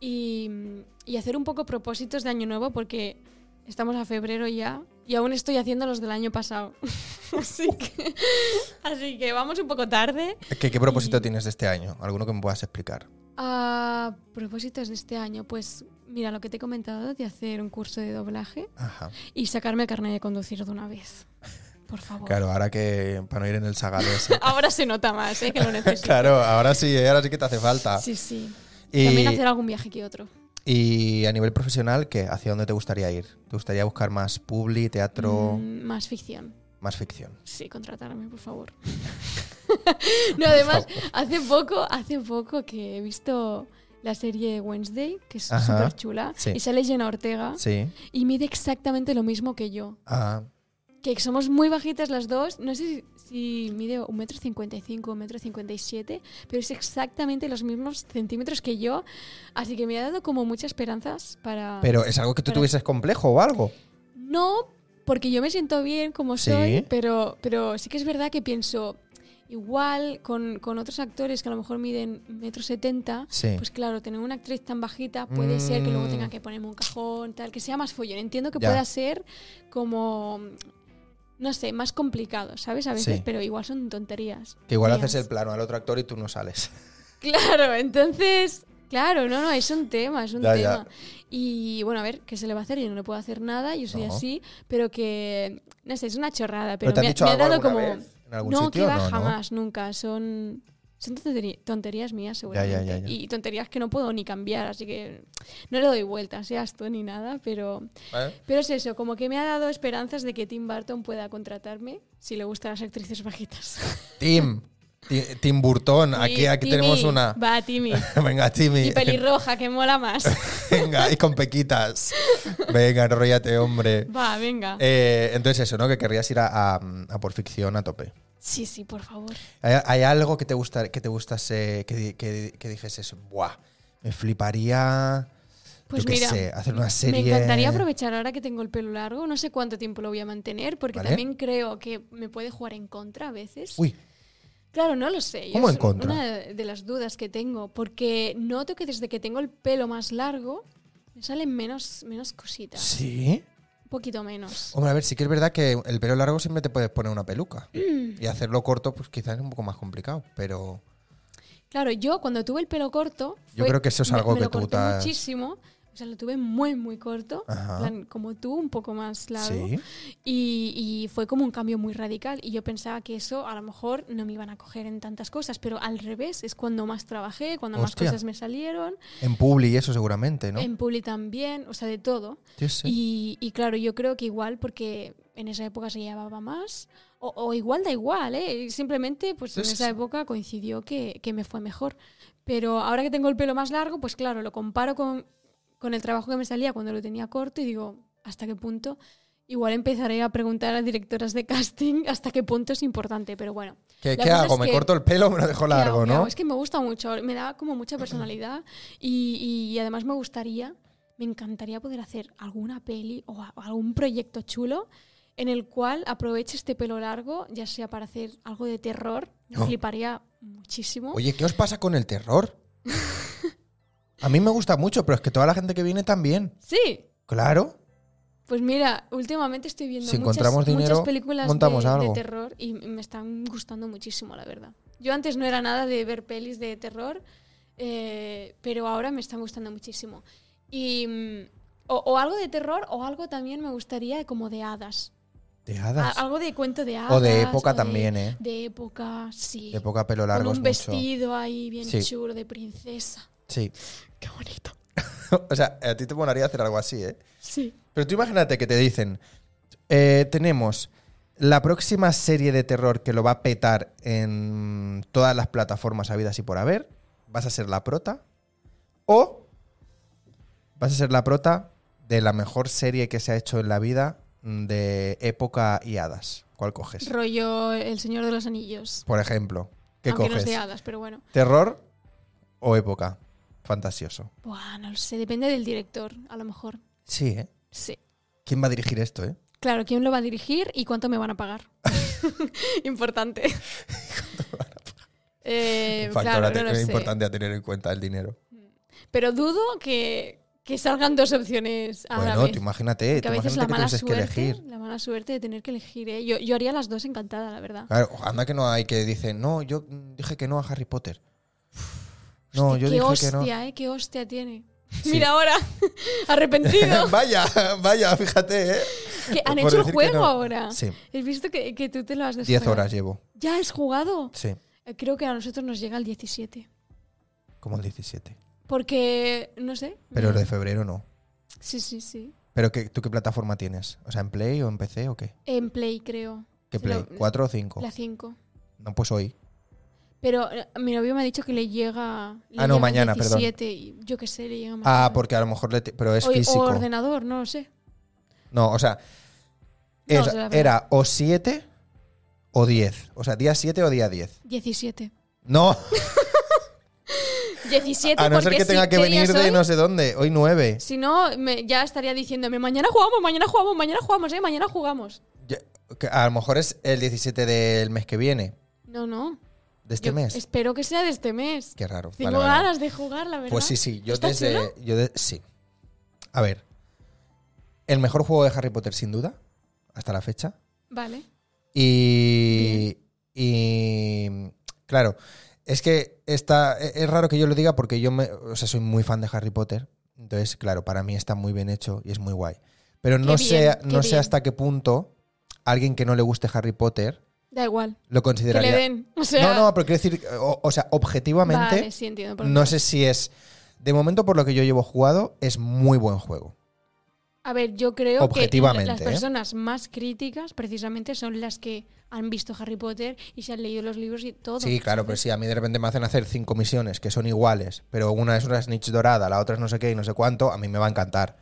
Speaker 2: y, y hacer un poco propósitos de año nuevo porque estamos a febrero ya y aún estoy haciendo los del año pasado. [LAUGHS] así, que, así que vamos un poco tarde.
Speaker 1: ¿Qué, qué propósito
Speaker 2: y-
Speaker 1: tienes de este año? ¿Alguno que me puedas explicar?
Speaker 2: A propósitos de este año, pues mira lo que te he comentado de hacer un curso de doblaje
Speaker 1: Ajá.
Speaker 2: y sacarme el carnet de conducir de una vez. Por favor.
Speaker 1: Claro, ahora que. Para no ir en el sagado ese.
Speaker 2: [LAUGHS] Ahora se nota más, ¿eh? que lo necesito.
Speaker 1: claro, ahora sí, ¿eh? ahora sí que te hace falta.
Speaker 2: Sí, sí.
Speaker 1: Y,
Speaker 2: También hacer algún viaje que otro.
Speaker 1: y a nivel profesional, ¿qué? ¿Hacia dónde te gustaría ir? ¿Te gustaría buscar más publi, teatro,
Speaker 2: Mm, más ficción.
Speaker 1: más ficción?
Speaker 2: Sí, contratarme, por favor. [LAUGHS]
Speaker 1: [LAUGHS]
Speaker 2: no, además, hace poco, hace poco que he visto la serie Wednesday, que es
Speaker 1: Ajá.
Speaker 2: súper chula,
Speaker 1: Sí.
Speaker 2: y sale Jenna Ortega
Speaker 1: Sí.
Speaker 2: y mide exactamente lo mismo que yo.
Speaker 1: Ah,
Speaker 2: que somos muy bajitas las dos. No sé si, si mide un metro cincuenta y cinco, un metro cincuenta y siete, pero es exactamente los mismos centímetros que yo. Así que me ha dado como muchas esperanzas para...
Speaker 1: pero ¿es algo que tú
Speaker 2: Pero-
Speaker 1: tuvieses complejo o algo?
Speaker 2: No, porque yo me siento bien como
Speaker 1: Sí.
Speaker 2: soy, pero, pero sí que es verdad que pienso... Igual con, con otros actores que a lo mejor miden metro setenta,
Speaker 1: Sí.
Speaker 2: pues claro, tener una actriz tan bajita puede ser que luego
Speaker 1: Mm.
Speaker 2: tenga que ponerme un cajón, tal, que sea más follón. Entiendo que
Speaker 1: Ya.
Speaker 2: pueda ser como, no sé, más complicado, ¿sabes? A veces,
Speaker 1: Sí.
Speaker 2: pero igual son tonterías.
Speaker 1: Que igual
Speaker 2: mías.
Speaker 1: haces el plano al otro actor y tú no sales.
Speaker 2: Claro, entonces, claro, no, no, es un tema, es un
Speaker 1: Ya, ya.
Speaker 2: tema. Y bueno, a ver, ¿qué se le va a hacer? Yo no le puedo hacer nada, yo soy
Speaker 1: No.
Speaker 2: así, pero que, no sé, es una chorrada,
Speaker 1: ¿Pero
Speaker 2: pero,
Speaker 1: te han
Speaker 2: me, ha-
Speaker 1: dicho
Speaker 2: me ha
Speaker 1: algo
Speaker 2: dado como...
Speaker 1: alguna vez? ¿En algún
Speaker 2: no,
Speaker 1: sitio?
Speaker 2: que va,
Speaker 1: No, no.
Speaker 2: jamás, nunca, son... Son tonterí- tonterías mías,
Speaker 1: Ya, ya, ya,
Speaker 2: seguramente.
Speaker 1: ya.
Speaker 2: Y tonterías que no puedo ni cambiar, así que no le doy vueltas, seas tú ni nada, pero
Speaker 1: ¿Vale?
Speaker 2: pero es eso, como que me ha dado esperanzas de que Tim Burton pueda contratarme si le gustan las actrices bajitas.
Speaker 1: Tim. Ti- Tim Burton.
Speaker 2: [LAUGHS]
Speaker 1: Aquí, aquí
Speaker 2: Timmy,
Speaker 1: tenemos una.
Speaker 2: Va, Timmy.
Speaker 1: [LAUGHS] Venga, Timmy.
Speaker 2: Y pelirroja, que mola
Speaker 1: [LAUGHS]
Speaker 2: más.
Speaker 1: Venga, y con pequitas. Venga, enrollate, hombre.
Speaker 2: Va, venga.
Speaker 1: Eh, entonces eso, ¿no? Que querrías ir a, a, a por ficción a tope.
Speaker 2: Sí, sí, por favor.
Speaker 1: ¿Hay, hay algo que te gusta, que te gustase, que, di- que, di- que dijeses, buah, me fliparía,
Speaker 2: Pues
Speaker 1: yo qué
Speaker 2: mira,
Speaker 1: sé, hacer una
Speaker 2: me
Speaker 1: serie.
Speaker 2: encantaría aprovechar ahora que tengo el pelo largo. No sé cuánto tiempo lo voy a mantener, porque
Speaker 1: Vale.
Speaker 2: también creo que me puede jugar en contra a veces.
Speaker 1: Uy,
Speaker 2: Claro, no lo sé. Yo
Speaker 1: ¿Cómo en
Speaker 2: es
Speaker 1: contra?
Speaker 2: Una de las dudas que tengo, porque noto que desde que tengo el pelo más largo, me salen menos, menos cositas.
Speaker 1: sí. Oh.
Speaker 2: Un poquito menos.
Speaker 1: Hombre, a ver, sí que es verdad que el pelo largo siempre te puedes poner una peluca.
Speaker 2: Mm.
Speaker 1: Y hacerlo corto, pues quizás es un poco más complicado, pero...
Speaker 2: Claro, yo cuando tuve el pelo corto.
Speaker 1: Yo creo que eso es
Speaker 2: me-
Speaker 1: algo
Speaker 2: me
Speaker 1: que
Speaker 2: lo
Speaker 1: tú te
Speaker 2: corté
Speaker 1: has-
Speaker 2: muchísimo. O sea, lo tuve muy, muy corto. en
Speaker 1: Ajá.
Speaker 2: plan, como tú, un poco más largo.
Speaker 1: Sí.
Speaker 2: Y, y fue como un cambio muy radical. Y yo pensaba que eso a lo mejor no me iban a coger en tantas cosas. Pero al revés, es cuando más trabajé, cuando
Speaker 1: Hostia.
Speaker 2: más cosas me salieron.
Speaker 1: En Publi y eso seguramente, ¿no?
Speaker 2: En Publi también, o sea, de todo.
Speaker 1: Yo sé.
Speaker 2: Em, Y, y claro, yo creo que igual porque en esa época se llevaba más, o, o igual da igual, ¿eh? simplemente pues
Speaker 1: Sí,
Speaker 2: en
Speaker 1: sí,
Speaker 2: esa
Speaker 1: sí.
Speaker 2: época coincidió que, que me fue mejor. Pero ahora que tengo el pelo más largo, pues claro, lo comparo con, con el trabajo que me salía cuando lo tenía corto y digo, ¿hasta qué punto? Igual empezaré a preguntar a directoras de casting [LAUGHS] hasta qué punto es importante, pero bueno.
Speaker 1: ¿Qué,
Speaker 2: la
Speaker 1: qué
Speaker 2: cosa
Speaker 1: hago?
Speaker 2: es
Speaker 1: ¿Me
Speaker 2: que-
Speaker 1: corto el pelo o me lo dejo
Speaker 2: ¿Qué hago?
Speaker 1: largo,
Speaker 2: ¿Qué
Speaker 1: no?
Speaker 2: hago? Es que me gusta mucho, me da como mucha personalidad y, y- y además me gustaría, me encantaría poder hacer alguna peli o, a- o algún proyecto chulo en el cual aproveche este pelo largo, ya sea para hacer algo de terror, me
Speaker 1: Oh.
Speaker 2: fliparía muchísimo.
Speaker 1: Oye, ¿qué os pasa con el
Speaker 2: [LAUGHS]
Speaker 1: terror? A mí me gusta mucho, pero es que toda la gente que viene también.
Speaker 2: Sí,
Speaker 1: Claro.
Speaker 2: pues mira, últimamente estoy viendo
Speaker 1: Si
Speaker 2: muchas,
Speaker 1: encontramos
Speaker 2: muchas
Speaker 1: dinero,
Speaker 2: películas
Speaker 1: montamos
Speaker 2: de, de
Speaker 1: algo.
Speaker 2: terror y me están gustando muchísimo, la verdad. Yo antes no era nada de ver pelis de terror, eh, pero ahora me están gustando muchísimo. Y mm, o, o algo de terror o algo también me gustaría como de hadas.
Speaker 1: De
Speaker 2: A-
Speaker 1: hadas.
Speaker 2: algo de cuento de hadas.
Speaker 1: O de época
Speaker 2: o de-
Speaker 1: también, ¿eh?
Speaker 2: De época, sí.
Speaker 1: De época pelo largo.
Speaker 2: Con
Speaker 1: es
Speaker 2: un
Speaker 1: mucho.
Speaker 2: vestido ahí bien
Speaker 1: Sí.
Speaker 2: chulo de princesa.
Speaker 1: Sí. [LAUGHS]
Speaker 2: Qué bonito.
Speaker 1: o sea, a ti te molaría hacer algo así, ¿eh?
Speaker 2: Sí.
Speaker 1: Pero tú imagínate que te dicen, eh, tenemos la próxima serie de terror que lo va a petar en todas las plataformas habidas y por haber, vas a ser la prota O vas a ser la prota de la mejor serie que se ha hecho en la vida de época y hadas. ¿Cuál coges?
Speaker 2: Rollo El Señor de los Anillos.
Speaker 1: Por ejemplo, ¿qué
Speaker 2: Aunque no es
Speaker 1: coges?
Speaker 2: de hadas, pero bueno.
Speaker 1: ¿Terror o época? Fantasioso.
Speaker 2: Buah, no lo sé, depende del director, a lo mejor.
Speaker 1: Sí, ¿eh?
Speaker 2: Sí.
Speaker 1: ¿Quién va a dirigir esto, eh?
Speaker 2: Claro, ¿quién lo va a dirigir y cuánto me van a pagar? importante. [LAUGHS] Eh,
Speaker 1: Un factor
Speaker 2: claro,
Speaker 1: a te-
Speaker 2: no lo sé.
Speaker 1: importante a tener en cuenta el dinero.
Speaker 2: Pero dudo que, que salgan dos opciones a la
Speaker 1: bueno,
Speaker 2: vez.
Speaker 1: tú imagínate,
Speaker 2: Ah, que
Speaker 1: tú
Speaker 2: a veces la
Speaker 1: imagínate que
Speaker 2: mala
Speaker 1: tuvieses que
Speaker 2: suerte,
Speaker 1: elegir.
Speaker 2: la mala suerte de tener que elegir. ¿eh? Yo, yo haría las dos encantada, la verdad.
Speaker 1: Claro, anda que no hay que dice, no, yo dije que no a Harry Potter. No,
Speaker 2: Hostia,
Speaker 1: yo
Speaker 2: qué
Speaker 1: dije
Speaker 2: hostia,
Speaker 1: que no.
Speaker 2: ¿eh? Qué hostia tiene.
Speaker 1: Sí. [LAUGHS]
Speaker 2: Mira ahora, [LAUGHS] arrepentido.
Speaker 1: vaya, vaya, fíjate, ¿eh?
Speaker 2: que han
Speaker 1: Por
Speaker 2: hecho el
Speaker 1: decir que
Speaker 2: juego
Speaker 1: no.
Speaker 2: ahora.
Speaker 1: Sí,
Speaker 2: He visto que, que tú te lo has
Speaker 1: 10
Speaker 2: descargado.
Speaker 1: horas llevo.
Speaker 2: Ya has jugado.
Speaker 1: Sí,
Speaker 2: Eh, Creo que a nosotros nos llega el 17.
Speaker 1: como el 17.
Speaker 2: Porque, no sé. Mm.
Speaker 1: Pero lo de febrero no.
Speaker 2: Sí, sí, sí.
Speaker 1: ¿Pero qué, tú qué plataforma tienes? O sea, ¿en Play o en PC o qué?
Speaker 2: En Play, creo.
Speaker 1: ¿Qué
Speaker 2: Sí,
Speaker 1: Play?
Speaker 2: lo-
Speaker 1: ¿Cuatro o cinco?
Speaker 2: La 5.
Speaker 1: No, pues hoy.
Speaker 2: Pero eh, mi novio me ha dicho que le llega. le
Speaker 1: Ah, no,
Speaker 2: llega el
Speaker 1: mañana, perdón.
Speaker 2: 17, y yo qué sé, le llega mañana.
Speaker 1: Ah, porque a lo mejor le... te- Pero es
Speaker 2: O-
Speaker 1: físico.
Speaker 2: O ordenador, no lo sé.
Speaker 1: No, o sea,
Speaker 2: No,
Speaker 1: era,
Speaker 2: o sea, la
Speaker 1: era o 7 o 10. O sea, día 7 o día 10.
Speaker 2: [LAUGHS] 17.
Speaker 1: No,
Speaker 2: 17
Speaker 1: a no ser
Speaker 2: porque
Speaker 1: que tenga
Speaker 2: si
Speaker 1: que venir
Speaker 2: querías
Speaker 1: de
Speaker 2: hoy,
Speaker 1: no sé dónde. Hoy 9.
Speaker 2: Si no, me- ya estaría diciéndome, mañana jugamos, mañana jugamos, mañana jugamos, eh, mañana jugamos.
Speaker 1: A lo mejor es el 17 del mes que viene,
Speaker 2: No, no.
Speaker 1: de este
Speaker 2: Yo
Speaker 1: mes.
Speaker 2: Espero que sea de este mes.
Speaker 1: Qué raro.
Speaker 2: Tengo
Speaker 1: Vale, vale, vale.
Speaker 2: ganas de jugar, la verdad.
Speaker 1: Pues sí, sí. Yo
Speaker 2: ¿Está
Speaker 1: desde.
Speaker 2: chulo?
Speaker 1: Yo de- sí. A ver. El mejor juego de Harry Potter, sin duda, hasta la fecha.
Speaker 2: Vale.
Speaker 1: Y. Y. Claro, es que está. e- Es raro que yo lo diga porque yo me, o sea, soy muy fan de Harry Potter. Entonces, claro, para mí está muy bien hecho y es muy guay. Pero no,
Speaker 2: bien,
Speaker 1: sé,
Speaker 2: qué
Speaker 1: no sé
Speaker 2: bien.
Speaker 1: hasta qué punto alguien que no le guste Harry Potter
Speaker 2: Da igual.
Speaker 1: lo
Speaker 2: Que le
Speaker 1: consideraría.
Speaker 2: den. O sea,
Speaker 1: no, no, pero quiero decir, o, o sea, objetivamente,
Speaker 2: vale, sí, entiendo. por
Speaker 1: no
Speaker 2: qué.
Speaker 1: sé si es. De momento, por lo que yo llevo jugado, es muy buen juego.
Speaker 2: A ver, yo creo
Speaker 1: Objetivamente,
Speaker 2: que las
Speaker 1: ¿eh?
Speaker 2: personas más críticas precisamente son las que han visto Harry Potter y se han leído los libros y todo.
Speaker 1: Sí, claro, pero
Speaker 2: ¿sabes?
Speaker 1: si a mí de repente me hacen hacer cinco misiones que son iguales, pero una es una snitch dorada, la otra es no sé qué y no sé cuánto, a mí me va a encantar.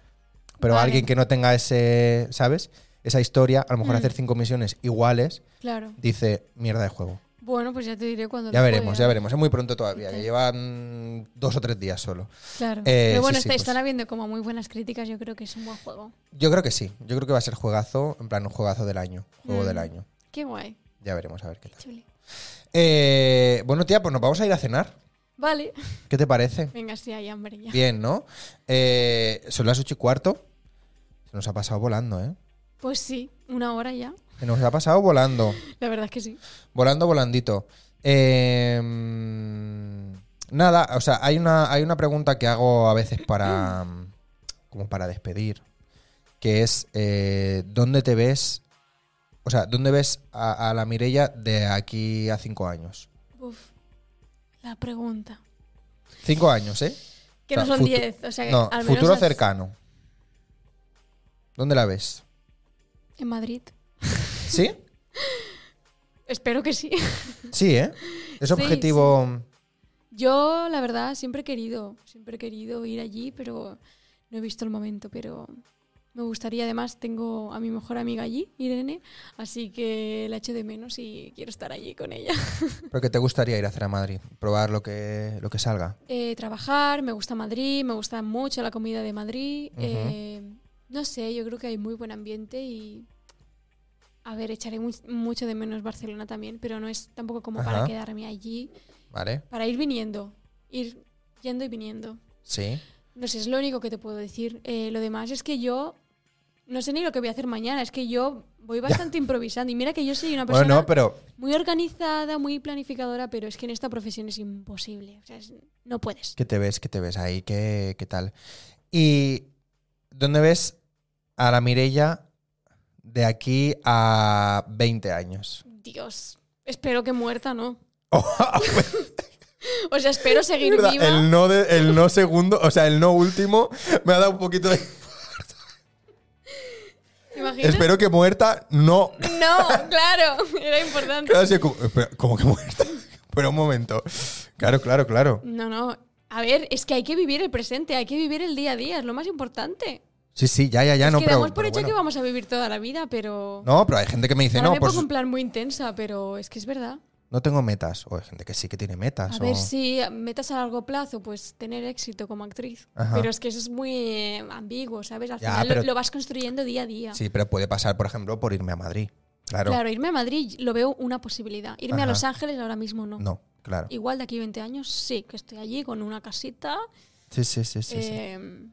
Speaker 1: Pero
Speaker 2: Vale.
Speaker 1: alguien que no tenga ese, ¿sabes? Esa historia, a lo mejor
Speaker 2: Mm.
Speaker 1: hacer cinco misiones iguales,
Speaker 2: Claro.
Speaker 1: dice mierda de juego.
Speaker 2: Bueno, pues ya te diré cuando
Speaker 1: Ya
Speaker 2: lo
Speaker 1: veremos,
Speaker 2: juegue.
Speaker 1: ya veremos. Es muy pronto todavía, que
Speaker 2: Ok.
Speaker 1: llevan dos o tres días solo.
Speaker 2: Claro.
Speaker 1: Eh,
Speaker 2: pero bueno,
Speaker 1: sí, sí,
Speaker 2: está-
Speaker 1: pues.
Speaker 2: están habiendo como muy buenas críticas, yo creo que es un buen juego.
Speaker 1: Yo creo que sí, yo creo que va a ser juegazo, en plan un juegazo del año, juego
Speaker 2: Mm.
Speaker 1: del año.
Speaker 2: Qué guay.
Speaker 1: Ya veremos, a ver qué tal.
Speaker 2: Chuli.
Speaker 1: Eh, bueno, tía, pues nos vamos a ir a cenar.
Speaker 2: Vale. [LAUGHS]
Speaker 1: ¿Qué te parece?
Speaker 2: Venga, sí, hay hambre ya.
Speaker 1: Bien, ¿no? Eh, son las ocho y cuarto. Se nos ha pasado volando, ¿eh?
Speaker 2: Pues sí, una hora ya.
Speaker 1: Se nos ha pasado volando.
Speaker 2: La verdad es que sí.
Speaker 1: Volando, volandito. Eh, mm, nada, o sea, hay una, hay una pregunta que hago a veces
Speaker 2: [CLEARS THROAT]
Speaker 1: para. mm, como para despedir. Que es eh, ¿dónde te ves? O sea, ¿dónde ves a, a la Mirella de aquí a cinco años?
Speaker 2: Uf. La pregunta.
Speaker 1: Cinco años, ¿eh?
Speaker 2: Que
Speaker 1: O sea,
Speaker 2: no son
Speaker 1: futu-
Speaker 2: 10, o sea que
Speaker 1: No,
Speaker 2: al menos
Speaker 1: futuro
Speaker 2: las-
Speaker 1: cercano. ¿Dónde la ves?
Speaker 2: En Madrid.
Speaker 1: ¿Sí?
Speaker 2: Espero que sí.
Speaker 1: Sí, ¿eh? Es
Speaker 2: Sí,
Speaker 1: objetivo.
Speaker 2: Yo, la verdad, siempre he querido, siempre he querido ir allí, pero no he visto el momento, pero me gustaría, además, tengo a mi mejor amiga allí, Irene, así que la echo de menos y quiero estar allí con ella. [LAUGHS]
Speaker 1: Pero que te gustaría ir a hacer a Madrid, probar lo que, lo que salga.
Speaker 2: Eh, trabajar, me gusta Madrid, me gusta mucho la comida de Madrid.
Speaker 1: Ujú.
Speaker 2: eh, no sé, yo creo que hay muy buen ambiente y... A ver, echaré mu- mucho de menos Barcelona también, pero no es tampoco como para
Speaker 1: Ajá.
Speaker 2: quedarme allí,
Speaker 1: ¿Vale?
Speaker 2: para ir viniendo, ir yendo y viniendo.
Speaker 1: Sí.
Speaker 2: No sé, es lo único que te puedo decir. Eh, lo demás es que yo no sé ni lo que voy a hacer mañana. Es que yo voy bastante improvisando. Y mira que yo soy una persona
Speaker 1: Bueno, no, pero.
Speaker 2: muy organizada, muy planificadora, pero es que en esta profesión es imposible. O sea, es- no puedes.
Speaker 1: ¿Qué te ves? ¿Qué te ves ahí? ¿Qué, qué tal? ¿Y dónde ves a la Mirella de aquí a 20 años? [LAUGHS]
Speaker 2: Dios. Espero que muerta, ¿no?
Speaker 1: Oh,
Speaker 2: O sea, espero seguir
Speaker 1: ¿verdad?
Speaker 2: viva.
Speaker 1: el, no de- el no segundo, o sea, el no último, me ha dado un poquito de.
Speaker 2: ¿Te imaginas?
Speaker 1: Espero que muerta, no.
Speaker 2: No, claro. Era importante.
Speaker 1: [LAUGHS] Claro, sí, como, espera, ¿cómo que muerta. Pero un momento. Claro, claro, claro.
Speaker 2: No, no. A ver, es que hay que vivir el presente, hay que vivir el día a día, es lo más importante.
Speaker 1: Sí, sí, ya, ya, ya, Ah, no,
Speaker 2: es que
Speaker 1: pero.
Speaker 2: damos por
Speaker 1: pero
Speaker 2: hecho
Speaker 1: bueno.
Speaker 2: que vamos a vivir toda la vida, pero...
Speaker 1: No, pero hay gente que me dice,
Speaker 2: Ahora
Speaker 1: no,
Speaker 2: me
Speaker 1: pues
Speaker 2: pongo en plan muy intensa, pero es que es verdad.
Speaker 1: no tengo metas. O hay gente que sí que tiene metas.
Speaker 2: A
Speaker 1: o-
Speaker 2: ver si metas a largo plazo, pues tener éxito como actriz.
Speaker 1: Ajá.
Speaker 2: Pero es que eso es muy eh, ambiguo, ¿sabes? Al
Speaker 1: Ya,
Speaker 2: final lo-
Speaker 1: pero-
Speaker 2: lo, vas construyendo día a día.
Speaker 1: Sí, pero puede pasar, por ejemplo, por irme a Madrid. Claro.
Speaker 2: claro. irme a Madrid lo veo una posibilidad. Irme a
Speaker 1: Ajá.
Speaker 2: Los Ángeles ahora mismo no.
Speaker 1: No, claro.
Speaker 2: Igual de aquí 20 años sí, que estoy allí con una casita.
Speaker 1: Sí, sí, sí, sí. sí.
Speaker 2: eh,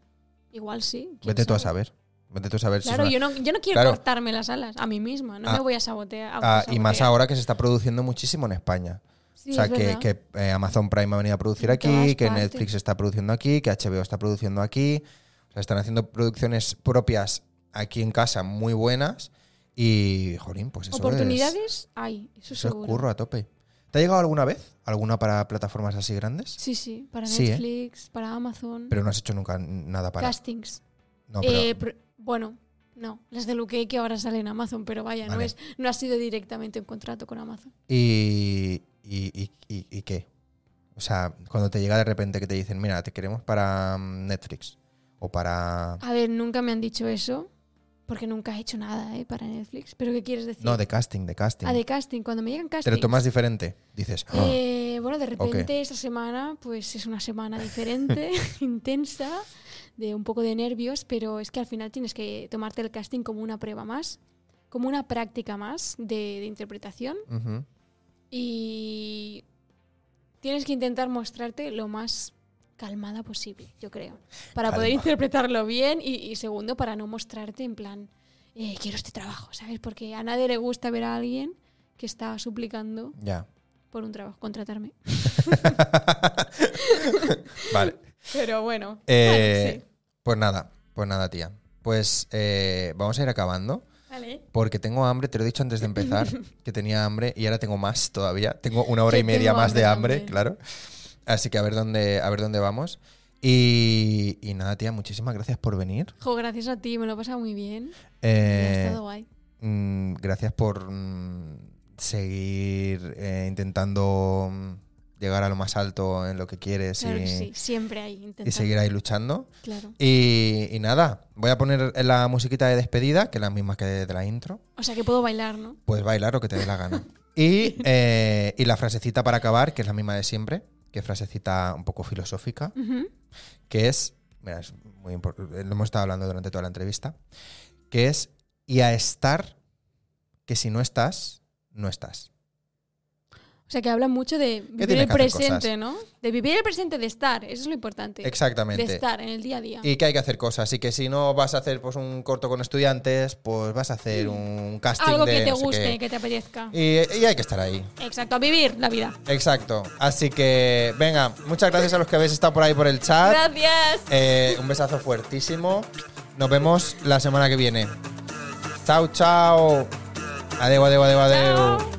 Speaker 2: Igual sí. quién
Speaker 1: Vete tú a
Speaker 2: sabe.
Speaker 1: saber. Vete tú a saber si es
Speaker 2: Claro,
Speaker 1: una-
Speaker 2: yo no, yo no quiero
Speaker 1: Claro.
Speaker 2: cortarme las alas a mí misma, no
Speaker 1: Ah,
Speaker 2: me voy a sabotear. a
Speaker 1: Ah, y más
Speaker 2: autosabotear.
Speaker 1: ahora que se está produciendo muchísimo en España.
Speaker 2: Sí,
Speaker 1: o sea,
Speaker 2: es
Speaker 1: que,
Speaker 2: verdad.
Speaker 1: que, eh, Amazon Prime ha venido a producir
Speaker 2: En
Speaker 1: aquí,
Speaker 2: todas
Speaker 1: que
Speaker 2: partes.
Speaker 1: Netflix está produciendo aquí, que HBO está produciendo aquí. O sea, están haciendo producciones propias aquí en casa muy buenas. Y, jolín, pues eso es,
Speaker 2: Oportunidades hay,
Speaker 1: eso
Speaker 2: eso,
Speaker 1: es
Speaker 2: seguro.
Speaker 1: curro a tope. ¿Te ha llegado alguna vez? ¿Alguna para plataformas así grandes?
Speaker 2: Sí, sí, para
Speaker 1: Sí, ¿eh?
Speaker 2: Netflix, para Amazon,
Speaker 1: Pero no has hecho nunca nada para...
Speaker 2: castings.
Speaker 1: No, pero-
Speaker 2: Eh, pro- bueno, no, las de Luque que ahora sale en Amazon, pero vaya, no,
Speaker 1: Vale.
Speaker 2: es, no ha sido directamente un contrato con Amazon.
Speaker 1: ¿Y, y, y, y- y qué? O sea, cuando te llega de repente que te dicen, mira, te queremos para mm, Netflix o para...
Speaker 2: A ver, nunca me han dicho eso, porque nunca he hecho nada eh, para Netflix. ¿Pero qué quieres decir?
Speaker 1: No, de casting, de casting.
Speaker 2: Ah, de casting, cuando me llegan
Speaker 1: Te
Speaker 2: castings.
Speaker 1: lo tomas diferente. Dices, "Ah,
Speaker 2: Eh, bueno, de repente esta semana pues es una semana
Speaker 1: [LAUGHS]
Speaker 2: diferente, intensa, de un poco de nervios, pero es que al final tienes que tomarte el casting como una prueba más, como una práctica más de, de interpretación
Speaker 1: ujú".
Speaker 2: y tienes que intentar mostrarte lo más calmada posible, yo creo, para poder
Speaker 1: Calma.
Speaker 2: interpretarlo bien y, y segundo, para no mostrarte en plan, eh, quiero este trabajo, ¿sabes? Porque a nadie le gusta ver a alguien que está suplicando [LAUGHS]
Speaker 1: ya. [LAUGHS]
Speaker 2: por un trabajo, contratarme.
Speaker 1: vale.
Speaker 2: Pero bueno.
Speaker 1: Eh,
Speaker 2: Vale, sí.
Speaker 1: Pues nada, pues nada, tía. Pues eh, vamos a ir acabando.
Speaker 2: Vale.
Speaker 1: Porque tengo hambre, te lo he dicho antes de
Speaker 2: [LAUGHS]
Speaker 1: empezar, que tenía hambre y ahora tengo más todavía. Tengo una hora
Speaker 2: Yo
Speaker 1: y media
Speaker 2: tengo
Speaker 1: más de hambre,
Speaker 2: hambre
Speaker 1: claro. Así que a ver dónde, a ver dónde vamos. Y, y nada, tía, muchísimas gracias por venir.
Speaker 2: Jo, gracias a ti, me lo he pasado muy bien.
Speaker 1: Eh,
Speaker 2: ha estado guay.
Speaker 1: mm, gracias por mm, seguir eh, intentando mm, llegar a lo más alto en lo que quieres
Speaker 2: Claro
Speaker 1: y,
Speaker 2: que sí, siempre ahí
Speaker 1: y
Speaker 2: intentando.
Speaker 1: seguir ahí luchando.
Speaker 2: Claro.
Speaker 1: Y, y nada, voy a poner la musiquita de despedida, que es la misma que de la intro.
Speaker 2: O sea que puedo bailar, ¿no?
Speaker 1: Pues bailar lo que te dé la gana. Y, eh, y la frasecita para acabar, que es la misma de siempre, que es frasecita un poco filosófica,
Speaker 2: Ujú.
Speaker 1: que es, mira, es muy importante, lo hemos estado hablando durante toda la entrevista, que es, y a estar, que si no estás, no estás.
Speaker 2: O sea que habla mucho de vivir
Speaker 1: tiene
Speaker 2: el
Speaker 1: que hacer
Speaker 2: presente,
Speaker 1: cosas.
Speaker 2: ¿no? De vivir el presente, de estar, eso es lo importante. De
Speaker 1: Exactamente.
Speaker 2: estar en el día a día.
Speaker 1: Y que hay que hacer cosas, y que si no vas a hacer pues, un corto con estudiantes, pues vas a hacer un casting
Speaker 2: Algo
Speaker 1: de
Speaker 2: que te
Speaker 1: no sé
Speaker 2: guste,
Speaker 1: qué.
Speaker 2: que te apetezca.
Speaker 1: Y- y hay que estar ahí.
Speaker 2: Exacto, a vivir la vida.
Speaker 1: Exacto. Así que, venga, muchas gracias a los que habéis estado por ahí por el chat.
Speaker 2: Gracias.
Speaker 1: Eh, un besazo fuertísimo. Nos vemos la semana que viene. Chao, chao. Adeu, adeu, adeu, adeu.
Speaker 2: Chao.